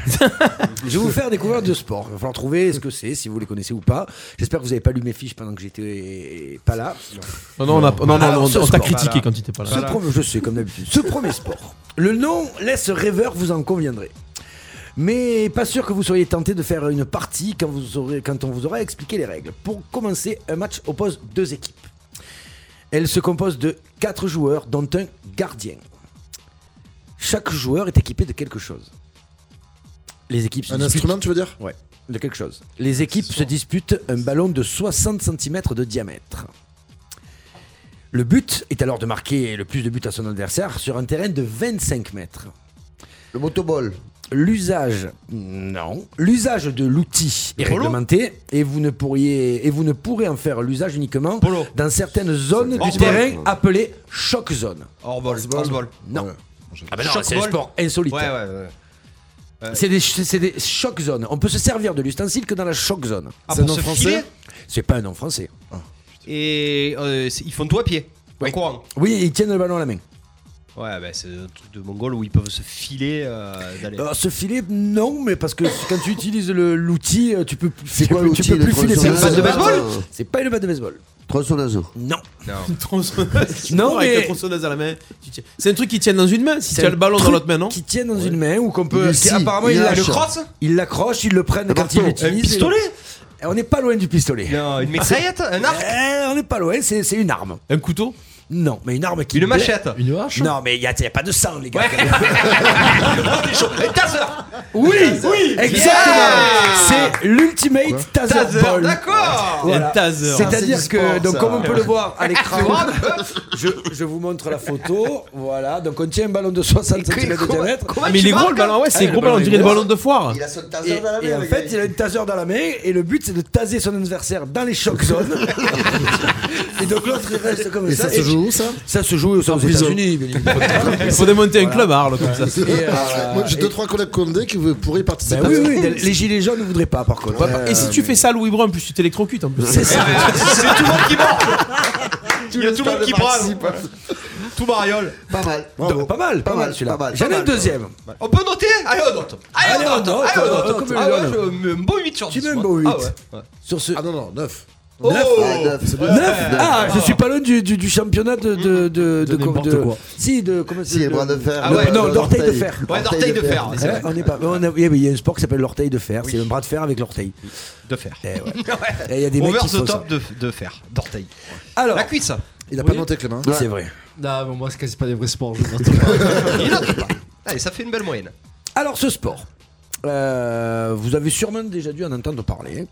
je vais vous faire découvrir deux sports. Il va falloir trouver ce que c'est, si vous les connaissez ou pas. J'espère que vous n'avez pas lu mes fiches pendant que j'étais pas là. Non, non, on a- non, non, Alors, on- ce on t'a sport. critiqué quand tu étais pas là. Ce Voilà. premier- je sais, comme d'habitude. Ce premier sport, le nom laisse rêveur, vous en conviendrez. Mais pas sûr que vous soyez tenté de faire une partie quand, vous aurez, quand on vous aura expliqué les règles. Pour commencer, un match oppose deux équipes. Elle se compose de quatre joueurs, dont un gardien. Chaque joueur est équipé de quelque chose. Les équipes se Un disputent- instrument, tu veux dire Ouais, de quelque chose. Les équipes se disputent un ballon de 60 cm de diamètre. Le but est alors de marquer le plus de buts à son adversaire sur un terrain de 25 mètres. Le motoball. L'usage, non. L'usage de l'outil est polo réglementé et vous ne pourriez et vous ne pourrez en faire l'usage uniquement dans certaines zones du Handball. terrain appelées choc zone. Orbol, Orbol. Non. Ah ben non, Choc c'est un ball. sport insolite. Ouais, ouais, ouais. C'est des, c'est des choc zones. On peut se servir de l'ustensile que dans la choc zone. Ah, C'est un pour nom se français filer C'est pas un nom français. Et euh, c'est- ils font tout à pied. En courant. Oui, ils tiennent le ballon à la main. Ouais, bah, c'est un truc de mongol où ils peuvent se filer euh, d'aller. Alors, ce filet, non, mais parce que quand tu utilises le- l'outil, euh, tu peux, c'est quoi l'outil, tu peux le plus filer. tronçonneuse personne. C'est une batte de baseball C'est pas une batte de baseball. Tronçonneuse. Non. Une tronçonneuse. Tu Non, cours avec mais- la tronçonneuse à la main. Tu tiens- C'est un truc qui tient dans une main. Si C'est tu as un le ballon dans truc l'autre main, non Qui tiennent dans une main ou qu'on peut. Il le qui- scie, apparemment, il ils lâche. l'accrochent. Le crosse Ils l'accrochent, ils le prennent quand ils marteau. l'utilisent. Un pistolet Et On n'est pas loin du pistolet. Non, une mitraillette Un arc Eh, On n'est pas loin, c'est c'est une arme. Un couteau Non, mais une arme qui. Une blesse. machette Une hache Non, mais il n'y a, y a pas de sang, les gars. Et ta sœur Oui, oui, exactement. Yeah c'est l'ultimate taser, Taser, ball. d'accord. Voilà. Un taser. C'est-à-dire Ah, c'est du que sport, donc ça. comme on peut le voir à l'écran, C'est grave. je, je vous montre la photo. Voilà, donc on tient un ballon de 60 cm de diamètre. Ah, mais il est gros hein. le ballon, ouais, c'est gros ballon, on dirait le ballon de foire. Et, et en fait, il a une taser dans la main et le but c'est de taser son adversaire dans les choc zones. et donc l'autre il reste comme Et ça. ça se joue où, ça Ça se joue aux prison. États-Unis. bien évidemment. Il faut démonter un club à Arles comme ça. Et, euh, Moi, j'ai deux trois collègues condés qui pourraient y participer. Ben oui, oui, les gilets jaunes ne voudraient pas par contre. Euh, bah, Et si tu fais ça, Louis Brun, en plus tu t'électrocutes en plus. C'est ça. C'est tout le monde qui branle Il y a tout le monde qui branle Tout mariole Pas mal. Donc, pas mal, pas, mal celui-là. J'en ai un deuxième. On peut noter Allez, on note Allez, on note Allez, on note Comme Ah le ouais, donne. je mets un bon 8 sur Tu 10 mets un moi. bon 8. Ah ouais. Sur ce. Ah non, non, 9. Oh Ouais, neuf. C'est Ouais. bien. 9 Ah, je suis pas loin du, du, du championnat de. de, de, de, n'importe de- quoi. Si, de. Comment Si, les bras de fer. Ah ouais, Non, le- l'orteil de l'orteil. fer. Ouais, d'orteil de fer c'est Ouais, vrai. on est pas. on a- Il y a- il y a un sport qui s'appelle l'orteil de fer. C'est un bras de fer avec l'orteil. De fer Eh ouais. Ouais. Et Il y a des mecs Over qui font the ça. top de, de fer, d'orteil. Alors, La cuisse Il a pas noté Clément. c'est vrai. Non, mais moi, c'est quasi pas des vrais sports. je pense. Il note pas Allez, ça fait une belle moyenne. Alors, ce sport. euh, vous avez sûrement déjà dû en entendre parler.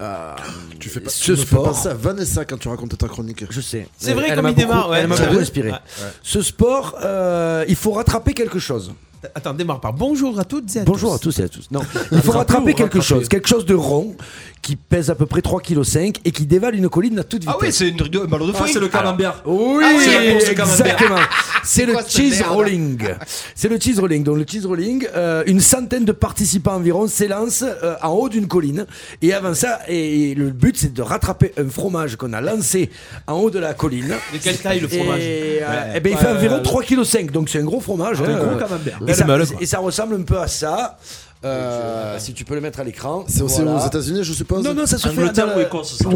Euh, Tu fais pas, Ce tu me fais sport. penser à Vanessa quand tu racontais ta chronique. Je sais. C'est vrai, Elle comme m'a il démarre, beaucoup- ouais. Elle m'a C'est beaucoup vrai. inspiré. Ouais. Ce sport, euh, il faut rattraper quelque chose. Attends, démarre par bonjour à toutes et à Bonjour à tous et à tous. Non, il faut rattraper quelque chose, quelque chose de rond qui pèse à peu près 3,5 kg et qui dévale une colline à toute vitesse. Ah oui, c'est une truc de ballon de Ah, foin. c'est le camembert. Oui, c'est la course au camembert. exactement. C'est le Quoi, cette cheese merde rolling. C'est le cheese rolling. Donc le cheese rolling, euh, une centaine de participants environ s'élancent euh, en haut d'une colline. Et avant ça, et, et le but c'est de rattraper un fromage qu'on a lancé en haut de la colline. De quelle taille, Ah, le fromage Et, euh, Ouais. eh ben, il fait Ouais, environ ouais, 3,5 kg. Donc c'est un gros fromage. Un hein, gros euh, camembert. Et ça, Belle meule, et ça ressemble un peu à ça. Euh, si tu peux le mettre à l'écran. C'est aussi Voilà. aux États-Unis, je suppose. Non, non, ça se fait. dans la-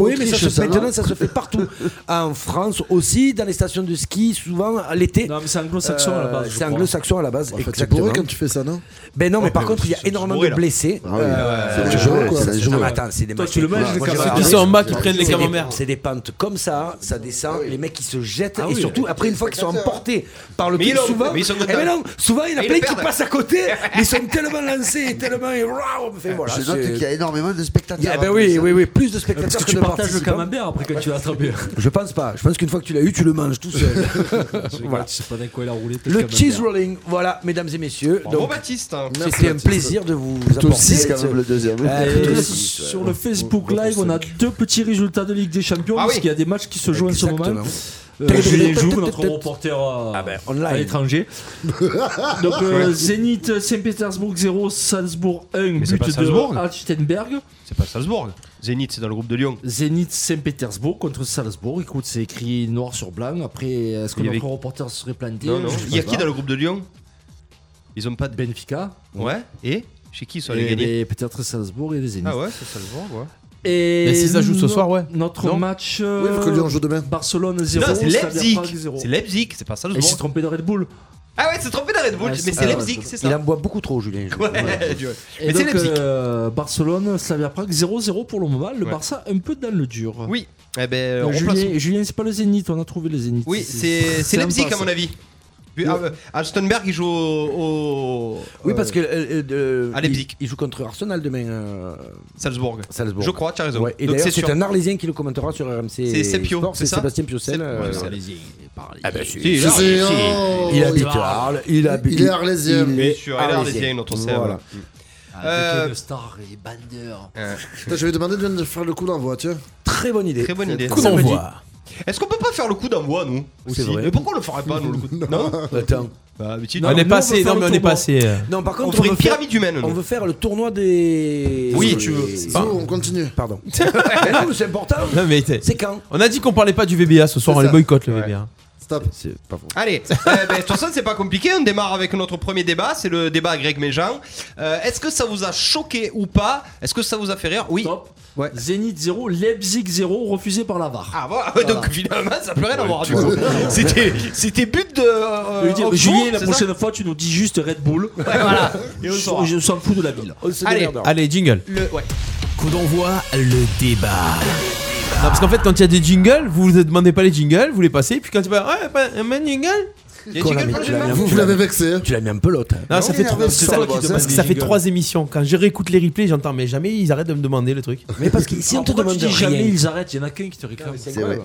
Oui, mais ça se, maintenant, ça se fait partout. en France aussi, dans les stations de ski, souvent à Oh, l'été. Non, mais c'est anglo-saxon à la base, je C'est crois. anglo-saxon à la base. C'est pour exactement. eux quand tu fais ça, non Ben non, mais par contre, il y a énormément bourré, de là. blessés. Ah oui, ouais, ouais, c'est c'est dangereux, quoi, c'est- c'est non, dangereux. mais attends, c'est des Toi, mecs tu le manges, les moi, j'ai camemberts. regardé. Ceux qui sont en bas, qui prennent les C'est des- camemberts. C'est des pentes comme ça, ça descend. Les mecs, ils se jettent. Ah Et oui, surtout, les après, une fois qu'ils sont spectateurs. emportés par le Mais ils truc, l'ont- souvent. mais ils sont Eh ben contents. non, souvent, il y en a Et ils plein le qui perdent. passent à côté. mais Ils sont tellement lancés, et tellement. et waouh, on fait, voilà, Je note c'est- qu'il y a énormément de spectateurs. Ah ben oui, oui, oui, plus de spectateurs Parce Parce que, que tu de partages le participants. camembert après quand tu l'as attrapé. Je pense pas. Je pense qu'une fois que tu l'as eu, tu le manges tout seul. voilà. Je sais pas dans quoi il a roulé. peut-être Le camembert. cheese rolling, voilà, mesdames et messieurs. Bravo, Donc, Baptiste. C'était un Baptiste. plaisir de vous Plutôt apporter. six, quand ce- même, le deuxième. Ah, Et plutôt six, ouais. sur le Facebook Live, on a deux petits résultats de Ligue des Champions, Ah oui. parce qu'il y a des matchs qui se jouent en ce Exactement. moment. Télé- Euh, Julien télé- Jouve, télé- notre télé- reporter euh, à Ah ben, online. l'étranger. Donc euh, Zénith Saint-Pétersbourg 0, Salzbourg 1, c'est but pas Salzbourg. de Altenberg. C'est pas Salzbourg. Zénith, c'est dans le groupe de Lyon. Zénith Saint-Pétersbourg contre Salzbourg. Écoute, c'est écrit noir sur blanc. Après, est-ce que Il y notre avait- reporter se serait planté Non, non. Je sais Il y a pas. qui dans le groupe de Lyon Ils ont pas Ben- de Benfica. Ouais. Et chez qui ils sont allés Et gagner les- peut-être Salzbourg et les Zénith. Ah ouais, c'est Salzbourg, ouais. Et Mais s'ils la jouent ce no- soir, ouais. Notre Non match. euh, Oui, faut que Lyon joue demain. Barcelone 0. Non, c'est Slavia Leipzig. Prague 0. C'est Leipzig, c'est pas Et Salzbourg. s'est trompé de Red Bull. Ah ouais, c'est trompé d'arrêt de boule, Ouais, mais c'est- c'est ah, Leipzig, ouais. c'est ça. Il en boit beaucoup trop, Julien. Ouais, Ouais. ouais. Et Mais c'est donc, Leipzig. euh, Barcelone, Slavia Prague 0-0 pour le moment. Le Ouais. Barça un peu dans le dur. Oui. Eh ben, Euh, Julien, remplaçons. Julien, c'est pas le Zénith, on a trouvé le Zénith. Oui, c'est c'est sympa, Leipzig à ça. mon avis. Puis, ah, euh, Alstenberg, il joue au. au- Oui, euh, parce que euh, euh, à il, Leipzig. il joue contre Arsenal demain. euh, Salzbourg. Salzbourg. Je crois, tu as raison. Ouais, Et Donc, d'ailleurs, c'est c'est sûr. un Arlésien qui le commentera sur RMC. C'est Sepio, Sport, c'est ça Sébastien Piocel. Sep- euh, Ouais, c'est voilà. Arlésien, Ah ben, si, si, Si, il est Arlésien. si. Oh, Il habite à Arles. Il, habite- Il est Arlésien. il est Bien sûr, il est Arlésien, notre Seb. Voilà. Euh, Avec les stars et les bandeurs. Putain, je vais demander de venir faire le coup d'envoi, tiens. Très bonne idée. Très bonne idée. Coup d'envoi. Est-ce qu'on peut pas faire le coup d'envoi, nous aussi Ah, vrai. Mais pourquoi on le ferait pas, nous, le coup d'envoi Non Attends. Bah, mais tu- Non, On est nous, on passé, veut faire non, mais le on est tournoi. passé, euh. Non, par on contre, ferait on une veut faire- pyramide humaine. On nous. veut faire le tournoi des. Oui, des- tu veux. Zou, on continue. Pardon. Mais non, mais c'est important. Non, mais t'es- C'est quand On a dit qu'on parlait pas du VBA ce soir, on C'est les ça. boycotte le VBA. Stop. C'est pas faux. Allez, euh, ben, de toute façon, c'est pas compliqué. On démarre avec notre premier débat. C'est le débat Greg Méjean. Euh, Est-ce que ça vous a choqué ou pas Est-ce que ça vous a fait rire Oui. Top. Zénith 0, Leipzig 0, refusé par la VAR. Ah, voilà. Donc finalement, ça peut rien avoir du coup. C'était- C'était but de. Je veux Euh, dire, Augsbourg, Julien, la c'est prochaine fois, tu nous dis juste Red Bull. ça Ouais, voilà. Et on saura. Je je s'en fous de la ville. Allez, Allez, jingle. le. Ouais. Coup d'envoi, le débat. Non, parce qu'en fait, quand il y a des jingles, vous vous demandez pas les jingles, vous les passez, puis quand il y a ouais, pas un man jingle Il y a Qu'on l'a jingle mis- pour le tu l'as débat mis un Vous, peu- vous l'avez vexé. hein. Tu l'as mis un peu l'autre. hein. Non, ça fait, il avait trois, ça, ça- le boss, parce hein, que ça les fait jingles. trois émissions. Quand je réécoute les replays, j'entends, mais jamais ils arrêtent de me demander le truc. Mais parce que si on te Pourquoi demande tu dis jamais rien, ils arrêtent, il y en a qu'un qui te réclame. C'est vrai.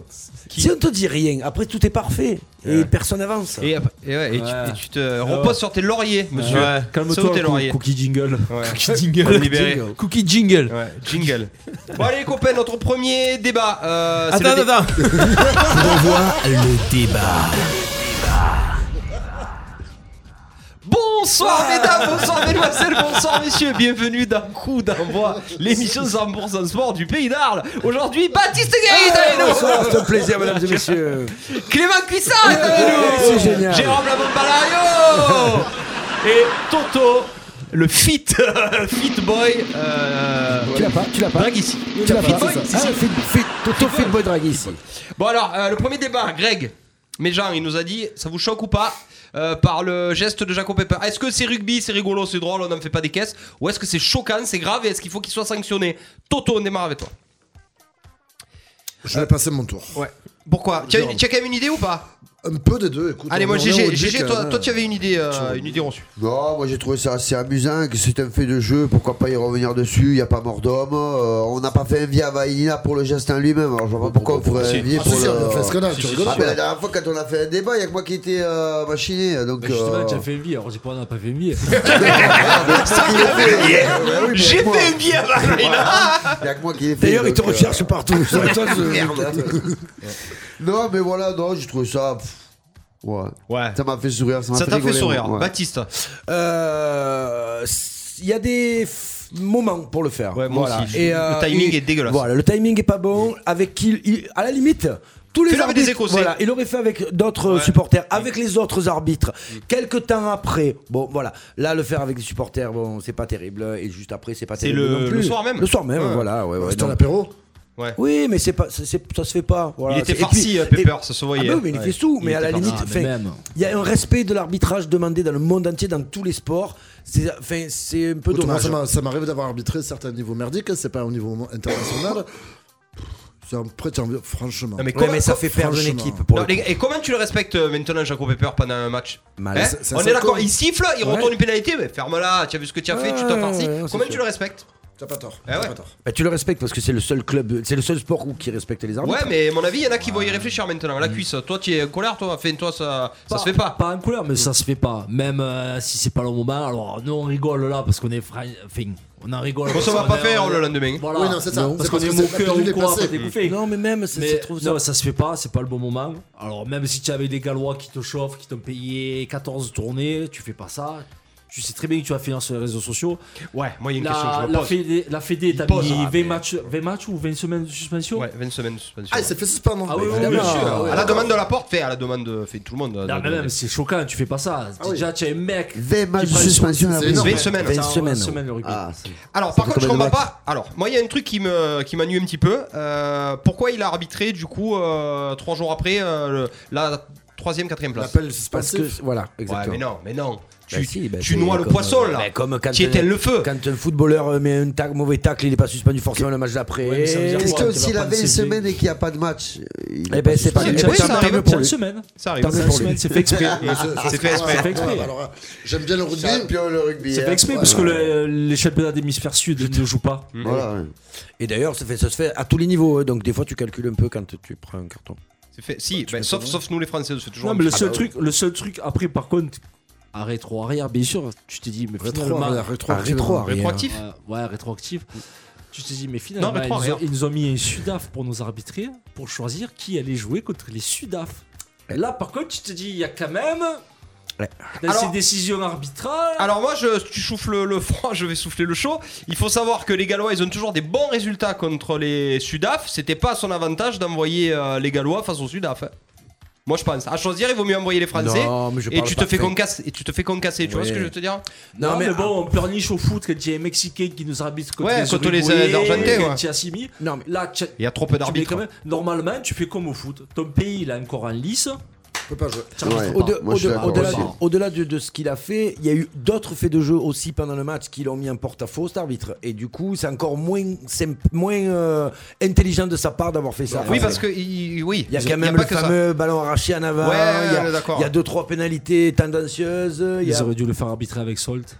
si on te dit rien, après tout est parfait et personne avance. Et, après- et ouais, et Ouais. Tu, et tu te reposes sur tes lauriers, monsieur. Ouais. Saute tes Calme-toi, lauriers. cou- cookie jingle. Ouais. Cookie jingle. Libéré. Cookie jingle. Ouais, jingle. bon, allez, les copains, notre premier débat. Euh, c'est Attends, le dé- attends, attends. Coup d'envoi, le débat. Bonsoir mesdames, bonsoir mesdemoiselles, bonsoir messieurs, bienvenue dans Coup d'envoi, l'émission 100% sport du pays d'Arles. Aujourd'hui, Baptiste Guéry est avec nous, Bonsoir, c'est un plaisir, mesdames et messieurs. Clément Cuissard est avec C'est nous, génial. Jérôme Lamontbalario et Toto, le fit, fit boy. euh, Tu l'as pas, tu l'as pas. Greg ici. Tu l'as Fit pas. boy, c'est si, ça. si. Ah, fit- fit- Toto Fitboy Drag ici. Bon alors, euh, le premier débat, Greg. Mais Jean, il nous a dit, ça vous choque ou pas euh, par le geste de Jacob Pépin. Est-ce que c'est rugby, c'est rigolo, c'est drôle, on n'en fait pas des caisses Ou est-ce que c'est choquant, c'est grave et est-ce qu'il faut qu'il soit sanctionné Toto, on démarre avec toi. Je vais passer mon tour. Ouais. Pourquoi tu as, tu as quand même une idée ou pas Un peu des deux, écoute. Allez, on moi, est- on est GG, au GG, geek, toi, hein. toi, tu avais une idée, euh, une idée reçue. Non, moi j'ai trouvé ça assez amusant, que c'est un fait de jeu, pourquoi pas y revenir dessus, il n'y a pas mort d'homme, euh, on n'a pas fait un via à Vailina pour le geste en lui-même, alors je vois pas pourquoi on ferait Si. un via Ah, pour si, si, le... on a fait ce qu'on a, tu Ah, rigoles, mais tu vois. la dernière fois quand on a fait un débat, il n'y a que moi qui était euh, machiné, donc... Bah, justement, euh, tu as fait MV, alors j'ai pas, on n'a pas fait MV. J'ai fait MV à Il n'y a que moi qui l'ai fait. D'ailleurs, ils te donc, euh, recherchent partout. Ça, toi, je- Merde. non, mais voilà, non, j'ai trouvé ça... pff, ouais. Ça m'a fait sourire, ça m'a Ça fait t'a fait rigoler, sourire, Bah, ouais. Baptiste. Euh, s- Il y a des f- moments pour le faire. moi Voilà. euh, aussi, je- le timing est dégueulasse. Voilà, le timing est pas bon. Avec qui, il- à la limite. Tous les Fais-le avec des arbitres, Écossais. voilà, il aurait fait avec d'autres supporters, Mm. avec les autres arbitres. Quelques temps après, bon, voilà, là le faire avec des supporters, bon, c'est pas terrible, et juste après, c'est pas C'est terrible le- non plus. le soir même. Le soir même, Ouais. voilà, ouais, ouais. C'était un non. apéro. Oui, mais c'est pas, c'est- c'est- ça se fait pas. voilà. Il était Et puis- farci, euh, Pepper, ça se voyait. Ah bah oui, mais il Ouais. était sous, Il mais à était la farci. limite, Ah, mais fin, même. il y a un respect de l'arbitrage demandé dans le monde entier, dans tous les sports. C'est, enfin, c'est un peu Écoute, moi, dommage. ça m'a- ça m'arrive d'avoir arbitré certains niveaux merdiques, c'est pas au niveau international. Pff, C'est un prêt, franchement. Non, mais comment- Franchement. Non, les gars, et comment tu le respectes euh, maintenant, Jacob Pepper, pendant un match Mal. Hein C'est- c'est un On est sale d'accord, con. il siffle, il Ouais. retourne une pénalité, mais ferme-la, tu as vu ce que tu as fait, tu t'en Ouais, farcis. ouais, ouais, c'est comment tu sûr. le respectes T'as pas tort. Eh ouais. Bah, tu le respectes parce que c'est le seul club, c'est le seul sport où- qui respecte les arbitres. Ouais, Ah, mais Mm. à mon avis, il y en a qui vont y réfléchir maintenant. La cuisse, toi, tu es en colère, toi, enfin, toi, ça, ça se fait pas. Pas en couleur, mais ça se fait pas. Même euh, si c'est pas le moment. Alors, nous, on rigole là parce qu'on est. fra- Enfin, on en rigole. Bon, parce ça va qu'on pas est- faire le lendemain. Voilà. Oui, non, c'est ça. Parce C'est qu'on parce est que c'est moqueur la ou pilule quoi, est passée. après, t'es bouffé. Non, mais même, c'est- Mais c'est trop ça. Non, ça se fait pas, c'est pas le bon moment. Alors, même si tu es avec des Gallois qui te chauffent, qui t'ont payé 14 tournées, tu fais pas ça. Tu sais très bien que tu vas finir sur les réseaux sociaux. Ouais, moi, il y a une la, question que je me la pose. Fédé, la Fédé t'a pose, mis ah, 20, matchs, 20 matchs ou 20 semaines de suspension Ouais, 20 semaines de suspension. Ah, il s'est fait suspendre. Ah oui, oui, Bien oui, sûr, ah à ouais, la d'accord. demande de la porte, fait à la demande de fait tout le monde. Non, mais même, c'est choquant, tu fais pas ça. oui. Déjà, tu as un mec. 20 matchs de prend une- suspension à la c'est prison. énorme. 20 semaines. Ça, 20 en semaines. semaine, le rugby. Ah, c'est- Alors, par Ça fait contre, je combien comprends de matchs pas. Alors, moi, il y a un truc qui me qui m'ennuie un petit peu. Euh, pourquoi il a arbitré du coup euh, trois jours après euh, le- la troisième, quatrième place L'appel Parce suspensif. que voilà, exactement. Ouais, mais non, mais non. Tu, Bah si, bah tu c'est noies le comme- poisson là. bah, comme quand tu éteins le feu. Quand un footballeur euh, met un tac- mauvais tacle, il n'est pas suspendu forcément le match d'après. Ouais, mais ça veut dire Est-ce quoi, que tu s'il vas pas avait le une CV? semaine et qu'il n'y a pas de match Eh ben, c'est pas- Oui, tant- ça tant arrive, mieux pour Une lui. semaine. Ça arrive. Tant mieux Une pour semaine, lui. c'est fait exprès. Mais ce- C'est ce fait soir, exprès. ouais, exprès. alors, euh, J'aime bien le rugby. Champion le rugby. C'est fait hein. exprès parce que le- les championnats d'hémisphère sud ne jouent pas. Voilà, ouais. Et d'ailleurs, ça, fait- ça se fait à tous les niveaux. hein. Donc des fois, tu calcules un peu quand tu prends un carton. C'est fait. Si, ben, sauf, sauf nous les Français, c'est toujours. Non, un mais le petit- seul truc, le seul truc après, par contre, à rétro bah arrière, bien sûr, tu te dis, mais Rétro, finalement, rétro, Ah, rétro, rétro. arrière. Rétroactif Euh, ouais, rétroactif. Tu te dis, mais finalement, Non, rétro ils, arrière. ont, ils nous ont mis un Sudaf pour nous arbitrer, pour choisir qui allait jouer contre les Sudaf. Et Là, par contre, tu te dis, il y a quand même. Ouais. Dans Alors- ces décisions arbitrales. Alors moi, je, tu souffles le froid, je vais souffler le chaud. Il faut savoir que les Gallois, ils ont toujours des bons résultats contre les Sudaf. C'était pas à son avantage d'envoyer euh, les Gallois face aux Sudaf. hein. Moi, je pense. À choisir, il vaut mieux envoyer les Français. Non, mais je et parle tu te pas fais de fait. concasser. Et tu te fais concasser. Tu vois Ouais. ce que je veux te dire Non, mais, mais- bon, on pleurniche au foot quand il y a un Mexicain qui nous arbitre contre Ouais, les contre les, Uruguayens, euh, Argentins, quand ouais. il y a Simi. Non, mais- Là, tu- Il y a trop peu tu mets d'arbitres. quand même- normalement, tu fais comme au foot. Ton pays, il a encore un lice. Je peux pas jouer. tu arbitres Ouais. pas. Au- de- moi, je suis au- d'accord Au-delà aussi. au-delà de, de ce qu'il a fait, il y a eu d'autres faits de jeu aussi pendant le match qui l'ont mis en porte-à-faux, cet arbitre. Et du coup, c'est encore moins, c'est moins euh, intelligent de sa part d'avoir fait ça. Oui, parce que il- oui. Il y a quand pas même le que ça. fameux ballon arraché en avant. Ouais, il y on est a- d'accord. il y a deux trois pénalités tendancieuses. il y Ils a- auraient dû le faire arbitrer avec Solt.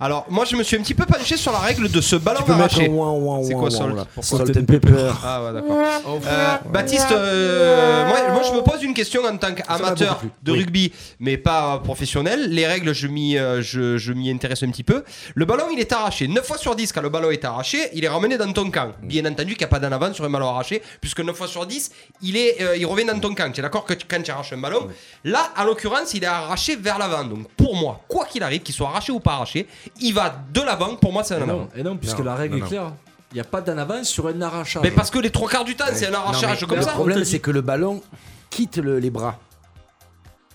Alors, moi, je me suis un petit peu penché sur la règle de ce ballon Tu peux mettre arraché. un ouin, ouin, C'est ouin, ouin, quoi, Salt là. Pourquoi Salt and pepper. Ah ouais d'accord. Euh, Baptiste, euh, moi, moi, je me pose une question en tant qu'amateur de rugby, mais pas euh, professionnel. Les règles, je m'y, euh, je, je m'y intéresse un petit peu. Le ballon, il est arraché. 9 fois sur 10, quand le ballon est arraché, il est ramené dans ton camp. Bien entendu qu'il n'y a pas d'en avant sur un ballon arraché, puisque 9 fois sur 10, il, est, euh, il revient dans ton camp. Tu es d'accord que tu- quand tu arraches un ballon, là, en l'occurrence, il est arraché vers l'avant. Donc pour moi, quoi qu'il arrive, qu'il soit arraché ou pas arraché, il va de l'avant. Pour moi, c'est un Et en avant. non, et Eh non, puisque la règle est claire. Il n'y a pas d'un avance sur un arrachage. Mais parce que les trois quarts du temps, c'est un arrachage comme Le ça. problème, c'est que le ballon quitte le- les bras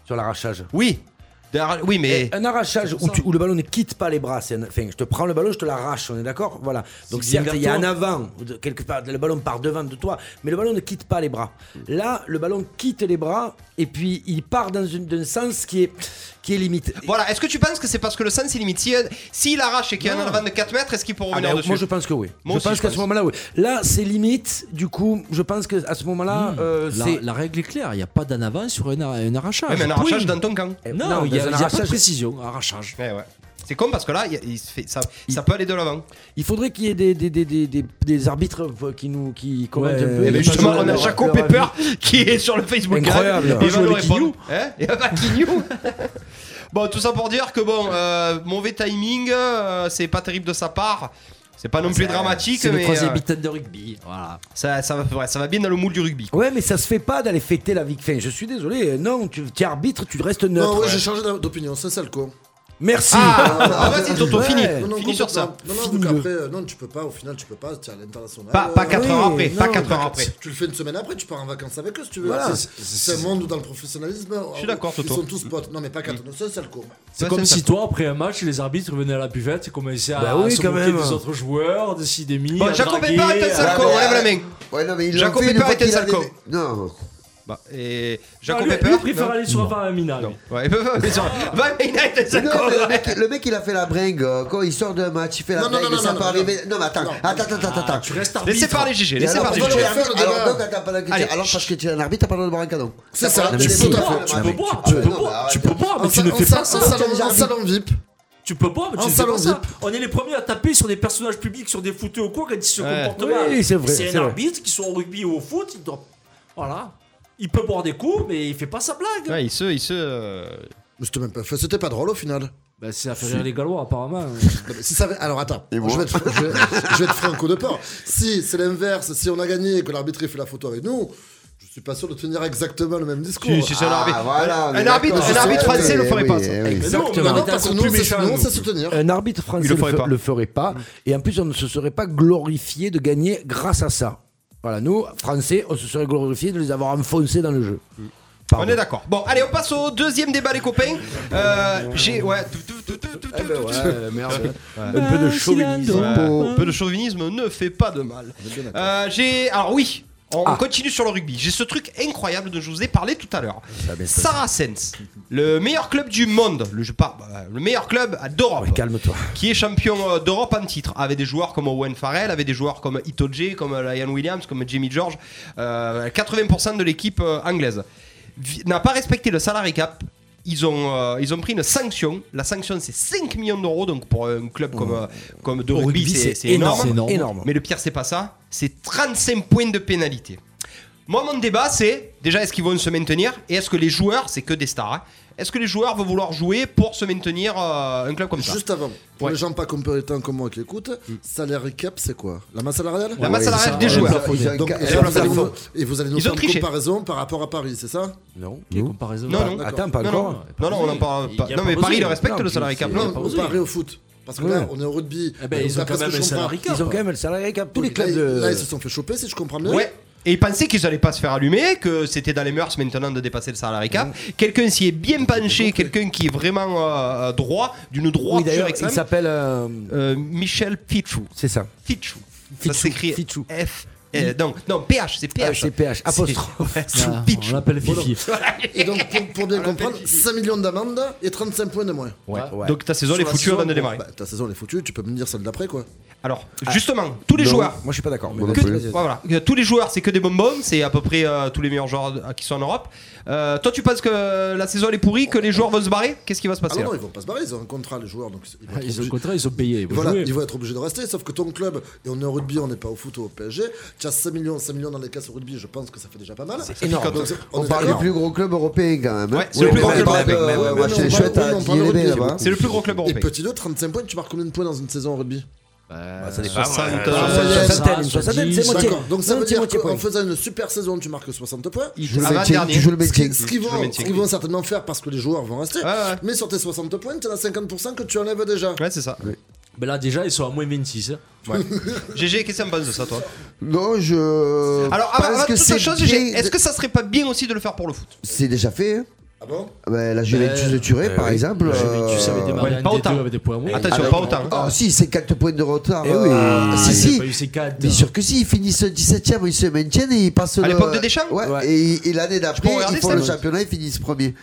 sur l'arrachage. Oui. Derrière- Oui, mais. Un arrachage où, tu- où le ballon ne quitte pas les bras. c'est un- enfin, je te prends le ballon, je te l'arrache, on est d'accord Voilà. Donc bien certes, il y a un vers avant, de- quelque part, le ballon part devant de toi, mais le ballon ne quitte pas les bras. Là, le ballon quitte les bras et puis il part dans, une- dans un sens qui est, qui qui est limite. euh, Voilà, est-ce que tu penses que c'est parce que le sens est limite Si, euh, S'il arrache et qu'il y a un avant de 4 mètres, est-ce qu'il peut Ah revenir ben, dessus moi je pense que oui. Moi je aussi, pense je qu'à pense. ce moment-là, oui. Là, c'est limite. Du coup, je pense que à ce Hmm. moment-là, euh, la, c'est la règle est claire, il n'y a pas d'un avant sur un, ar- un arrachage. Eh, Ouais, mais un arrachage dans ton camp. Eh, Non, non, il y a, il y a pas de précision. arrachage. C'est con parce que là, il y a- il se fait- ça, ça peut aller de l'avant. Il faudrait qu'il y ait des, des, des, des, des- des arbitres euh, qui nous qui commentent euh, un peu. Eh ben, justement, on a Jaco Pepper qui est sur le Facebook. Incroyable. Live. Il Il va joue nous avec répondre. Hein Il y a pas Quignou. Bon, tout ça pour dire que bon, euh, mauvais timing, euh, c'est pas terrible de sa part. C'est pas non plus C'est- dramatique, C'est mais le troisième euh, bitan de rugby. Voilà. ça, ça, va- ouais, ça va bien dans le moule du rugby. Ouais, mais ça se fait pas d'aller fêter la victime. je suis désolé. euh, Non, tu es arbitre, tu restes neutre. Non, oui, j'ai changé d'opinion, c'est ça le con. Merci. Euh, ah, vas-y, Toto, Ouais. fini. Non, non, Fini sur ça. Non, non, vu Finis-le. qu'après, euh, non, tu peux pas, au final, tu peux pas, tu as l'international. Pas- pas quatre euh, heures après, pas quatre heures tu- après. Tu le fais une semaine après, tu pars en vacances avec eux si tu veux. Voilà. C'est- C'est un monde où dans le professionnalisme. Je suis d'accord, Mm. Toto. Ils sont tous potes. Non, mais pas quatre, non, c'est ça le con. C'est comme si toi, après un match, les arbitres venaient à la buvette et commençaient à Bah oui, se quand moquer même. des autres joueurs, des sidémies. Bon, Jacob Pepper est un sale con, on lève la main. Ouais, non, mais ils l'ont Jacob fait une Pepper fois était qu'il sale avait- con. Non. Bah, et Jacob Ah, lui- Pepper. lui préfère non aller sur un Mina. Non. Ouais, mais sur- Va, mais il a été Mais sale non, con. mais le, mec, le mec, il a fait la bringue euh, quand il sort d'un match, il fait la Non, non, bringue non, et ça non, peut non, arriver. Non, mais attends, non. attends, attends, attends, attends. tu restes Laissez arbitre. parler GG, Et laissez alors, parler pourquoi tu GG. es arbitre Allez, Alors, donc, attends, pendant que tu- Allez. alors, parce que tu es un arbitre, t'as pas le droit de boire un cadeau. C'est T'as ça, pas le droit de- tu Mais peux si, boire, t'as le tu droit, peux mec, boire, peux- tu peux non, boire, mais tu peux arrête. boire, mais En tu ne salon- fais pas En ça. salon- en salon VIP. Tu peux pas, mais En tu ne fais salon pas ça. VIP. On est les premiers à taper sur des personnages publics, sur des footeux ou quoi, quand ils se Ouais. comportent Oui, mal. c'est vrai, C'est c'est un vrai. arbitre qui soit au rugby ou au foot, il doit. Voilà. Il peut boire des coups, mais il fait pas sa blague. Ouais, il se. Il se euh, Mais c'était même pas, fait- c'était pas drôle au final. Bah, c'est à faire Si. rire les Gallois, apparemment. Non, mais si ça avait- Alors attends, Et je moi vais, être, je, vais, je vais être franco de peur. Si c'est l'inverse, si on a gagné et que l'arbitre il fait la photo avec nous, je suis pas sûr de tenir exactement le même discours. Si, si, c'est un Ah, arbitre. voilà, on est un arbitre, d'accord. un arbitre Eh français le ferait oui, pas. eh ça. oui. Ah, Non, mais non, on est parce que encore nous, plus c'est méchants, nous, nous. c'est se tenir. Eh, Un arbitre français Il ne le le, ferait fe- pas. le ferait pas. Et en plus, on ne se serait pas glorifié de gagner grâce à ça. Voilà, nous, Français, on se serait glorifié de les avoir enfoncés dans le jeu. Pardon. On est d'accord. Bon, allez, on passe au deuxième débat, les copains. Euh, J'ai. Ouais. tout, tout, tout, tout, tout, tout, ben tout. merde. Un peu de chauvinisme. Ouais, Un peu de chauvinisme ne fait pas de mal. Euh, J'ai. Alors, oui. On on continue sur le rugby. J'ai ce truc incroyable dont je vous ai parlé tout à l'heure. Saracens, le meilleur club du monde, le, je pas, bah, le meilleur club à- d'Europe, Calme-toi. qui est champion euh, d'Europe en titre, avec des joueurs comme Owen Farrell, avec des joueurs comme Itoje, comme euh, Lion Williams, comme Jimmy George, euh, 80% de l'équipe euh, anglaise, Vi- n'a pas respecté le salary cap. Ils ont, euh, ils ont pris une sanction. La sanction, c'est 5 millions d'euros. Donc, pour un club comme, euh, comme de Au rugby, rugby, c'est c'est c'est énorme. énorme, c'est énorme. Mais le pire, c'est pas ça. C'est 35 points de pénalité. Moi, mon débat, c'est déjà, est-ce qu'ils vont se maintenir Et est-ce que les joueurs, c'est que des stars, hein, est-ce que les joueurs vont vouloir jouer pour se maintenir euh, un club comme ça Juste avant, pour Ouais. les gens pas compétents comme moi qui écoutent, salary cap c'est quoi La masse salariale La masse Ouais, salariale ça, des ouais, joueurs. ils ont- Donc, ils ont- et ils ont vous allez plafond. nous- et vous allez nous Ils ont faire une triché. comparaison par rapport à Paris, c'est ça Non. Quelle comparaison Non, non. D'accord. Attends, pas Non, encore. non, non, non, on en parle Il pas. y a Non, pas mais Paris, il besoin. respecte Non, le puis salary cap. c'est- Non, Non, pas on osé. parlait au foot. Parce que Ouais. là, on est au rugby. Eh ben, Donc, ils ont d'après quand ce même que un je comprends- salarié cap. Ils ont quand même le salarié cap. Tous Oui, les clubs là, de. Là, ils se sont fait choper, si je comprends bien. Ouais. Et ils pensaient qu'ils allaient pas se faire allumer, que c'était dans les mœurs maintenant de dépasser le salarié cap. Quelqu'un s'y est bien penché, quelqu'un qui est vraiment euh, droit, d'une Oui, droiture d'ailleurs, il extrême. s'appelle. euh, Euh, Michel Pichou. C'est ça. Pichou. Ça Pichou, s'écrit Pichou. F. euh, non, non, PH, c'est PH. Ah, c'est PH, apostrophe. Ouais, c'est Ah, Pichou. on l'appelle Fifi. Et donc, pour, pour bien comprendre, 5 millions d'amende et 35 points de moins. Ouais. Ouais. Donc ta saison, elle est Sur la foutue saison, avant de bon, démarrer. bah, ta saison, elle est foutue, tu peux me dire celle d'après, quoi. Alors, justement, tous les joueurs. Moi, je suis pas d'accord. mais- Bon, que- non plus. voilà, que tous les joueurs, c'est que des bonbons, c'est à peu près euh, tous les meilleurs joueurs de- qui sont en Europe. Euh, toi, tu penses que la saison elle est pourrie, que les joueurs vont se barrer Qu'est-ce qui va se Ah passer non, non, là ils vont pas se barrer, ils ont un contrat, les joueurs. Donc ils vont être Ils ont obligés- le contrat, ils sont payés. ils vont Voilà, jouer. ils vont être obligés de rester, sauf que ton club, et on est au rugby, on n'est pas au foot ou au PSG, tu as 5 millions, 5 millions dans les cases au rugby, je pense que ça fait déjà pas mal. C'est énorme. Donc, On est parle du d'accord. plus gros club européen quand même. hein. Ouais, c'est le plus on gros parle club pas de- européen. ouais, Ouais, ouais, chez non, on les parle- chouettes oui, à on parle de Guinée rugby, là-bas. C'est le plus gros club Et européen. petit 2, 35 points, tu marques combien de points dans une saison au rugby Ça dépend. 60, Ah, euh, ouais, Une soixantaine, ça, une soixantaine, ça c'est moitié. D'accord, donc ça Non, veut c'est dire moitié qu'en point. faisant une super saison, tu marques 60 points. il Tu joues joue le avant métier- bah, dernier. Tu joues le Ce qui- métier. ce qu'ils Je vont, le maintiens. ce qu'ils vont certainement faire parce que les joueurs vont rester. Ouais, ouais. Mais sur tes 60 points, tu en as 50% que tu enlèves déjà. Ouais, c'est ça. Mais là, déjà, ils sont à moins 26. hein. Ouais. GG, qu'est-ce que tu penses de ça, toi Non, je. Alors, pense avant, avant Euh, que toute c'est autre chose, GG, bien- est-ce que ça serait pas bien aussi de le faire pour le foot C'est déjà fait. hein. Ah bon Ah ben, la Juventus de Turin, par exemple. La Juventus euh, avait démarré ouais, un pas des autant. deux avec des points moins. Attention, alors- pas autant. hein. Ah si, c'est 4 points de retard. Eh euh, oui. si, Ah, il a si. pas eu ses quatre. Bien sûr que si, ils finissent 17 e ils se maintiennent et ils passent À le- l'époque de Deschamps Ouais, Ouais. et, et l'année Je peux d'après, regarder ils font ça, le oui. championnat, ils finissent premier.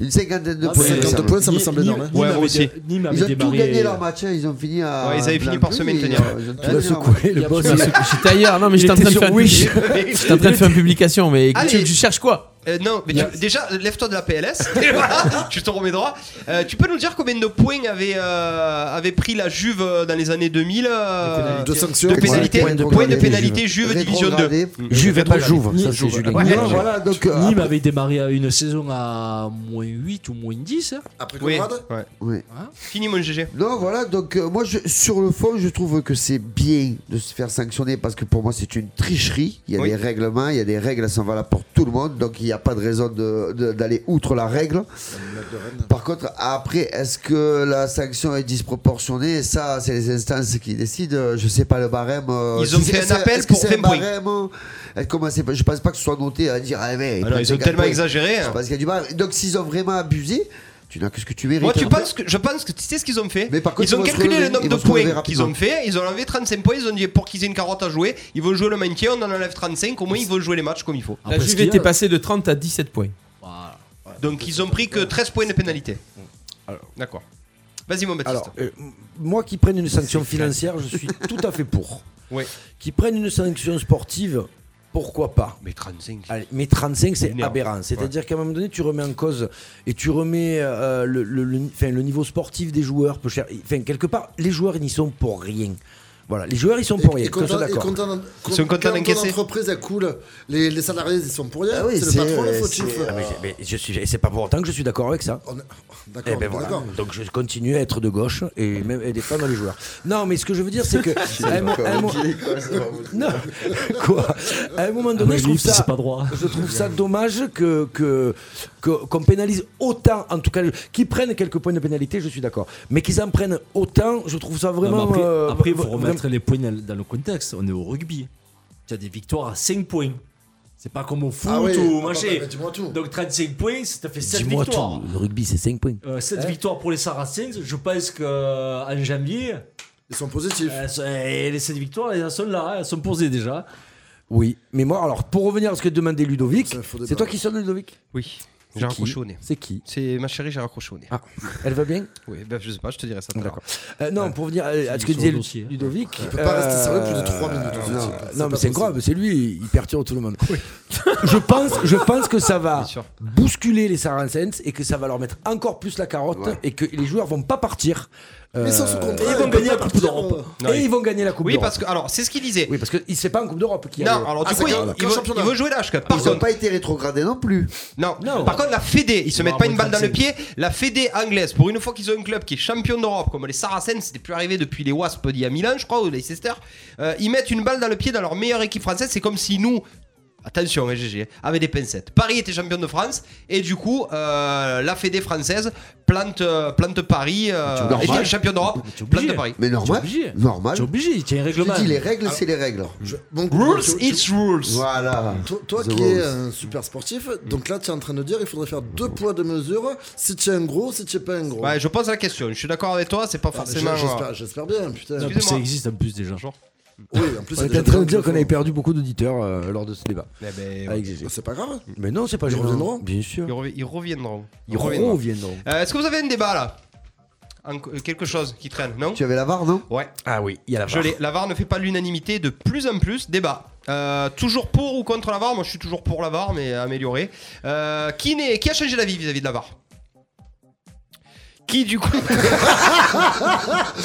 Une cinquantaine de Ah, points. 50 il me points, ça me semble. semble énorme, hein. Ouais, moi aussi. Ils Ils ont avaient tout démarré- gagné euh, leur match, hein, ils ont fini à. euh, Ouais, ils avaient fini par se maintenir. Tu l'as secoué, le boss. J'étais ailleurs, non, mais j'étais en train de faire une Wish. publi- j'étais en train de faire une publication, mais Allez. tu, tu cherches quoi Euh, non, mais tu- déjà, lève-toi de la PLS. Et voilà, tu te remets droit. Euh, tu peux nous dire combien de points avait, euh, avait pris la Juve euh, dans les années 2000 euh, De sanctions. De pénalité. Ouais, de points points de rétrogradés, pénalité Juve, division 2. Rétrogradés. Juve et pas Jouve, ça, c'est Julien. Ouais. Voilà, voilà, donc, euh, Nîmes après- avait démarré à une saison à moins 8 ou moins hein. 10. Après Oui. Ouais. Oui. Fini mon GG. Non, voilà, donc euh, moi, je- sur le fond, je trouve que c'est bien de se faire sanctionner parce que pour moi, c'est une tricherie. Il y a Oui. des règlements, il y a des règles, elles sont valables pour tout le monde, donc il n'y a pas de raison de- de- d'aller outre la règle. Par contre, après, est-ce que la sanction est disproportionnée Ça, c'est les instances qui décident. Je sais pas le barème. euh, Ils ont si c'est- fait un est-ce que- appel est-ce que pour c'est un 20 points. barème, euh, est-ce- comment c'est- Je pense pas que ce soit noté à dire. Ah, mais, Ah non, ils ont tellement exagéré, hein. Parce qu'il y a du mal. Donc, s'ils ont vraiment abusé, tu n'as que ce que tu mérites. hein. Moi, tu penses que, je pense que tu sais ce qu'ils ont fait. contre, ils ils ont vont se calculé relever, le nombre ils de vont se relever points qu'ils ont rapidement. fait. Ils ont enlevé 35 points. Ils ont dit pour qu'ils aient une carotte à jouer, ils vont jouer le maintien. On en enlève 35. Au moins, ils vont jouer les matchs comme il faut. La Juve était Ah, passée de 30 à 17 points. Donc, ils ont pris que 13 points de pénalité. D'accord. Vas-y, mon Baptiste. Alors, euh, m- moi qui prenne une sanction financière, je suis tout à fait pour. Ouais. Qui prennent une sanction sportive, pourquoi pas Mais 35. Allez, mais 35, c'est Énorme. aberrant. C'est-à-dire qu'à un moment donné, tu remets en cause et tu remets euh, le, le- le- enfin, le niveau sportif des joueurs. Peu cher. Enfin, quelque part, les joueurs, ils n'y sont pour rien. Voilà, les joueurs, ils sont pour rien. Et qu'on quand soit on- et d'accord. quand on- Ils sont quand- contents quand d'encaisser. l'entreprise elle coule, les, les salariés ils sont pour rien. Ah oui, c'est le c'est- patron le euh, fautif. c'est- ah, mais- mais je suis- et c'est pas pour autant que je suis d'accord avec ça. On est- oh, Eh D'accord, ben on est voilà. d'accord. Donc je continue à être de gauche et même et des fois dans les joueurs. Non, mais ce que je veux dire, c'est que à un mo- à un mo- non, quoi À un moment donné, mais je trouve lui, ça Ah c'est pas droit. Je trouve ça dommage que que que- qu'on pénalise autant, en tout cas, qu'ils prennent quelques points de pénalité, je suis d'accord, mais qu'ils en prennent autant, je trouve ça Non, vraiment. mais après, euh, après, il faut vra- remettre les points dans dans le contexte. On est au rugby. Tu as des victoires à 5 points. C'est pas comme au foot Ah oui, ou au ah bah, machin. bah, dis-moi tout. Donc 35 points, ça fait 7 Dis-moi victoires. tout. Le rugby, c'est 5 points. 7 Hein victoires pour les Saracens. Je pense qu'en janvier, Ils sont positifs. elles sont- et les 7 victoires, elles sont là, hein. elles sont posées déjà. Oui, mais moi, alors pour revenir à ce que demandait Ludovic, C'est un faux c'est débat. toi qui sonne Ludovic. Oui. C'est J'ai qui raccroché au nez. C'est qui C'est ma chérie, j'ai raccroché au nez. Ah, elle va bien Oui, ben, je sais pas, je te dirai ça tout à l'heure. Euh, non, pour venir euh, à ce Sur que le disait Lu- dossier. Ludovic. Il peut pas rester sérieux plus de trois minutes. Euh, Non, C'est non, pas mais c'est possible. grave, c'est lui, il perturbe tout le monde. je, pense, je pense que ça va Bien sûr. bousculer les Saracens et que ça va leur mettre encore plus la carotte et que les joueurs vont pas partir. Mais ils sont Euh, sous et contrat. ils vont ils peuvent gagner pas la Coupe partir, d'Europe. euh. Non, et il- ils vont gagner la Coupe Oui, d'Europe. parce que, alors, c'est ce qu'il disait. Oui, parce que il- c'est pas en Coupe d'europe qu'il y a. Non, le- alors du Ah, coup, c'est ils, comme- comme ils vont, championnat. ils vont jouer l'âge. Par Ah, Ils n'ont contre, pas été rétrogradés non plus. non. Non. Par contre, la Fédé, ils se mettent pas une balle dans le 35. pied. La Fédé anglaise, pour une fois qu'ils ont un club qui est champion d'Europe, comme les Saracens, c'était plus arrivé depuis les Wasps d'il y a Milan, je crois, ou les Leicester, euh, ils mettent une balle dans le pied dans leur meilleure équipe française. C'est comme si nous. Attention, hein, GG, avec des pincettes. Paris était champion de France, et du coup, euh, la Fédé française plante, euh, plante Paris, euh, Normal. était champion d'Europe, tu es obligé. plante Paris. Mais normal. obligé. Normal. Tu es obligé, tu as un Je règlement. dis, les règles, c'est les règles. Je- donc, Rules, tu- tu- it's rules. Voilà. Toi, toi The qui rules. es un super sportif, donc là tu es en train de dire il faudrait faire deux poids deux mesures si tu es un gros, si tu es pas un gros. Ouais, je pose la question. Je suis d'accord avec toi, c'est pas Ah, mais je- forcément. j'espère- J'espère bien, putain. Non, puis Excusez-moi. ça existe en plus déjà. Oui, en plus, On c'est était en déjà train de bien dire qu'il qu'on avait faut. perdu beaucoup d'auditeurs euh, lors de ce débat. Eh ben, Avec GG. Bah, C'est pas grave. Mais non, c'est pas Ils grave. reviendront Bien sûr. Ils, revi- ils reviendront. Ils reviendront. reviendront. Euh, Est-ce que vous avez un débat là Un- euh, Quelque chose qui traîne, non Tu avais la VAR, non Ouais, Ah oui, il y a la je VAR. l'ai. La VAR ne fait pas l'unanimité de plus en plus. Débat. Euh, toujours pour ou contre la VAR Moi je suis toujours pour la VAR, mais améliorée. Euh, qui, n'est- qui a changé d'avis vis-à-vis de la VAR qui du coup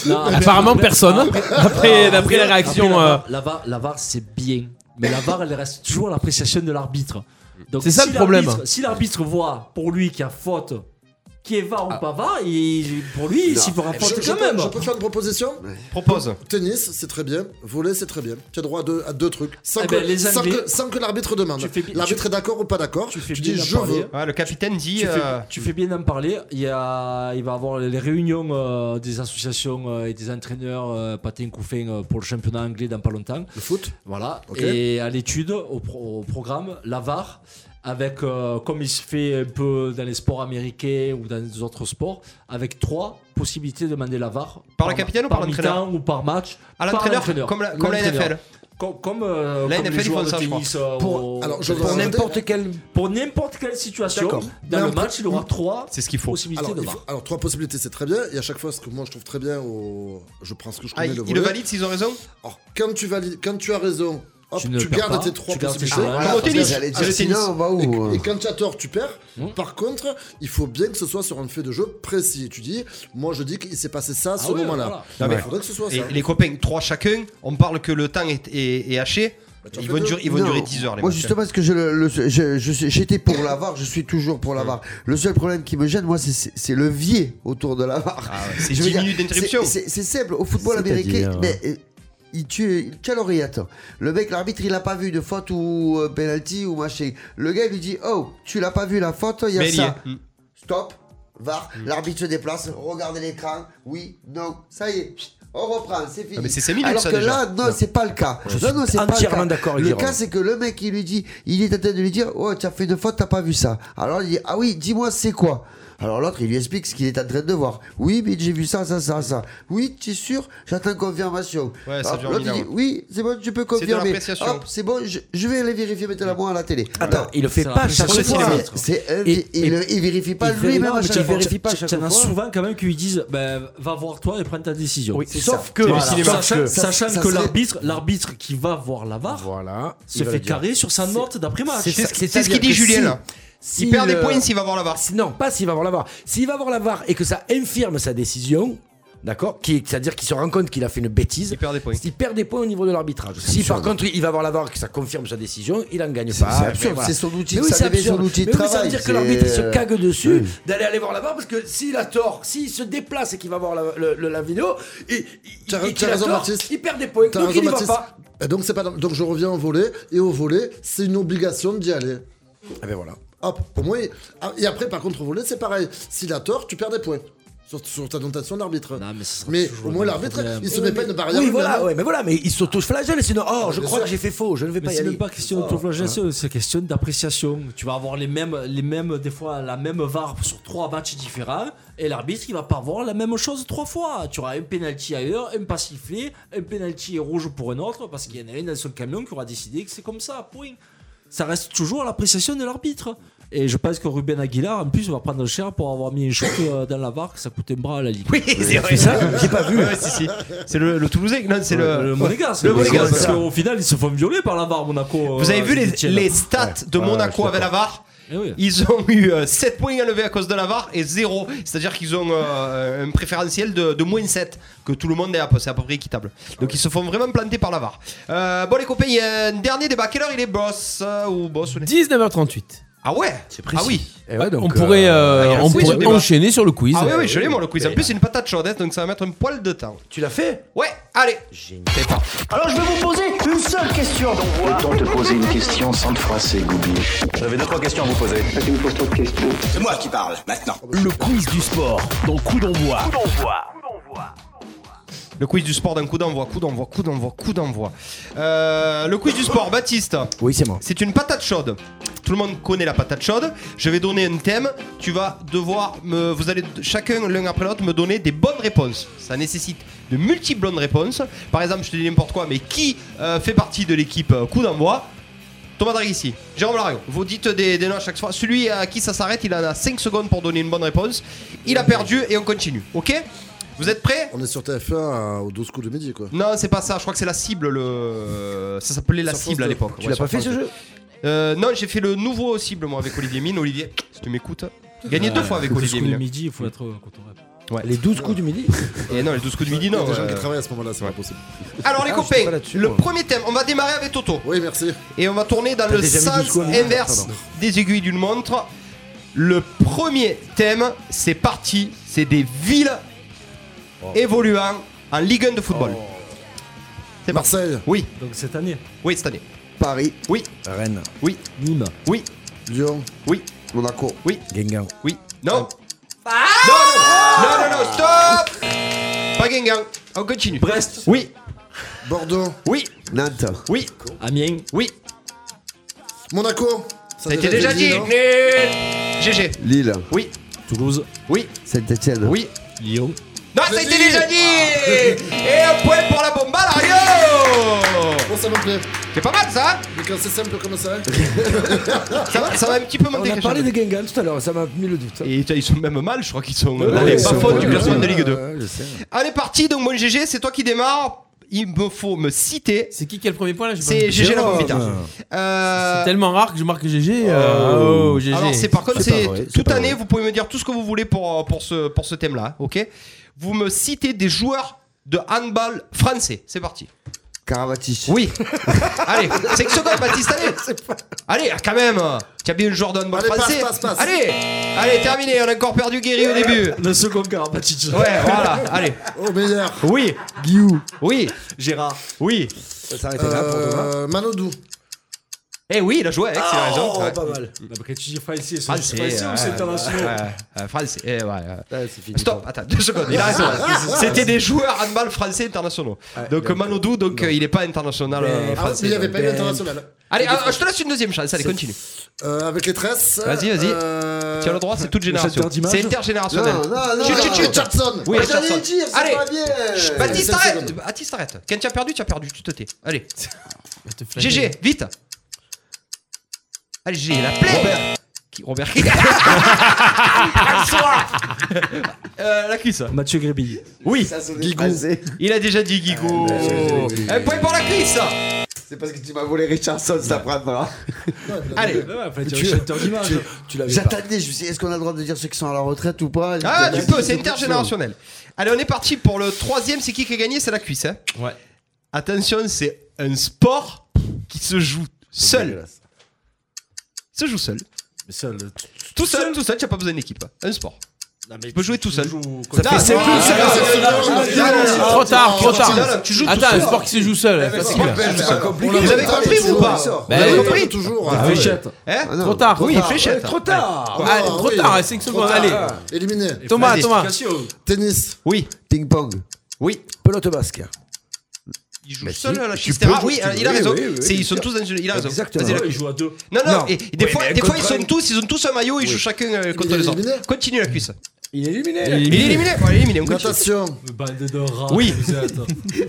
Non, Apparemment après- personne. Après, d'après la Après, réaction, la, euh, VAR, la VAR, la VAR, c'est bien. Mais la VAR, elle reste toujours à l'appréciation de l'arbitre. Donc, C'est ça, si le problème. l'arbitre- Si l'arbitre voit pour lui qu'il y a faute, qui est VAR ou pas VAR, il- pour lui, s'il Ah, veut Eh, Je, faute je quand peux, même. je peux faire une proposition propose. Tennis, c'est très bien. Voler, c'est très bien. Tu as droit à deux, à deux trucs. Sans, Eh que, ben, les sans Anglais- que- sans que l'arbitre demande. Tu fais bi- L'arbitre tu- est d'accord ou pas d'accord. Tu, fais dis bien d'en je parler. hein. veux. Ouais, le capitaine dit. Tu fais, euh, tu fais bien d'en parler. Il, y a, il va avoir les réunions euh, des associations euh, et des entraîneurs euh, patin couffin euh, pour le championnat anglais dans pas longtemps. Le foot Voilà. Ok. Et à l'étude, au, pro- au programme, la VAR, avec, euh, comme il se fait un peu dans les sports américains ou dans les autres sports, avec trois possibilités de demander la VAR. Par le capitaine ou par l'entraîneur mi-temps ou par match. À par l'entraîneur, comme la- comme la L'entraîneur. NFL. Comme, comme, euh, La comme NFL, les ils joueurs font de ça, je tennis, crois. euh, Pour- au- alors, je Pour voudrais- n'importe quelle pour n'importe quelle situation D'accord. dans Mais le après- match il aura trois c'est ce qu'il faut possibilités alors, de il VAR. faut- alors, trois possibilités, c'est très bien. Et à chaque fois, ce que moi je trouve très bien, au- je prends ce que je Ah, connais. il- le il le volet. valide s'ils ont raison Alors, quand tu, valides, quand tu as raison, hop, Tu tu, ne perds gardes pas, tes trois tu gardes tes possibilités. choix. Ah, Comme au Parce que tennis. j'allais dire, Ah, le sinon, tennis. on va oh, euh où, Et, et quand tu as tort, tu perds. Mmh. Par contre, il faut bien que ce soit sur un fait de jeu précis. Tu dis, moi je dis qu'il s'est passé ça à ce Ah oui, moment-là. voilà. Non, mais- Il faudrait que ce soit et ça. Les copains, 3 chacun, on parle que le temps est, est- est haché. Bah, tu en ils fais vont, deux. durer, ils vont Non, durer 10 heures, les hein. Moi, matchs. justement, parce que je le- le- je- je suis- j'étais pour la VAR, je suis toujours pour la VAR. Le seul problème qui me gêne, moi, c'est- c'est c'est le biais autour de la VAR. Ah c'est Je veux 10 dire, minutes d'interruption. c'est- C'est c'est simple, au football C'est-à-dire, américain, mais, euh, il tue, il tue à l'oreillette. Le mec, l'arbitre, il a pas vu de faute ou euh, penalty ou machin. Le gars, il lui dit Oh, tu l'as pas vu la faute, il y a Mais il y ça. est. Mm. Stop, VAR, l'arbitre se déplace, regarde l'écran, oui, non, ça y est. On reprend, c'est fini. Ah, mais c'est cinq minutes, Alors ça, que déjà. là, non, c'est pas le cas. Je non, suis non, c'est pas le entièrement cas. d'accord avec Le Jérôme. cas, c'est que le mec, il lui dit, il est en train de lui dire, oh, tu as fait une faute, t'as pas vu ça. Alors il dit, ah oui, dis-moi, c'est quoi Alors l'autre, il lui explique ce qu'il est en train de voir. Oui, mais j'ai vu ça, ça, ça, ça. Oui, tu es sûr J'attends confirmation. Ouais, ça Hop, dure l'autre, il mille dit, heures. oui, c'est bon, tu peux C'est de confirmer. l'appréciation. Hop, c'est bon, je, je vais aller vérifier, mettez-la moi à la télé. Attends, il le fait c'est pas à la chaque pression fois. des arbitres. C'est- il- il- il vérifie pas lui-même à chaque fois. Tu- T'en as souvent quand même qui lui disent ben, va voir toi et prends ta décision. C'est Sauf ça. que, C'est voilà. le cinéma. sachant, Sauf que- sachant ça- ça que serait- l'arbitre, l'arbitre qui va voir la VAR, il se va fait le dire. carrer sur sa note d'après-match. C'est ça- c'est ce qu'il c'est-à-dire dit que Julien, si- là. si Il perd des le- points s'il va voir la VAR. Si- Non, pas s'il va voir la VAR. S'il va voir la VAR et que ça infirme sa décision, d'accord qui- C'est-à-dire qu'il se rend compte qu'il a fait une bêtise. Il perd des points. Il perd des points au niveau de l'arbitrage. Si par contre il va voir la VAR et que ça confirme sa décision, il en gagne C'est- pas. c'est Mais absurde, voilà. c'est son outil- Mais oui, ça c'est devient son absurde. outil de Mais oui, Ça veut travail, dire que c'est- l'arbitre il se cague dessus Oui. d'aller aller voir la VAR parce que s'il a tort, s'il se déplace et qu'il va voir la, le- le- la vidéo, et, et- T'as et t'as qu'il a raison, tort, Baptiste. il perd des points. T'as Donc raison, il y va Baptiste. pas. Et donc, c'est pas, donc je reviens au volet, et au volet, c'est une obligation d'y aller. Ah Et ben voilà. Hop, au moins. il- ah, Et après, par contre, au volet, c'est pareil. S'il a tort, tu perds des points. Sur, sur ta notation d'arbitre. mais ce sera Mais toujours au le moins, même l'arbitre, problème. il se met pas une barrière. Oui, lui-même. voilà, ouais, mais voilà, mais il s'auto-flagelle, sinon, Ah, oh, je Bien crois sûr. que j'ai fait faux, je ne vais Mais pas y c'est aller. même pas question Oh. d'autoflagellation, c'est question d'appréciation. Tu vas avoir les mêmes, les mêmes, des fois la même VAR sur trois matchs différents et l'arbitre il va pas voir la même chose trois fois. Tu auras un penalty ailleurs, un pas sifflé, un penalty rouge pour un autre parce qu'il y en a un dans son camion qui aura décidé que c'est comme ça. Point. Ça reste toujours à l'appréciation de l'arbitre. Et je pense que Ruben Aguilar, en plus, va prendre cher pour avoir mis un choc euh, dans la VAR, que ça coûte un bras à la Ligue. Oui, c'est vrai. ça J'ai pas vu. Ouais, si, si. C'est le, le Toulousain. Non, c'est le, Le Monégasque. Le Monégasque, Parce c'est ça. qu'au final, ils se font violer par la VAR, Monaco. Vous euh, avez vu les, Saint-Étienne. les stats de Monaco avec la VAR Eh oui. Ils ont eu euh, 7 points enlevés à cause de la VAR et 0. C'est-à-dire qu'ils ont euh, un préférentiel de, de moins 7 que tout le monde est à peu, c'est à peu près équitable. Donc ils se font vraiment planter par la VAR. Euh, bon les copains, il y a un dernier débat. Quelle heure il est boss euh, ou boss ou les- 19h38. Ah ouais C'est précis. Ah oui. Eh ouais, donc, on euh, pourrait, euh, il y a un on quiz au pourrait débat. enchaîner sur le quiz. Ah oui, oui, je l'ai moi le quiz. En plus, c'est une patate chaude, hein, donc ça va mettre un poil de temps. Tu l'as fait Ouais, allez. C'est parti. Alors je vais vous poser une seule question. Autant te poser une question sans te froisser, Goubi. J'avais deux, trois questions à vous poser. C'est moi qui parle maintenant. Le quiz du sport dans Coup d'envoi. Le quiz du sport d'un coup d'envoi, coup d'envoi, coup d'envoi, coup d'envoi. Euh, le quiz du sport, Baptiste. Oui, c'est moi. C'est une patate chaude. Tout le monde connaît la patate chaude. Je vais donner un thème. Tu vas devoir me, vous allez chacun l'un après l'autre me donner des bonnes réponses. Ça nécessite de multiples bonnes réponses. Par exemple, je te dis n'importe quoi, mais qui euh, fait partie de l'équipe euh, coup d'envoi Thomas Dragissi, Jérôme Laragon, vous dites des, des noms à chaque fois. Celui à qui ça s'arrête, il en a 5 secondes pour donner une bonne réponse. Il a perdu et on continue. Ok Vous êtes prêts On est sur TF1 à- aux 12 euh, coups de midi, quoi. non, c'est pas ça. Je crois que c'est la cible. Le... Ça s'appelait la Sur France cible à deux. l'époque. Tu Ouais, l'as sur pas fait France ce deux. jeu Euh, Non, j'ai fait le nouveau cible moi avec Olivier Mine. Olivier, si tu m'écoutes, gagné deux fois avec Parce Olivier que le Mine. midi, il faut être euh, contemporain. Les 12 coups du midi Et non, les 12 coups de midi, Il y a non. des gens euh. qui travaillent à ce moment-là, c'est pas possible. Alors les Ah, j'étais copains, pas là-dessus, le moi. premier thème, on va démarrer avec Toto Oui, merci. et on va tourner dans T'as le déjà mis 12 sens coups à midi inverse Pardon. des aiguilles d'une montre. Le premier thème, c'est parti. C'est des villes Oh. évoluant en Ligue 1 de football. C'est parti. Marseille, Oui, Donc cette année, oui cette année. Paris, Oui, Rennes, oui, Nîmes. oui, Lyon, oui. Monaco. Guingamp. Oui. Non. non, non, non, non, non, stop Pas Guingamp. On continue. Brest. Oui, Bordeaux, oui, Nantes, oui, Amiens. oui. Monaco. Ça a été déjà dit. non Nul. GG. Lille, Oui, Toulouse. oui, Saint-Etienne, oui. Lyon. Non, ça a été déjà dit Et un point pour la bomba, Lario Bon, ça me plaît. C'est pas mal ça hein. Mais quand c'est simple comme ça. hein. ça, va, ça va un petit peu manquer On a parlé de Gengal tout à l'heure, ça m'a mis le doute. Et ils sont même mal, je crois qu'ils sont Ouais, dans les ils sont- bas-fonds du ouais, classement ouais, de Ligue 2. ouais, Euh, je sais. Allez, parti, donc mon GG, c'est toi qui démarre. Il me faut me citer. C'est qui qui a le premier point là C'est GG la Euh, bombita. C'est tellement rare que je marque GG. euh, oh, GG. Alors, c'est par contre, c'est pas vrai, toute pas année, vrai. vous pouvez me dire tout ce que vous voulez pour, euh, pour ce, pour ce thème-là, ok Vous me citez des joueurs de handball français. C'est parti. Caravatiche. Oui. Allez, c'est que seconde, Baptiste, allez. Allez, quand même. hein. Tu as bien le joueur de handball Allez, passe, français. passe, passe. Allez, allez, terminé. On a encore perdu Guéry au début. Le second Karabatic. Ouais, voilà, allez. Au meilleur. Oui. Guillou. Oui. Gérard. Oui. Euh, Manodou. Eh oui, il a joué, excellent. Ah, raison. oh, Ouais. pas mal. Non, mais quand tu dis français, c'est Français, français ou c'est euh, ouais, international ouais, ouais, ouais, Français, eh, ouais, Ah, ouais. Stop, attends, deux secondes, il a raison. C'était des joueurs handball français internationaux. donc Manodou, donc euh, il n'est pas international euh, Ah, français. mais il n'y avait pas eu Ben. international. Allez, ah, je te laisse une deuxième chance, allez, continue. Euh, avec les tresses. Vas-y, vas-y. euh, Tu as le droit, c'est toute génération. chanteur d'image C'est intergénérationnel. Non, non, non, Chut, chut, chut. Richardson. Oui, Ah, j'allais Richardson. dire, c'est Allez, pas bien. chut, Baptiste, Sept arrête. secondes. Baptiste, arrête. Quand tu as perdu, tu as perdu, tu te tais. Allez. flageller. GG, vite. Allez, GG, la plaie. Qui- Robert qui François Euh, La cuisse. Mathieu Grébilly. Oui, Guigou. il a déjà dit Guigou. Un point pour la cuisse. C'est parce que tu m'as volé Richardson, ça prendra. Allez. tu es chanteur d'image. Tu l'avais pas. J'attendais, je me suis dit, est-ce qu'on a le droit de dire ceux qui sont à la retraite ou pas Ah, tu peux, c'est intergénérationnel. Allez, on est parti pour le troisième. C'est qui qui a gagné C'est la cuisse. hein. Ouais. Attention, c'est un sport qui se joue seul. Il se joue seul. Mais ça, le- Tout seul, tout seul, tu n'as pas besoin d'équipe. hein. Un sport. Non, mais Tu peux jouer tout seul. Ça fait sept Ah, secondes, ah, ça. ah, ah, ah, ah, Trop tard, trop tard. Non, non, Tu joues tout Attends, un seul. sport qui se joue seul. Facile. Vous avez compris ou pas Vous Bah, avez oui. compris Toujours. Ah, hein. oui. Fléchette. Hein non. Trop tard. Oui, fléchette. Trop tard Ah, Ah, trop oui. tard, 5 secondes. tard. ah, Allez, Éliminé. Thomas, Vas-y. Thomas. oh, Tennis. Oui, Ping-pong. oui. Pelote basque. Il joue Mais seul si, à la tu chistera. peux jouer, Oui, hein, tu il a peux. raison. Oui, oui, oui, C'est- ils bien sont sûr. tous dans une- Il a raison. Exactement. Vas-y, la Il joue à deux. Non, non, Non. et des, Oui, fois, mais des fois, ils contre sont tous, ils ont tous un maillot, ils jouent chacun euh, contre est les autres. éliminé Continue la cuisse. Il est illuminé. Il est éliminé, bon, il est éliminé, on continue. Natation. Le bande de rats. Oui. vous êtes.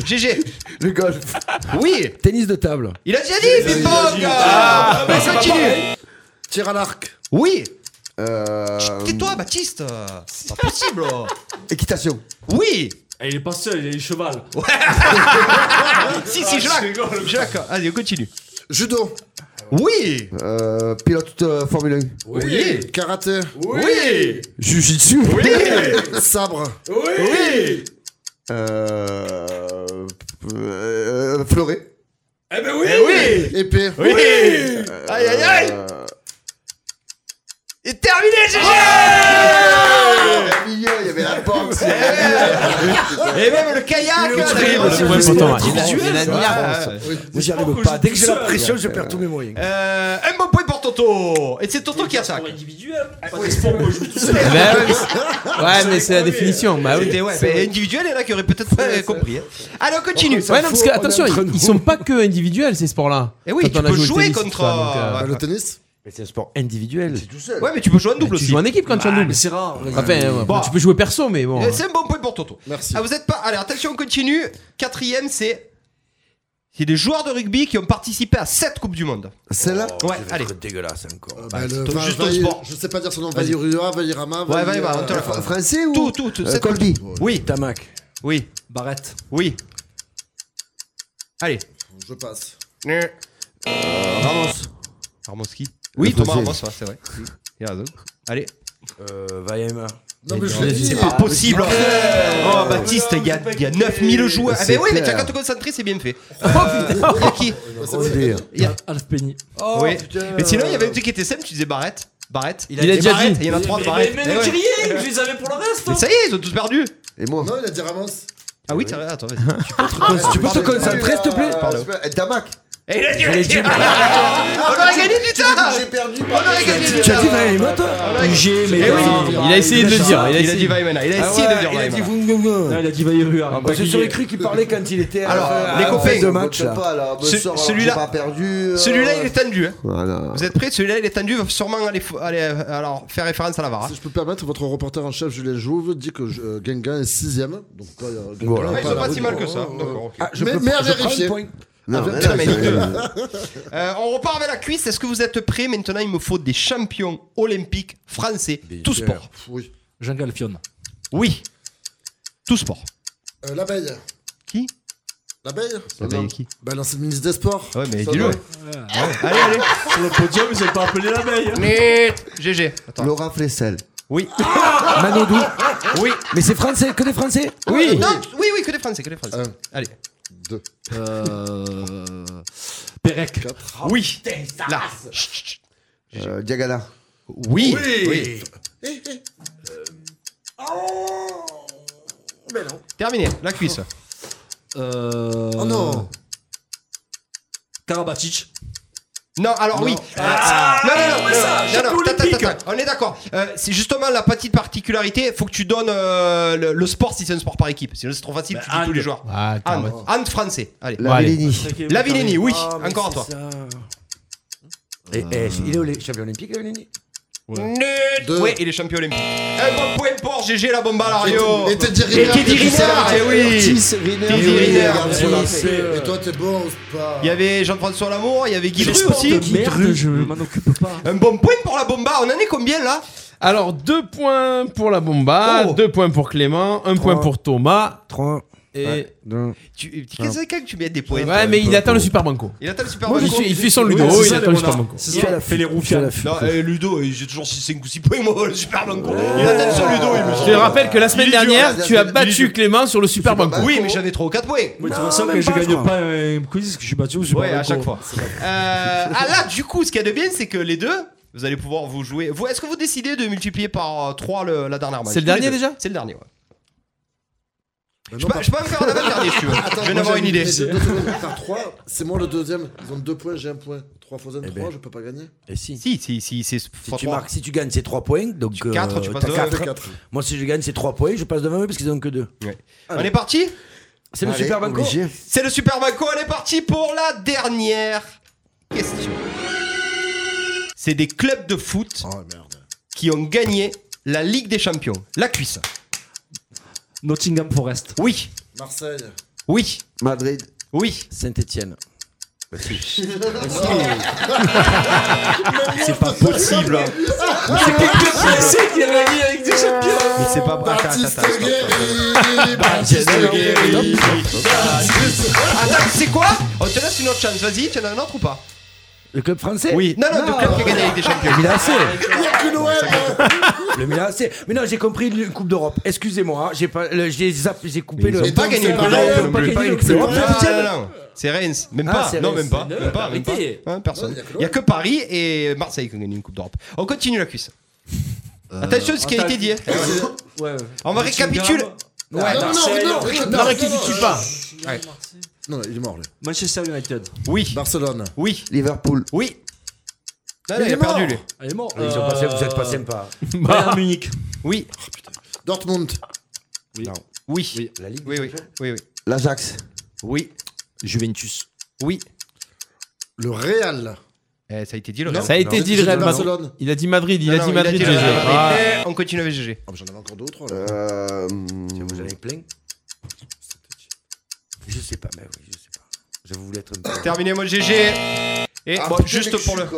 GG. Le golf. Oui, Tennis de table. il a déjà dit, ping pong Ah, mais continue. Tir à l'arc. Oui, Euh, tais-toi, Baptiste. C'est pas possible. Équitation. Oui. Ah, Il est pas seul, il a les chevals. Si, si, je lac. Je lac. Allez, on continue. Judo. Oui. Euh, pilote euh, Formule 1. Oui. Karaté. Oui. Jujitsu. Sabre. Oui. Euh, euh, Fleuret. Eh oui. Épée. Oui. Aïe, aïe, aïe. Euh, Et terminé, GG. milieu, il y avait la boxe. Et même Eh ben, le kayak. Le point pour Thomas. Il a- Moi j'y arrive pas. Dès que j'ai la pression, je perds tous mes moyens. Euh, un bon point pour Toto Et c'est Toto qui Ah attaque individuel. Pas de sport, moi, je joue tout seul. Eh ben, oui. Ouais, mais c'est la définition. Bah oui. C'était ouais, mais individuel, il y en a qui auraient peut-être pas compris. hein. Allez, on continue. Ouais, non, parce que attention, entre ils, ils sont pas que individuels ces sports-là. Eh oui, Quand tu on a peux joué au jouer tennis, contre, toi, donc, euh, euh, Ah, Le tennis. Mais c'est un sport individuel. Ouais, mais tu peux jouer en double tu aussi. joues en équipe quand tu es en double. C'est rare. Enfin, ouais, Bon. tu peux jouer perso, mais bon. Et C'est un bon point pour Toto. Merci. Ah, vous êtes pas. Allez, attention, on continue. Quatrième, c'est. C'est des joueurs de rugby qui ont participé à 7 Coupes du Monde. Celle-là Oh, Ouais, allez. dégueulasse encore. Euh, bah, le- Tom, Va- Ah, juste au Vaï- sport. Je sais pas dire son nom. Vaïrua, Vaïrama. Ouais, Vaïrama, on te la euh, Français ou Tout, tout, tout. Euh, sept Colby. Coupes du- Oui, Tamac. oui, Barrette. oui. Allez. Euh, Je passe. Ramos. Ramoski. Oui, Le Thomas Français. Ramos, ouais, c'est vrai. Il a raison. Allez. Euh, Euh, Vaema. Non, mais je l'ai dit. hein. C'est pas possible. Oh, Baptiste, il y a, il y a 9000 joueurs. Ah, C'est mais oui, mais tu as clair. qu'à te concentrer, c'est bien fait. Oh putain. Il y a qui Il y a- Alf Penny. oui. Mais sinon, il y avait un truc qui était simple, tu disais Barrette. Barrette. a dit déjà Barrette, dit. Il y en a trois de Barrette. Eh ouais. rien, je les avais pour le reste. hein. Mais ça y est, ils ont tous perdu. Et moi Non, il a dit Ramos. Ah oui, t'as- attends, vas-y. Tu peux te Euh, concentrer, s'il te plaît Tamac Et Eh, il a dit Je l'ai dit. On aurait gagné du temps J'ai perdu On aurait gagné du temps Tu as dit Vaïma, toi J'ai, mais. Eh oui, Il a essayé de le dire. Il a essayé- dit Vaimana. Il a essayé de dire Il a dit Vaimana. Vungungun. Il a dit Vaïrua. Parce que j'aurais cru qu'il parlait quand il était à Alors, la- euh, les à la copains, fin de on match. vote là. pas, là. Euh, Ce- Sors, alors, celui-là- j'ai pas perdu, euh, Celui-là, il est tendu. hein. Voilà. Vous êtes prêts Celui-là, il est tendu. Il va sûrement aller, f- aller, euh, alors, faire référence à la VAR. hein. Si je peux me permettre, votre reporter en chef Julien Jouve dit que euh, Guingamp est 6 Donc, euh, Guingamp Voilà. est Ouais, Ah, ils à sont la pas rue si du mal coin, que ça. euh, D'accord, ok. Ah, je Mais- peux- mais à je prends vérifier. le point. Non, mais Ah, Putain, là, mais c'est- les deux. Euh, on repart avec la cuisse. Est-ce que vous êtes prêts Maintenant, il me faut des champions olympiques français, tout sûr. sport. Oui. Jean Galfion. Oui, tout sport. Euh, L'abeille. Qui L'abeille L'abeille qui Bah, l'ancien ministre des Sports. Eh ben, Ouais, mais Ça dis-le. doit- Allez, allez. Sur le podium, ils ont pas appelé la veille. hein. Mais GG. Attends. Laura Flessel. Oui. Manodou. Oui. Mais c'est français, que des français Oui. Non, oui, oui, que des Français, que des Français. Un, Allez. deux. Euh. Pérec. Oui. Là. Chut, chut, chut. Euh, Diagana. Oui. Oui. Eh, eh. Terminé. La cuisse. Euh. Oh non Karabatic. Non, alors oui. Euh, non, non, non, non, non, attends, attends, attends, On est d'accord. Euh, c'est justement la petite particularité. Faut que tu donnes euh, le, le sport si c'est un sport par équipe. Sinon, c'est trop facile. tu dis tous les joueurs. Ah, t'as Hand. Hand français. Allez. La Villini. La Villini, oui. Ah, mais Encore à toi. c'est ça. Et, eh, il est au lé- champion olympique, Léonie Nul. Deux. Ouais, il est champion olympique. Un bon point pour GG la bombe à la radio. Et Teddy Et Riner. Teddy qui Riner, sert. eh oui. Ortiz, Riner. Teddy oui, Riner. regarde, Et voilà. et toi, t'es bon ou pas Ben Il y avait Jean-François Lamour, il y avait Guy Les Dru sports aussi. de merde, je m'en occupe pas. Un bon point pour la bomba. On en est combien là Alors, deux points pour la bomba, Oh. deux points pour Clément, un point pour Thomas. 3, Et... Ouais, Tu- Qu'est-ce que tu mets des points mais il attend le Super Banco. Il attend le Super Moi, je Banco. suis, il fait son Oui, Ludo, c'est il ça, attend le les Super monarques. Banco. C'est ça, fais les roufiades. Non, eh, Ludo, eh, j'ai toujours 5 ou 6 points, moi, le Super Banco. Il attend son Ludo, il me Oh. Je te rappelle que la semaine Il est dur, Bah, dernière, la- tu as la- battu Clément sur le Super Banco. mal. Oui, mais j'avais 3 ou 4 points. Oui, c'est pour ça que je gagne pas euh, un quiz, parce que je suis battu au Super Ouais, à Bowl. chaque fois. Euh, ah là, du coup, ce qu'il y a de bien, c'est que les deux, vous allez pouvoir vous jouer. Vous, Est-ce que vous décidez de multiplier par 3 la dernière match C'est le dernier, Tous les deux. déjà C'est le dernier, ouais. Mais Je non, peux, je peux en faire un avant-dernier si tu veux. Attends, je viens moi, d'avoir j'ai une idée. mais deux secondes, Par 3, c'est moi le deuxième. Ils ont 2 points, j'ai 1 point. 3 fois 1, 3, Eh ben. je peux pas gagner. Et si Si, si, si, c'est si tu, marques, si tu gagnes, c'est 3 points. Donc, euh, Tu- quatre, tu passes t'as devant. quatre. Fais quatre. Moi, si je gagne, c'est 3 points. Je passe devant eux parce qu'ils en ont que 2. On est parti C'est le Allez, Super Banco obligé. C'est le Super Banco, on est parti pour la dernière question. C'est des clubs de foot Oh merde. qui ont gagné la Ligue des Champions. La cuisse. Nottingham Forest. Oui, Marseille. oui, Madrid. oui. Saint-Etienne. C'est pas possible. Ah, C'est qu'il avait dit avec des champions. Mais c'est pas Baptiste Guéry. Attends, tu sais quoi On te laisse une autre chance, vas-y, tu en as un autre ou pas Le club français Oui. Non, non, de club qui a gagné la Ligue des Champions. Le Milan AC Il y a que l'OM. Le Milan AC Mais non, j'ai compris le Coupe d'Europe. Excusez-moi, hein, j'ai pas, le- j'ai zappé- j'ai coupé le. Ils ont pas gagné le Ah, Coupe ils d'Europe ont non pas plus. gagné le Coupe Non, d'Europe. Ah, non, non. C'est Reims, même Ah, pas, c'est non, Reims. même pas, même pas, même pas, Arrêtez. Hein, personne. Ouais, Il y a que Paris et Marseille qui ont gagné une Coupe d'Europe. On continue la cuisse. Attention à ce qui a été dit. hein. Ouais. On va récapitule. Non, non, non, Non, non, récapitule pas. non, il est mort, lui. Manchester United. Oui, Barcelone. oui, Liverpool. oui. Non, non, il a est mort. perdu lui. Elle est morte. Ah, Ils sont passés, vous êtes pas sympa. Bayern Munich. Oui, Dortmund. oui, oui, Oui. La Ligue oui, oui, oui, L'Ajax. oui, Juventus. oui. Le Real. Eh, ça a été dit le Non. Real. Ça a été J'ai dit le dit Real Madrid. Barcelone. Il a dit Madrid, il Non, a non, dit Madrid, le GG. Real Ah. Madrid. Eh, On continue avec GG. Ah, mais J'en avais encore deux ou trois, là. Euh, Vous en avez plein Je sais pas, mais oui, je sais pas. Je voulais être un peu. Terminé mon GG. Et ah, bon, putain, juste mais pour je le. suis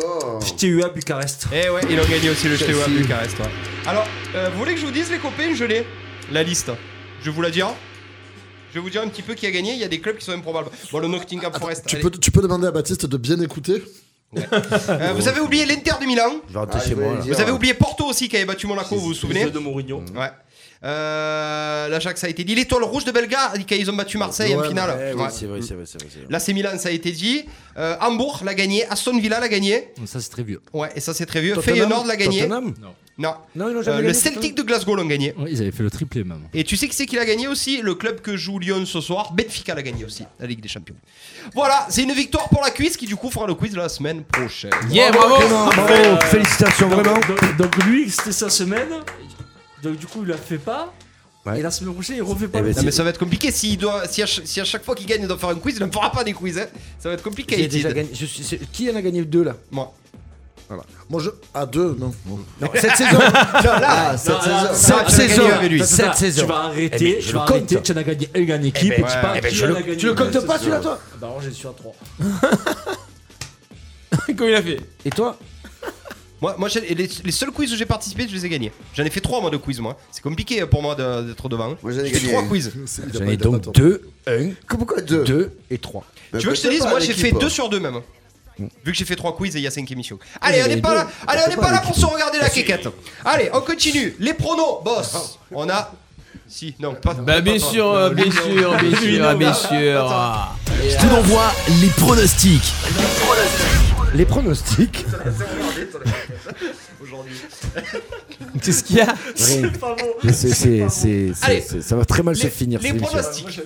con. TUA Bucarest. Eh ouais, ils ont gagné aussi le JTO à Chelsea. Bucarest. ouais. Alors, euh, vous voulez que je vous dise les copains, je l'ai. La liste. Je vais vous la dire. Je vais vous dire un petit peu qui a gagné. Il y a des clubs qui sont improbables. Bon, le Nottingham Forest. Tu allez. peux, tu peux demander à Baptiste de bien écouter Euh, vous avez oublié l'Inter de Milan. Je vais rentrer Ah, je chez voulais moi. le là. dire. Vous avez oublié Porto aussi qui avait battu Monaco, vous vous souvenez de Mourinho. Ouais. Euh, L'Ajax a été dit. L'étoile rouge de Belgrade, qui- ils ont battu Marseille en Ouais, finale. Eh oui, Ouais. c'est vrai, c'est vrai, c'est vrai. c'est vrai. Là, c'est Milan, ça a été dit. Euh, Hambourg l'a gagné. Aston Villa l'a gagné. Oh, Ça, c'est très vieux. Ouais, et ça, c'est très vieux. Tottenham Feyenoord l'a gagné. Tottenham Non. non, Euh, le Celtic de Glasgow l'ont gagné. Ouais, ils avaient fait le triplé même. Et tu sais qui c'est qui l'a gagné aussi Le club que joue Lyon ce soir, Benfica l'a gagné aussi, la Ligue des Champions. Voilà, c'est une victoire pour la cuisse qui du coup fera le quiz la semaine prochaine. Yeah, bravo, Clément, bravo. Félicitations, donc, vraiment. Donc, donc lui, c'était sa semaine. Donc du coup, il la fait pas. Et la semaine prochaine, il refait pas. Eh ben, Non, le mais, truc. ça va être compliqué si, doit, si, à, ch- si à chaque fois qu'il gagne il doit faire un quiz, il ne fera pas des quiz. hein. Ça va être compliqué. J'ai Edith. déjà gagné- je suis- c'est- Qui en a gagné deux là Moi. Moi je. À deux, non. Non, cette saison. Ah, cette Non, non, non, saison. non, Cette tu vas saison. gagner avec lui. Cette Cette saison. Tu vas Eh arrêter. ben, Je je vais le compte. arrêter. Tu en as gagné une gagne équipe. ben, tu eh parles, ben, qui je en le- a gagné tu le une comptes gagne pas, cette celui-là, saison toi Bah, alors, j'ai suis à 3. Comment il a fait Et toi Moi, moi j'ai- les, les seuls quiz où j'ai participé, je les ai gagnés. J'en ai fait trois mois de quiz, moi. C'est compliqué hein, pour moi de- d'être devant. Moi, j'en ai J'ai fait gagné. trois quiz. J'en ai donc 2, 1, Pourquoi deux 2 et 3. Tu veux que je te bah, dise, moi j'ai fait 2 sur 2 même. Vu que j'ai fait 3 quiz et il y a 5 émissions. Allez, Ouais, on mais n'est pas deux. là, allez, on C'est n'est pas pas là l'équipe. pour se regarder la quéquette. Allez, on continue. Les pronos, Ah. boss. On a. Si, non, pas. Bah bien sûr, euh, bien sûr, bien sûr, ah, bien sûr. Ah. Coup d'envoi, les pronostics. Les pronostics Qu'est-ce qu'il y a Rien. Mais c'est- c'est- c'est- c'est- Allez. c'est- Ça va très mal se Les- finir. Les cette émission. pronostics.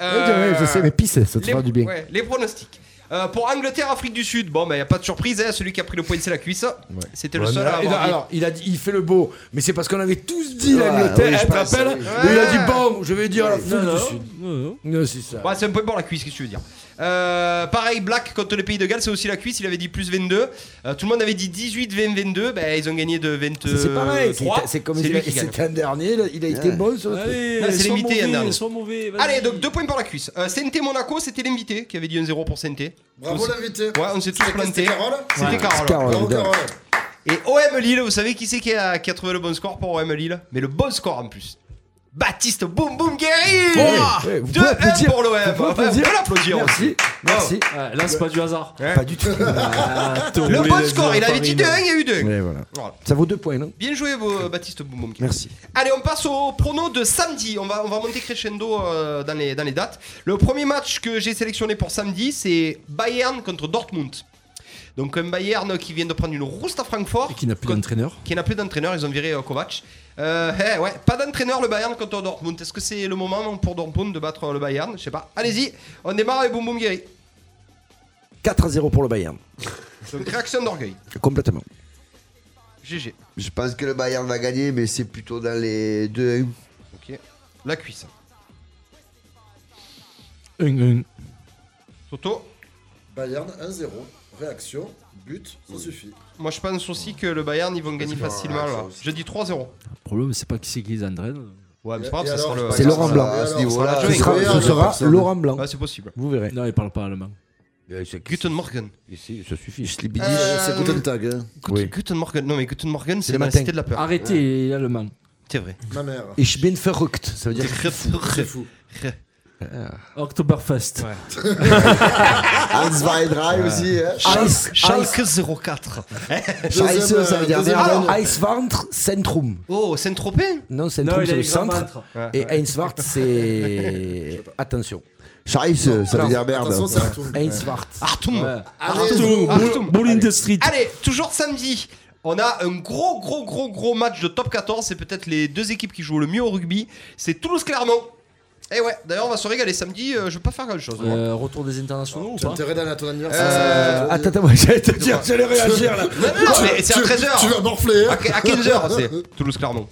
Euh, Ouais, ouais, je sais, mais pisse, ça te les- fera du bien. ouais, les pronostics. Euh, pour Angleterre, Afrique du Sud, bon, bah, y a pas de surprise, hein, celui qui a pris le point, c'est la cuisse. C'était le Ouais, seul mais à alors, avoir dit. alors, il a dit, il fait le beau, mais c'est parce qu'on avait tous dit Ouais, l'Angleterre, oui, je elle te pense, rappelle oui. Et Il a dit bon, je vais dire à la Non, foule non, du Sud. non, non. Non, c'est ça. Ouais, c'est un peu pour la cuisse, qu'est-ce que tu veux dire Euh, pareil, Black contre le pays de Galles, c'est aussi la cuisse. Il avait dit plus 22. Euh, tout le monde avait dit 18, 20, 22. Ben, ils ont gagné de 23. C'est pareil, c'est- c'est comme euh, lui si qui gagne. c'était un dernier, là, il a été bon sur le truc. Allez, Non, c'est sois limité, un dernier. mauvais, sois mauvais. vas-y. Allez, donc 2 points pour la cuisse. Euh, Sainté Monaco, c'était l'invité qui avait dit 1-0 pour Sainté. Bravo On s'est- l'invité. Ouais, on s'est tous C'était- plantés. c'était Carole C'était Carole. Carole, Bravo évidemment. Carole. Et OM Lille, vous savez qui c'est qui a, qui a trouvé le bon score pour OM Lille Mais le bon score en plus. Baptiste Boum Boum Guéry Ouais, ouais, vous pouvez 2-1 applaudir. pour l'OM. Vous pouvez applaudir. l'applaudir. Merci, merci. Ouais, Là, c'est pas du hasard. Ouais. Pas du tout. Ah, t'es Le roulé bon là-dedans, score, il avait Paris, dit là. 2-1, il y a eu 2 Ouais, voilà. Voilà. Ça vaut deux points, non Bien joué, vos, euh, Baptiste Boum Boum Guéry. Merci. Allez, on passe au prono de samedi. On va, on va monter crescendo euh, dans, les, dans les dates. Le premier match que j'ai sélectionné pour samedi, c'est Bayern contre Dortmund. Donc un Bayern qui vient de prendre une rouste à Francfort. Et qui n'a plus Contre- d'entraîneur. Qui n'a plus d'entraîneur, ils ont viré euh, Kovac. Euh, eh, ouais, pas d'entraîneur le Bayern contre Dortmund. Est-ce que c'est le moment non, pour Dortmund de battre euh, le Bayern Je sais pas. Allez-y, on démarre avec Boum Boum Guéry. 4 à 0 pour le Bayern. Donc réaction d'orgueil. Complètement. GG. Je pense que le Bayern va gagner, mais c'est plutôt dans les hein. 2 Ok. La cuisse. Un, un. Toto Bayern 1-0. Réaction. But. Ça suffit. moi je pense aussi que le Bayern ils vont gagner c'est pas facilement grave, ça là. aussi. Je dis 3-0. Le problème, c'est pas qui c'est qui les entraîne. Ouais, mais Et- c'est pas grave, ça et sera alors, le. je C'est pense Laurent que- Blanc, et à ce alors, niveau-là, ça va ça Ce va jouer. jouer. sera, incroyable, ce sera personne. Laurent Blanc. Ouais, Ah, c'est possible. Vous verrez. Non, il parle pas allemand. Guten Morgen. Ça suffit. Euh, C'est Guten Tag. hein. Gut- Oui. Guten Morgen. Non, mais Guten Morgen, c'est le dans la matin. cité de la peur. Ah, Arrêtez, il est allemand. C'est vrai. Ma mère. Ich bin verrückt. Ça veut dire. C'est fou. Oktoberfest. Hans Weidrei aussi. hein. Ah, Eis, Eis, Schalke 04. Scheiße, Deuxième, ça veut euh, dire deuxième merde. Ah, bonne. Eiswarnt Zentrum. Oh, Saint-Tropez Non, Non, Zentrum, il a c'est les le grands centre. ventres. Et Einswart, c'est. Attention. Scheiße, ça veut dire Attention, merde. ça retourne. Einswart. Artum. Ouais. Artum. Artum. Bull in the street. Allez, toujours samedi. On a un gros, gros, gros, gros match de top 14. C'est peut-être les deux équipes qui jouent le mieux au rugby. C'est Toulouse-Clermont. Eh ouais, d'ailleurs, on va se régaler samedi. euh, je vais pas faire grand-chose. moi. Euh, Retour des internationaux ou Tu as pas intérêt d'aller à ton anniversaire. ça, Euh, ça, ça, attends, attends, moi, j'allais te dire, j'allais réagir là. Non, non, non, mais c'est à tu- Tu 13h. vas morfler. À hein. 15h, c'est Toulouse-Clermont.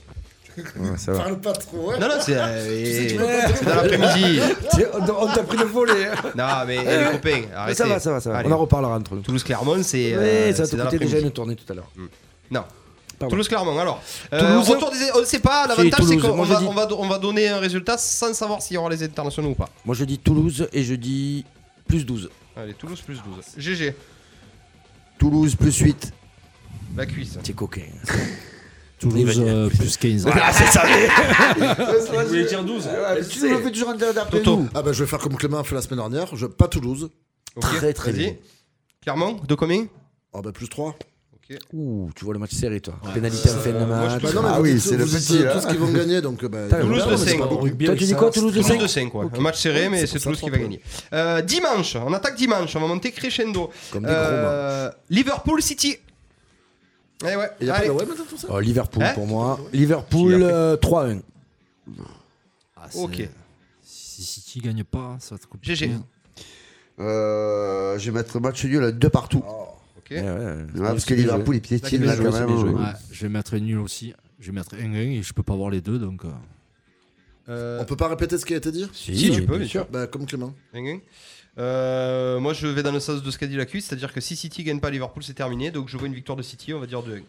Parle pas trop. ouais. Non, non, c'est. sais, tu euh, peux pas c'est dans l'après-midi. Tiens, On on t'a pris le volet. hein. Non, mais eh, les copains, Mais arrêtez. Ah, Ça va, ça va, ça va. Allez. On en reparlera entre nous. Toulouse-Clermont, c'est. euh, Ouais, ça c'est va dans te coûter déjà l'après-midi. une tournée tout à l'heure. Non. Pardon. Toulouse-Clermont, alors. Euh, Toulouse- retour des- On ne sait pas, l'avantage c'est Toulouse. qu'on Moi, va, je dis- on va, on va donner un résultat sans savoir s'il y aura les internationaux ou pas. Moi je dis Toulouse et je dis plus 12. Allez, Toulouse plus 12. GG, Toulouse plus 8. la cuisse. T'es coquin. Toulouse euh, plus 15. Ah, c'est ça. Vous voulez dire 12 Tu me fais toujours un d'après Toto. nous. Ah bah je vais faire comme Clément a fait la semaine dernière. Je pas Toulouse. Ok, Très, très vas-y. bien. Clermont, de combien Ah bah plus 3. Ouh, tu vois le match serré toi. Pénalité en fin de moi, je match. peux- Bah, non, mais Ah vous oui, dites- c'est le vous dites, petit, euh, là. Tous qui vont gagner donc euh, bah, Putain, Toulouse le- de non, mais c'est cinq. pas- Rugby Toi avec tu dis ça, quoi Toulouse de Toulouse 5 de 5, quoi. Un match serré, mais c'est Toulouse qui va gagner. Euh, dimanche, on attaque dimanche, on va monter crescendo. Comme des gros Euh, Liverpool City. Eh ouais. Il y a pas Allez. de ouais maintenant tout ça Oh, Liverpool Hein pour moi. Liverpool euh, 3-1. Ok. Ah, Si City gagne pas, ça va être compliqué. GG. Euh, je vais mettre match nul à deux partout. Ok. Ouais, parce que Liverpool, il piétine là quand même. Ouais, Ah, je vais mettre nul aussi. Je vais mettre 1-1 et je peux pas voir les deux donc. euh, On peut pas répéter ce qui a été dit Si, Si, tu Euh, peux, bien bien sûr. sûr. Bah, comme Clément. Gang, gang. Euh, moi, je vais dans le sens de ce qu'a dit la cuisse, c'est-à-dire que si City gagne pas Liverpool, c'est terminé. Donc, je vois une victoire de City, on va dire 2 Ouais,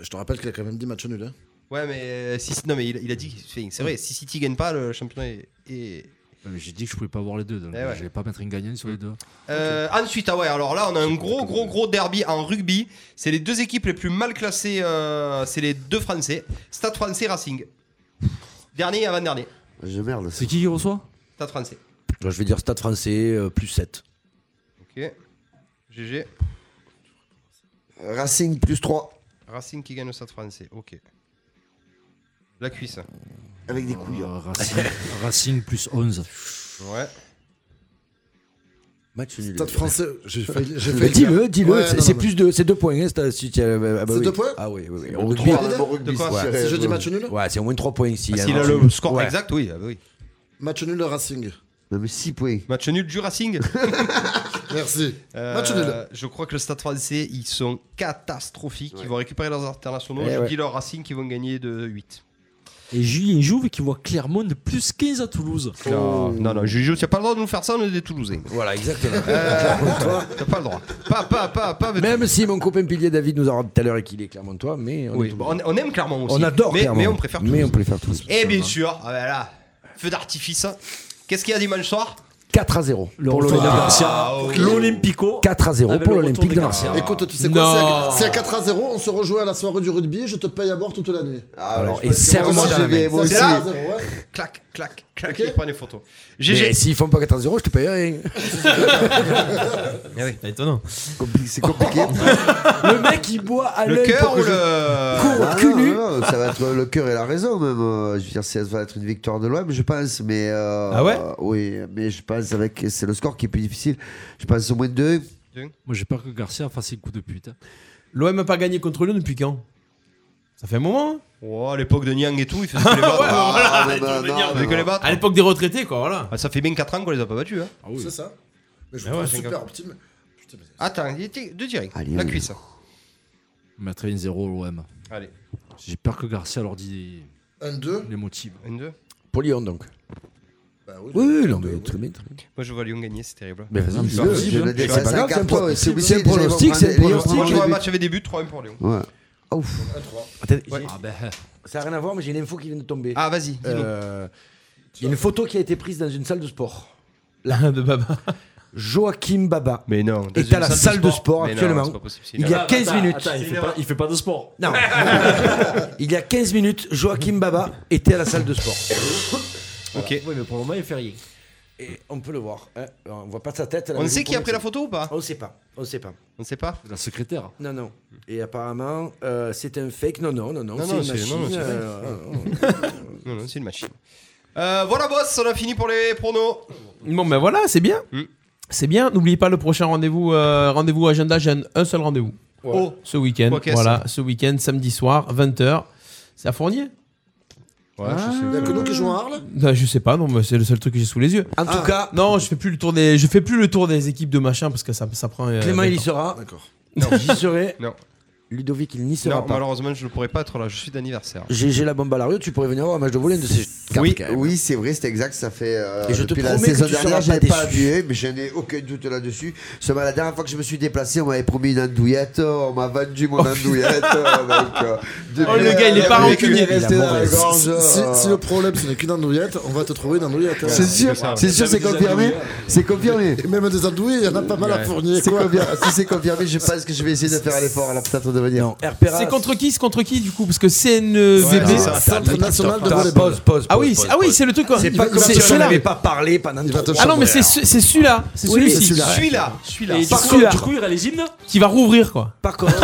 je te rappelle qu'il a quand même dit match nul. Hein. Ouais, mais euh, si, non, mais il, il a dit, c'est c'est vrai, si City gagne pas, le championnat est. est- mais J'ai dit que je pouvais pas voir les deux donc euh, Eh ouais. je vais pas mettre une gagnante sur les deux. Euh, Ensuite, ah ouais, alors là, on a un gros, gros, gros derby en rugby. C'est les deux équipes les plus mal classées, euh, c'est les deux Français. Stade Français Racing. Dernier et avant-dernier. Je merde. C'est qui qui reçoit Stade Français. Je vais dire Stade français euh, plus 7. Ok. GG. Racing plus 3. Racing qui gagne au Stade Français. Ok. La cuisse. Avec des couilles. Racing, Racing plus 11. Ouais. Match nul. Stade français, j'ai failli. j'ai Mais failli Dis-le, dire. dis-le. Ouais, c'est non, c'est non, plus de, c'est deux points. hein, c'est- si tu as- ah bah C'est oui. deux points Ah oui, oui, oui. C'est Au bon, rugby. trois, là, au rugby, De quoi ouais. Si je dis match nul Ouais, c'est au moins 3 points ici. Ah, S'il a le score exact, oui. ah bah oui. mais- Match nul de Racing. Même 6 points. Match nul du Racing. Merci. Euh, Match nul. Je crois que le Stade français, ils sont catastrophiques. Ils vont récupérer leurs internationaux. Eh je ouais. dis leur Racing qui vont gagner de 8. Et Julien Jouve qui voit Clermont de plus 15 à Toulouse. Non, non, non, Juju, t'as pas le droit de nous faire ça, on est des Toulousains. Voilà, exactement. t'as pas le droit. Pas, pas, pas, pas. Même si mon copain pilier David nous a rendu tout à l'heure et qu'il est clairement toi, mais on, Oui, est tout bon, bon. on, on aime clairement aussi. On adore mais, Clermont. mais on préfère Mais Toulouse. on préfère Toulouse. Et bien sûr, ah bah là, feu d'artifice. Qu'est-ce qu'il y a dimanche soir 4 à 0 Le pour retour de l'Olympique. Garcia. Ah, ok. L'Olympico. 4 à 0 Avec pour le retour l'Olympique de de Garcia. Marseille. Écoute, tu sais quoi c'est à- C'est à 4 à 0, on se rejoue à la soirée du rugby, je te paye à boire toute la nuit. Alors, et serre-moi dans la main. Moi aussi. C'est là. ouais. Clac, clac, clac, il prend des photos. GG. Mais s'ils font pas 4 à 0, je te paye rien. Ah oui. C'est étonnant. Compli- C'est compliqué. le mec, il boit à Le l'œil. pour cœur que ou je- le. Cours, Ah cul non, nu. non, non, ça va être le cœur et la raison même. euh, Je veux dire, ça va être une victoire de l'OM, je pense. Mais euh, Ah ouais euh, Oui, mais je pense avec c'est le score qui est plus difficile. Je pense au moins deux. Moi j'ai peur que Garcia fasse le coup de pute. hein. L'OM a pas gagné contre Lyon depuis quand Ça fait un moment. hein Oh, à l'époque de Niang et tout, il faisait que les battre. Ah, non, non, non, Il faisait que les battre. À l'époque des retraités, quoi, voilà. Ah, ça fait bien 4 ans qu'on les a pas battus. Hein. C'est ça. Mais je Ah vous ouais, trouve c'est super grave. optimiste. Putain, mais- Attends, il était de direct. Allez, la allez. cuisse. Mettre 1-0 l'OM. Allez, J'ai peur que Garcia leur dise Un, deux. les motive. une, deux. Pour Lyon, donc. Bah oui, Oui, deux, non, deux, mais oui. très bien. très bien. Moi, je vois Lyon gagner, c'est terrible. Mais vas-y, Je dis-le. le- je le C'est défends pas grave, c'est un cinq pro- fois, c'est obligé c'est un de les avoir pronostic, c'est prendre le des pronostics. Moi, je pronostic. vois un match avec des buts, 3-1 pour Lyon. Ouais. Ah, Ouf. Un, trois. Attends, j'ai- Ah ben, Ça n'a rien à voir, mais j'ai une info qui vient de tomber. Ah, vas-y, dis-nous. Euh, Il y a une photo qui a été prise dans une salle de sport. Là, de Baba. Joachim Baba. Mais non. est à la salle de sport actuellement. c'est pas possible, c'est Il une y a erreur. 15 minutes. bah, il, fait pas, de sport. Non. Il y a 15 minutes, Joachim Baba était à la salle de sport. Ok. Oui, mais pour le moment il fait rien. Et on peut le voir. hein. On voit pas sa tête. On sait qui a pris la photo ou pas On sait pas. On sait pas. On sait pas. La secrétaire. Non, non. Et apparemment, euh, c'est un fake. Non, non, non, non. Non, c'est non, une c'est- machine. non, non, c'est euh, Non, non, c'est une machine. Euh, voilà, boss, on a fini pour les pronos. Bon, ben voilà, c'est bien. Mm. C'est bien. N'oubliez pas le prochain rendez-vous, euh, rendez-vous agenda. J'ai un, un seul rendez-vous. Oh. Ce week-end. Quoi qu'est-ce Voilà, ce week-end, samedi soir, 20h. C'est à Fournier Ouais, je sais. Il y a que nous qui jouons à Arles Non, Je sais pas, non, mais c'est le seul truc que j'ai sous les yeux. Ah. En tout cas, Non, je fais plus le tour des, je fais plus le tour des équipes de machin parce que ça, ça prend. euh, Clément, des il y temps. sera. D'accord. J'y serai. Non. Ludovic, il n'y sera Non, pas. malheureusement, je ne pourrais pas être là. Je suis d'anniversaire. J'ai j'ai la bombe à la rue. Tu pourrais venir voir un match de volley de ces quatre, Oui, quand même. oui c'est vrai, c'est exact. Ça fait euh, Et je te depuis la promets que saison tu dernière, seras pas j'avais pas déçu. vu, mais je n'ai aucun doute là-dessus. Ce matin, la dernière fois que je me suis déplacé, on m'avait promis une andouillette, on m'a vendu Oh, mon andouillette. euh, donc, euh, depuis, Oh, le gars, il est euh, pas depuis qu'il rancunier. est resté Il a dans la mauvaise- gorge. Si, euh, si- si le problème ce n'est qu'une andouillette, on va te trouver une andouillette. hein. C'est sûr, c'est sûr, c'est confirmé. C'est confirmé. Et même des andouilles, il y en a pas mal à fournir. C'est quoi. confirmé. Si c'est confirmé, je pense que je vais essayer de faire l'effort à la peut-être de venir. Non, RPA. C'est contre qui, c'est contre qui du coup Parce que E CNVB. Ouais, c'est Ah, ça. Centre national de Attends, volleyball. pause, pause, ah pause, oui, pause, c'est- ah oui, pause. c'est le truc. quoi. C'est pas comme C'est si on celui-là. n'avait pas parlé pendant Il va te Ah non, mais c'est chambrer. ce- c'est celui-là, c'est Oui, celui-ci c'est celui-là. Celui-là, celui-là. Et Par du, contre- coup, du coup, il irait les hymnes qui va rouvrir quoi. Par contre,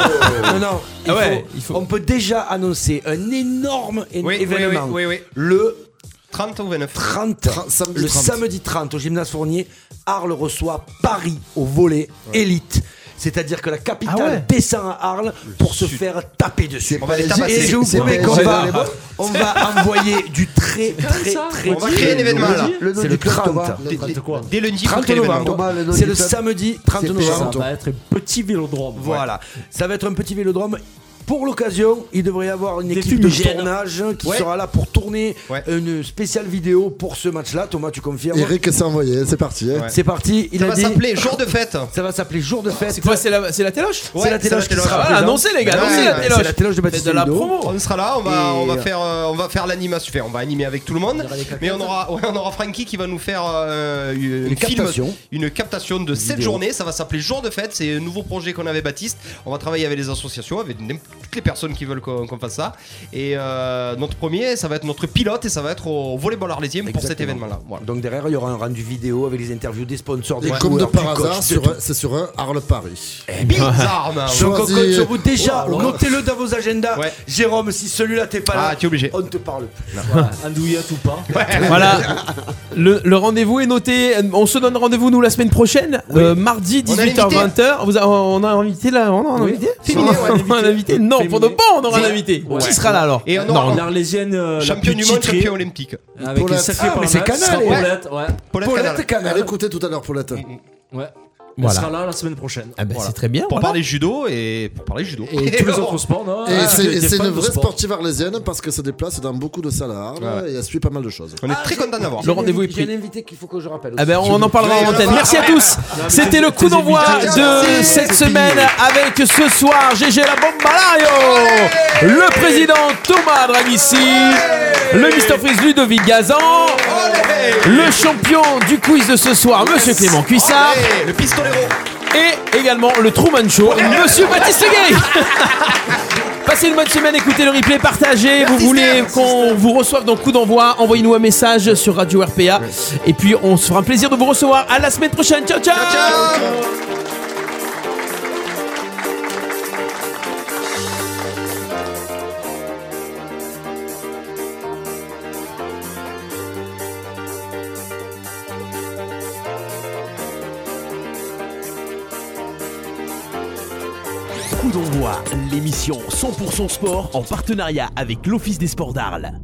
non, non, il Ah ouais, faut- il faut- on peut déjà annoncer un énorme é- Oui, oui, oui, événement. oui, oui. Le Bah, 30 ou 29. 30, Tra- samedi le 30. samedi 30 au gymnase Fournier, Arles reçoit Paris au volet élite. C'est-à-dire que la capitale Ah ouais descend à Arles pour se faire taper dessus. pas les tabasser. Et je vous C'est promets pas- qu'on c'est va, pas les bons. on va envoyer du très, très, très. On va créer un événement, là. Le nom C'est du le club, 30. Thomas. Dès- dès- dès lundi, on 30 crée l'événement. Thomas, novembre. le nom C'est du le club. samedi 30 C'est novembre. payant. Ça va être un petit vélodrome. Voilà. Ça va être un petit vélodrome. Pour l'occasion, il devrait y avoir une équipe de fumigènes. tournage qui Ouais. sera là pour tourner une spéciale vidéo pour ce match-là. Thomas, tu confirmes Eric s'est envoyé, c'est parti. hein. C'est parti. Il Ça a va dit- s'appeler jour de fête. Ça va s'appeler jour de fête. C'est quoi, c'est la, c'est la téloche Ouais, c'est la téloche qui sera Voilà, présente. Ah, annoncez les gars, Ouais, annoncez la ouais, téloche. c'est la téloche de Faites Baptiste de la Ludo. promo. On sera là, on va, Et- on va faire, euh, on va faire l'animation. Enfin, on va animer avec tout le monde. Mais on aura, ouais, on aura Frankie qui va nous faire euh, une, Une film- captation. une captation de cette vidéo. journée. Ça va s'appeler Jour de fête. C'est un nouveau projet qu'on avait Baptiste. On va travailler avec les associations, avec n'im- toutes les personnes qui veulent qu'on qu'on fasse ça. Et euh, notre premier, ça va être notre pilote et ça va être au volleyball arlésien pour cet Exactement. événement-là. Voilà. Donc derrière, il y aura un rendu vidéo avec les interviews des sponsors, des Et comme de joueurs, par du coach, hasard, de sur tout. un- c'est sur un Arles Paris. Eh, Bizarre, man. Donc on compte sur vous déjà, Oh, alors. notez-le dans vos agendas. Jérôme, si celui-là t'es pas là, Ah, t'es obligé. on ne te parle plus. Voilà. Andouillette ou pas Voilà, le, le rendez-vous est noté. On se donne rendez-vous nous la semaine prochaine, euh, mardi On a l'invité. 18h-20h. Vous a- on a un invité là, on a un invité. Féminin, ouais, on a un invité. Non, pour de bon, on aura un Ouais. invité. Ouais. Qui sera là alors Et on Non, aura on a- L'Arlésienne, euh, la Champion plus du monde, titrée. champion olympique. Avec Paulette. les sacrés Ah, mais Parnasse, c'est Canal, sera ouais. Paulette, ouais. Paulette Canal. Elle écoutait tout à l'heure, Paulette. Ouais. Voilà. Elle sera là la semaine prochaine. Ah ben, c'est très bien. Pour voilà. parler judo et pour parler judo. Et tous les autres sports, non Et Ah, c'est- t'es- et t'es c'est fan une de vraie sport. sportive arlésienne parce que se déplace dans beaucoup de salles à Arles et elle suit pas mal de choses. On est très content d'avoir. Le rendez-vous est J'ai un pris. invité qu'il faut que je rappelle. Ah ben, aussi. on en parlera en Ouais, on en antenne. parlera. Merci à tous. mais C'était t'es- le coup t'es d'envoi invité. de Merci. cette semaine avec ce soir GG la Bombalario, le président Thomas Dragissi, le Mr Freeze Ludovic Gazan, le champion du quiz de ce soir, Monsieur Clément Cuissard, le pistolero, et également le Truman Show, Monsieur Baptiste Gay. Passez une bonne semaine, écoutez le replay, partagez. vous voulez qu'on vous reçoive dans le coup d'envoi, envoyez-nous un message sur Radio RPA. Et puis on se fera un plaisir de vous recevoir. À la semaine prochaine. Ciao, ciao. Coup d'envoi, l'émission 100% sport en partenariat avec l'Office des sports d'Arles.